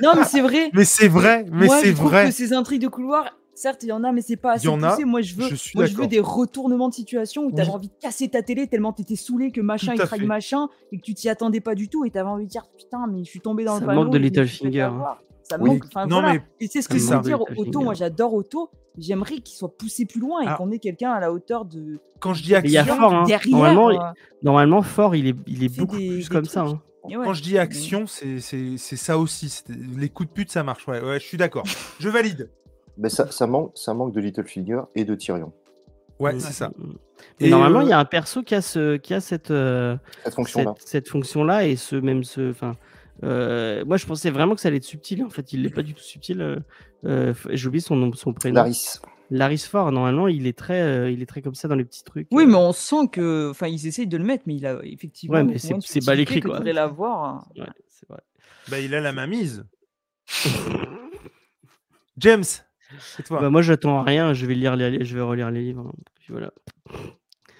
D: non, mais c'est vrai.
A: Mais c'est vrai, mais
D: Moi,
A: c'est
D: je trouve
A: vrai.
D: que ces intrigues de couloir, certes, il y en a, mais c'est pas assez
A: Il y en a,
D: poussé. Moi, je veux,
A: je suis
D: moi, je veux
A: d'accord.
D: des retournements de situation où t'avais
A: Oui.
D: envie de casser ta télé tellement t'étais saoulé que machin,
A: Tout
D: il
A: à
D: craque
A: fait.
D: machin, et que tu t'y attendais pas du tout, et t'avais envie de dire putain, mais je suis tombé dans
B: Ça
D: le panneau.
B: manque de
D: mais je
B: Littlefinger,
D: pouvais pas
B: hein.
D: voir. Ça
A: Oui.
D: manque. Enfin,
A: non,
D: voilà.
A: mais
D: Et c'est ce
B: ça
D: que je veux
B: manque de
D: dire.
B: Littlefinger.
D: Auto, moi, j'adore Auto. J'aimerais qu'il soit poussé plus loin et
A: Alors-
D: qu'on ait quelqu'un à la hauteur de.
A: quand je dis
B: il y a
A: action,
B: fort, hein.
D: derrière.
B: Normalement,
D: euh,
B: Normalement, fort, il est, il est
D: Fait
B: beaucoup
D: des-
B: plus
D: des
B: comme ça.
D: trucs.
B: hein.
D: et ouais.
A: quand je dis action, c'est c'est- c'est ça aussi. c'est- Les coups de pute, ça marche. Ouais, ouais je suis d'accord. je valide.
C: Mais ça, ça, manque, ça manque de Littlefinger et de Tyrion.
A: Ouais,
B: Mm.
A: c'est ça.
B: Mm.
A: Et,
B: Mais normalement,
A: euh,
B: il y a un perso qui a, ce, qui a cette, euh,
C: Cette
B: cette,
C: fonction-là.
B: cette fonction-là et ce même ce. Enfin, euh, moi, je pensais vraiment que ça allait être subtil. En fait, il n'est pas du tout subtil. euh, euh, f- J'ai oublié son nom, son prénom.
C: Laris.
B: Laris Fort. Normalement, il est très, euh, il est très comme ça dans les petits trucs.
D: Oui,
B: euh.
D: mais on sent que, enfin, ils essayent de le mettre, mais il a effectivement.
B: Ouais, mais
D: moins
B: c'est-
D: de
B: c'est mal
D: subtilité
B: écrit,
D: que
B: quoi.
D: devrait l'avoir.
B: Ouais, c'est vrai.
A: Bah, il a la main mise. James, c'est toi.
B: Bah, moi, j'attends rien. Je vais lire, les, je vais relire les livres. hein. Puis voilà.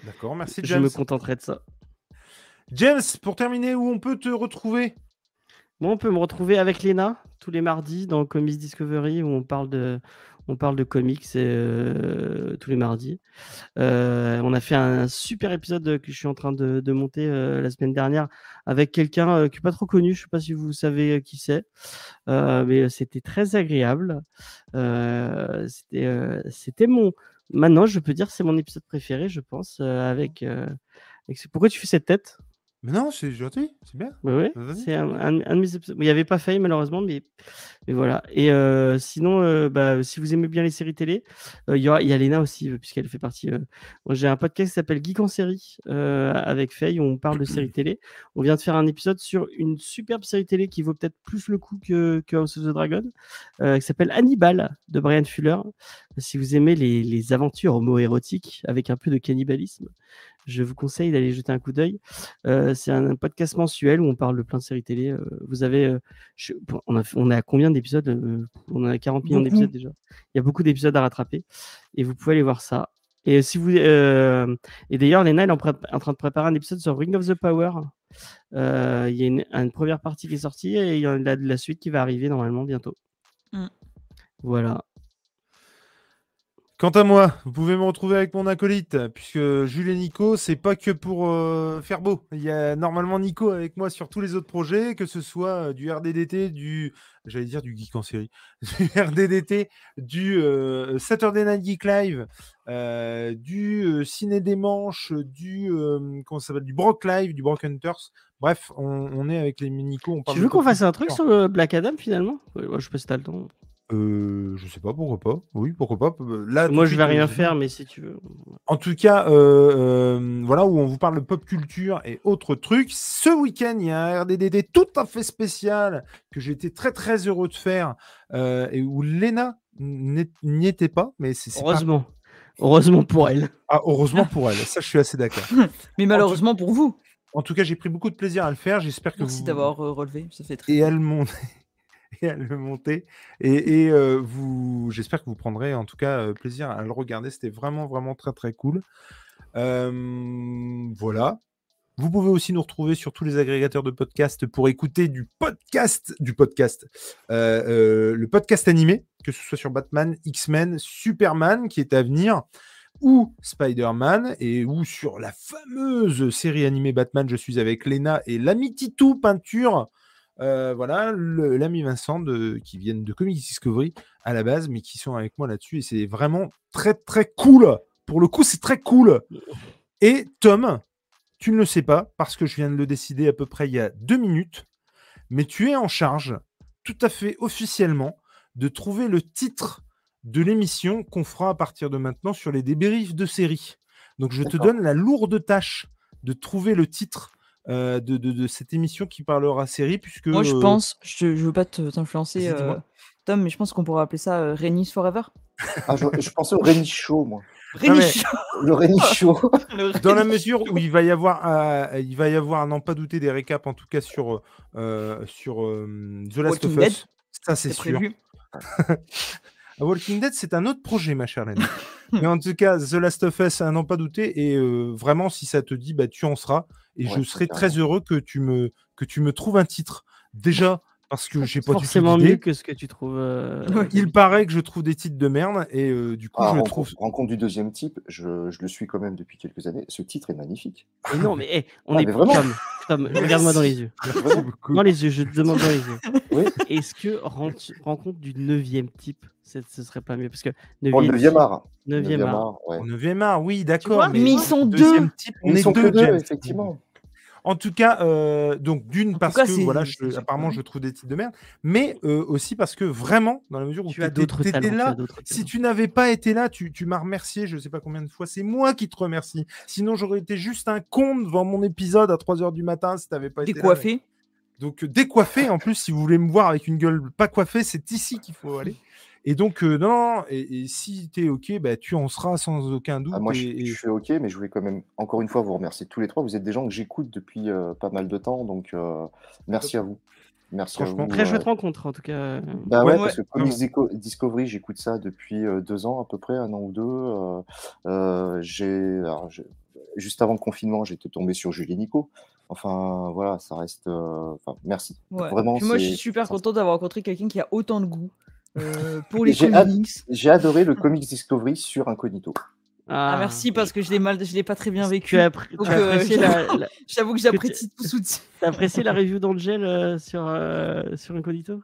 A: D'accord, merci
B: Je
A: James.
B: me contenterai de ça.
A: James, pour terminer, où on peut te retrouver
B: Moi, on peut me retrouver avec Léna tous les mardis dans Comics Discovery où on parle de, on parle de comics euh, tous les mardis. Euh, on a fait un super épisode que je suis en train de, de monter euh, la semaine dernière avec quelqu'un euh, qui n'est pas trop connu. Je ne sais pas si vous savez euh, qui c'est, Euh, mais c'était très agréable. Euh, c'était, euh, c'était mon. Maintenant, je peux dire que c'est mon épisode préféré, je pense. euh, avec, euh, avec ce- Pourquoi tu fais cette tête
A: Mais non, c'est gentil, c'est bien.
B: oui, oui.
A: Vas-y.
B: C'est un, un- un de mes épisodes. Il n'y avait pas failli malheureusement, mais, mais voilà. Et euh, sinon, euh, bah, si vous aimez bien les séries télé, euh, il y, aura- il y a Léna aussi, euh, puisqu'elle fait partie. euh, moi, J'ai un podcast qui s'appelle Geek en série euh, avec Faye, où on parle de séries télé. On vient de faire un épisode sur une superbe série télé qui vaut peut-être plus le coup que, que House of the Dragon, euh, qui s'appelle Hannibal de Brian Fuller. Si vous aimez les, les aventures homo-érotiques avec un peu de cannibalisme, je vous conseille d'aller jeter un coup d'œil. Euh, c'est un, un podcast mensuel où on parle de plein de séries télé. Euh, vous avez, euh, je- bon, on, a, fait- on est à combien d'épisodes Euh, On a 40 millions
D: Beaucoup.
B: d'épisodes déjà. Il y a beaucoup d'épisodes à rattraper et vous pouvez aller voir ça. Et si vous euh, et d'ailleurs, Lena elle est en, prép- en train de préparer un épisode sur Ring of the Power. Euh, Il y a une, une première partie qui est sortie et il y en a de la suite qui va arriver normalement bientôt.
D: Mm.
B: Voilà.
A: Quant à moi, vous pouvez me retrouver avec mon acolyte, puisque Jules et Nico, c'est pas que pour euh, faire beau. Il y a normalement Nico avec moi sur tous les autres projets, que ce soit euh, du RDDT, du. J'allais dire du geek en série. Du RDDT, du euh, Saturday Night Geek Live, euh, du euh, Ciné des Manches, du. euh, comment ça s'appelle Du Brock Live, du Brock Hunters. Bref, on, on est avec les Nico. On parle
B: Tu veux
A: de
B: qu'on
A: pop
B: fasse un truc
A: culture.
B: sur le Black Adam finalement Ouais, ouais, Je sais pas si t'as le temps.
A: Euh, je sais pas, pourquoi pas. Oui, pourquoi pas. Euh, Là, tout de
B: Moi je
A: suite,
B: vais
A: euh,
B: rien
A: j'ai-
B: faire, mais si tu veux.
A: En tout cas, euh, euh, voilà où on vous parle de pop culture et autres trucs. Ce week-end, il y a un RDDD tout à fait spécial que j'ai été très très heureux de faire euh, et où Lena n'est- n'y était pas, mais c'est c'est pas-
B: Heureusement. Heureusement pour elle.
A: Ah, heureusement pour elle. Ça, je suis assez d'accord.
D: Mais malheureusement pour vous,
A: En tout cas, j'ai pris beaucoup de plaisir à le faire. J'espère que
D: merci
A: vous-
D: d'avoir euh, relevé. Ça fait très.
A: et à le monter. et à le monter. Et, et, euh, vous, j'espère que vous prendrez en tout cas euh, plaisir à le regarder. C'était vraiment, vraiment très, très cool. Euh, voilà. Vous pouvez aussi nous retrouver sur tous les agrégateurs de podcasts pour écouter du podcast, du podcast, euh, euh, le podcast animé, que ce soit sur Batman, X-Men, Superman qui est à venir, ou Spider-Man, et ou sur la fameuse série animée Batman, je suis avec Lena et l'ami Titou Peinture, euh, voilà, le- l'ami Vincent de, qui viennent de Comics Discovery à la base, mais qui sont avec moi là-dessus. Et c'est vraiment très, très cool. Pour le coup, c'est très cool. Et Tom, tu ne le sais pas, parce que je viens de le décider à peu près il y a deux minutes, mais tu es en charge, tout à fait officiellement, de trouver le titre de l'émission qu'on fera à partir de maintenant sur les débriefs de série. Donc je te
C: D'accord.
A: donne la lourde tâche de trouver le titre euh, de, de- de cette émission qui parlera série, puisque...
D: Moi, je
A: euh,
D: pense, je, te- je veux pas te- t'influencer,
A: vas-y, dis-moi.
D: euh, Tom, mais je pense qu'on pourrait appeler ça euh, Rhaenys Forever.
C: Ah, je, je pensais au Renny Show, moi. Ah,
A: mais-
D: Rhaenys
C: Le Renny
A: Ah,
C: Show.
D: Le
A: Dans la
D: Rhaenys-
A: mesure où il va y avoir, euh, il va y avoir, à n'en pas douter, des récaps, en tout cas sur, euh, sur euh, The Last
D: Walking
A: of
D: Dead,
A: Us. Ça, c'est
D: c'est
A: sûr.
D: prévu.
A: Walking Dead, c'est un autre projet, ma chère Lena. Mais en tout cas, The Last of Us, à n'en pas douter. Et euh, vraiment, si ça te dit, bah, tu en seras. Et
C: Ouais,
A: je serais
C: carrément.
A: très heureux que tu me, que tu me trouves un titre. Déjà, parce que j'ai pas du tout
B: forcément
A: d'idée.
B: mieux que ce que tu trouves. euh,
A: Il paraît que je trouve des titres de merde. Et euh, du coup,
C: Ah,
A: je
C: rencontre,
A: trouve.
C: Rencontre du deuxième type, je, je le suis quand même depuis quelques années. Ce titre est magnifique.
B: Mais non, mais eh, on
C: Ah,
B: est
C: mais vraiment.
B: Tom, Tom, regarde-moi dans les yeux.
A: Merci beaucoup.
B: Dans les yeux, je te demande dans les yeux.
C: Oui.
B: Est-ce que rend- rencontre du 9 type, c'est- ce serait pas mieux Parce que
C: Oh, le
B: 9
C: neuvième art.
B: 9
C: Neuvième art, ouais.
A: Au 9e art, oui, d'accord.
D: vois Mais ils sont
A: deuxième
D: deux.
A: type, on
C: Ils
A: est
C: sont
A: deux,
C: que deux,
A: James.
C: effectivement.
A: En tout cas, euh, donc d'une
D: tout
A: parce
D: cas,
A: que
D: c'est-
A: voilà, je-
D: c'est- c'est-
A: apparemment je trouve des titres de merde, mais euh, aussi parce que vraiment, dans la mesure où
B: Tu as
A: t'étais-
B: d'autres
A: t'étais
B: talents. tu as
A: là,
B: d'autres
A: si tu n'avais pas été là, tu, tu m'as remercié, je ne sais pas combien de fois, c'est moi qui te remercie. Sinon, j'aurais été juste un con devant mon épisode à 3h du matin si tu n'avais pas été là.
D: Décoiffé.
A: Donc euh, décoiffé, en plus, si vous voulez me voir avec une gueule pas coiffée, c'est ici qu'il faut aller. Et donc, euh, non, et, et si tu es OK, bah, tu en seras sans aucun doute.
C: Ah, moi, je,
A: et-
C: je
A: et-
C: suis OK, mais je voulais quand même, encore une fois, vous remercier tous les trois. Vous êtes des gens que j'écoute depuis euh, pas mal de temps, donc euh, merci à vous. Merci
A: Franchement,
C: à vous.
B: Très
C: euh,
B: chouette rencontre en tout cas. euh,
C: Bah
A: Ouais,
C: ouais,
A: ouais.
C: parce que comme
A: Non.
C: Disco- Discovery, j'écoute ça depuis euh, deux ans à peu près, un an ou deux. euh, euh, j'ai, alors, j'ai- juste avant le confinement, j'étais tombé sur Julie Nico. Enfin, voilà, ça reste. euh, enfin, merci.
D: Ouais.
C: Vraiment,
D: Puis moi, je
C: c'est-
D: suis super
C: c'est-
D: content d'avoir rencontré quelqu'un qui a autant de goût euh, pour les
C: J'ai hâte-
D: comics.
C: J'ai adoré le comics Discovery sur Incognito.
D: Ah, merci parce que je l'ai mal, je l'ai pas très bien
B: Tu
D: vécu.
B: as, appré- tu
D: Donc,
B: as
D: euh,
B: apprécié, la, la-
D: J'avoue que j'apprécie tout soutien.
B: t'as apprécié la review d'Angel euh, sur, euh, sur Incognito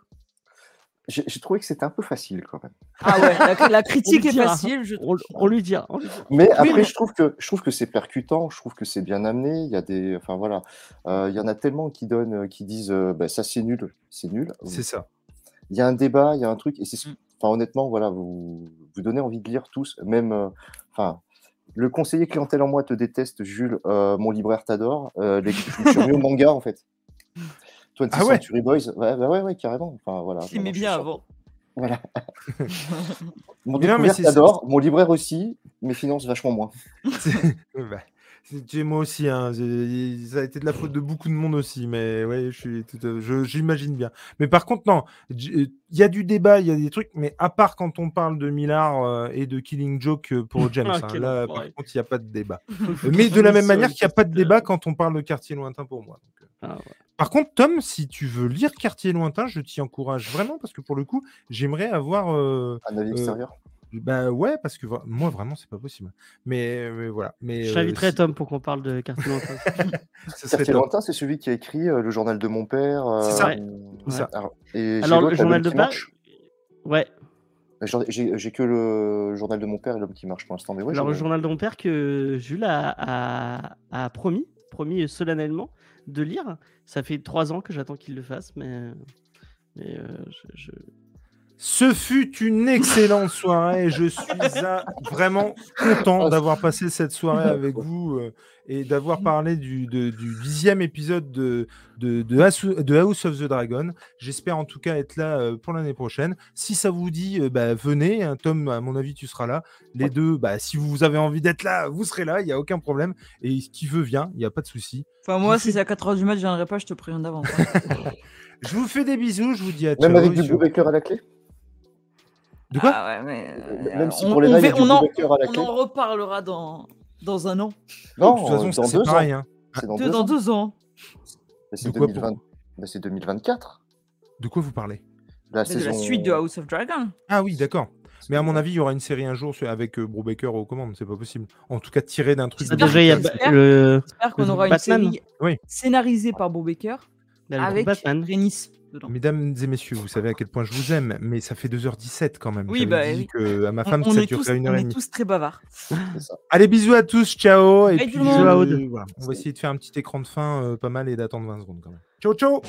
C: J'ai j'ai trouvé que c'était un peu facile quand même.
D: Ah ouais, la, la critique
B: On le
D: est
B: dira.
D: facile. Je...
B: on, on lui dira. on lui dira.
C: Mais après,
B: mais-
C: je trouve que je trouve que c'est percutant, je trouve que c'est bien amené. Il y a des, enfin voilà, euh, il y en a tellement qui donnent, qui disent, euh, bah, ça c'est nul, c'est nul.
A: C'est ça.
C: il y a un débat, il y a un truc, et c'est, ce- enfin honnêtement, voilà, vous vous donnez envie de lire tous, même, euh, enfin, le conseiller clientèle en moi te déteste, Jules, euh, mon libraire t'adore, euh, les, je me suis remis au manga en fait. 20
A: Ah ouais.
C: Century Boys, ouais, bah ouais, ouais, carrément. Enfin voilà.
D: Je l'aimais
C: maintenant, je
D: bien
C: suis
D: avant.
C: Voilà. Mon
A: Mais non, mais
C: libraire
A: c'est-
C: t'adore, mon libraire aussi, mes finances vachement moins.
A: C'est- ouais, bah, c'est- tu- moi aussi, hein, j'ai- ça a été de la faute de beaucoup de monde aussi, mais ouais, je suis tout à- je- j'imagine bien. Mais par contre, non, j- euh, il y a du débat, il y a des trucs, mais à part quand on parle de Millard euh, et de Killing Joke euh, pour James,
B: Ah,
A: hein,
B: quel
A: là, par
B: enfoiré.
A: contre, il n'y a pas de débat.
B: Faut
A: mais
B: qu'il
A: de la
B: finisse
A: même
B: sur
A: manière
B: une
A: qu'il n'y a pas de
B: petite, euh,
A: débat quand on parle de Quartier Lointain pour moi. donc, euh.
B: Ah ouais.
A: Par contre, Tom, si tu veux lire Quartier Lointain, je t'y encourage vraiment parce que pour le coup, j'aimerais avoir. euh,
C: Un avis
A: Euh,
C: extérieur.
A: bah ouais, parce que vra- moi vraiment c'est pas possible. Mais, mais voilà. Mais
B: Je
A: euh,
B: t'inviterai
A: si-
B: Tom pour qu'on parle de Cartoon Network.
A: ce serait
C: Cartier
A: top.
C: Lointain, c'est celui qui a écrit euh, le journal de mon père. euh,
A: C'est ça.
B: Ouais.
A: C'est ça.
C: Alors, et j'ai
B: Alors
C: l'autre,
B: le journal
C: L'homme
B: de
C: qui
B: Paris.
C: marche.
B: Ouais.
C: J'en- J'ai j'ai que le journal de mon père et l'homme qui marche pour l'instant. Mais ouais,
B: Alors, le
C: j'en-
B: journal de mon père que Jules a, a- a promis, promis solennellement de lire. Ça fait trois ans que j'attends qu'il le fasse, mais, mais euh, je, je-
A: Ce fut une excellente soirée. Je suis à- vraiment content d'avoir passé cette soirée avec vous euh, et d'avoir parlé du, de- du dixième épisode de, de, de Hasu- de House of the Dragon. J'espère en tout cas être là euh, pour l'année prochaine. Si ça vous dit, euh, bah, venez. hein, Tom, à mon avis, tu seras là. Les deux, bah, si vous avez envie d'être là, vous serez là. Il n'y a aucun problème. Et qui veut vient. Il n'y a pas de souci.
D: Enfin, moi, si c'est à 4h du match, je viendrai pas, je te préviens d'avance. hein.
A: Je vous fais des bisous. Je vous dis à
C: Même
A: ciao
C: avec du
A: sur-
C: Brubaker à la clé
A: De quoi
D: ah ouais, mais. euh,
C: Même si
D: on,
C: pour les
D: on
C: lives, il y a
D: ver-
C: du
D: on en,
C: Brubaker à la
D: on
C: clé
D: en reparlera dans, dans un an.
C: Non,
A: De toute façon, ça,
C: dans
A: c'est
C: deux
A: pareil.
C: ans.
A: hein.
C: C'est dans
D: Deux-
C: deux
D: dans
C: ans.
D: deux ans.
C: Mais
A: De
C: C'est
A: quoi
C: 2020 mais c'est 2024.
A: De quoi vous parlez
C: La
D: C'est de la suite de House of Dragon.
A: Ah oui, d'accord. Mais à mon abaker. avis, il y aura une série un jour sur- avec euh, Brubaker aux commandes, c'est pas possible. En tout cas, tiré d'un truc.
D: Ah,
A: de-
B: déjà il y a
D: j'espère.
B: le,
D: J'espère qu'on
B: Le
D: aura
B: Batman.
D: une série
A: Oui.
D: scénarisée par Bob Baker
B: le
D: avec
B: Batman.
D: Rénis dedans.
A: Mesdames et messieurs, vous savez à quel point je vous aime, mais ça fait 2h17 quand même.
D: Oui,
A: J'avais
D: bah,
A: dit
D: oui.
A: que euh, à ma
D: On-
A: femme,
D: on
A: ça
D: est tous-
A: durerait une
D: on
A: heure et
D: est
A: demie.
D: tous très bavards.
C: C'est ça.
A: Allez, bisous à tous, ciao. Et
D: Bye,
A: puis,
D: tout le monde.
A: euh,
B: Bisous à Aude.
A: voilà, on va essayer de faire un petit écran de fin euh, pas mal et d'attendre 20 secondes quand même. Ciao, ciao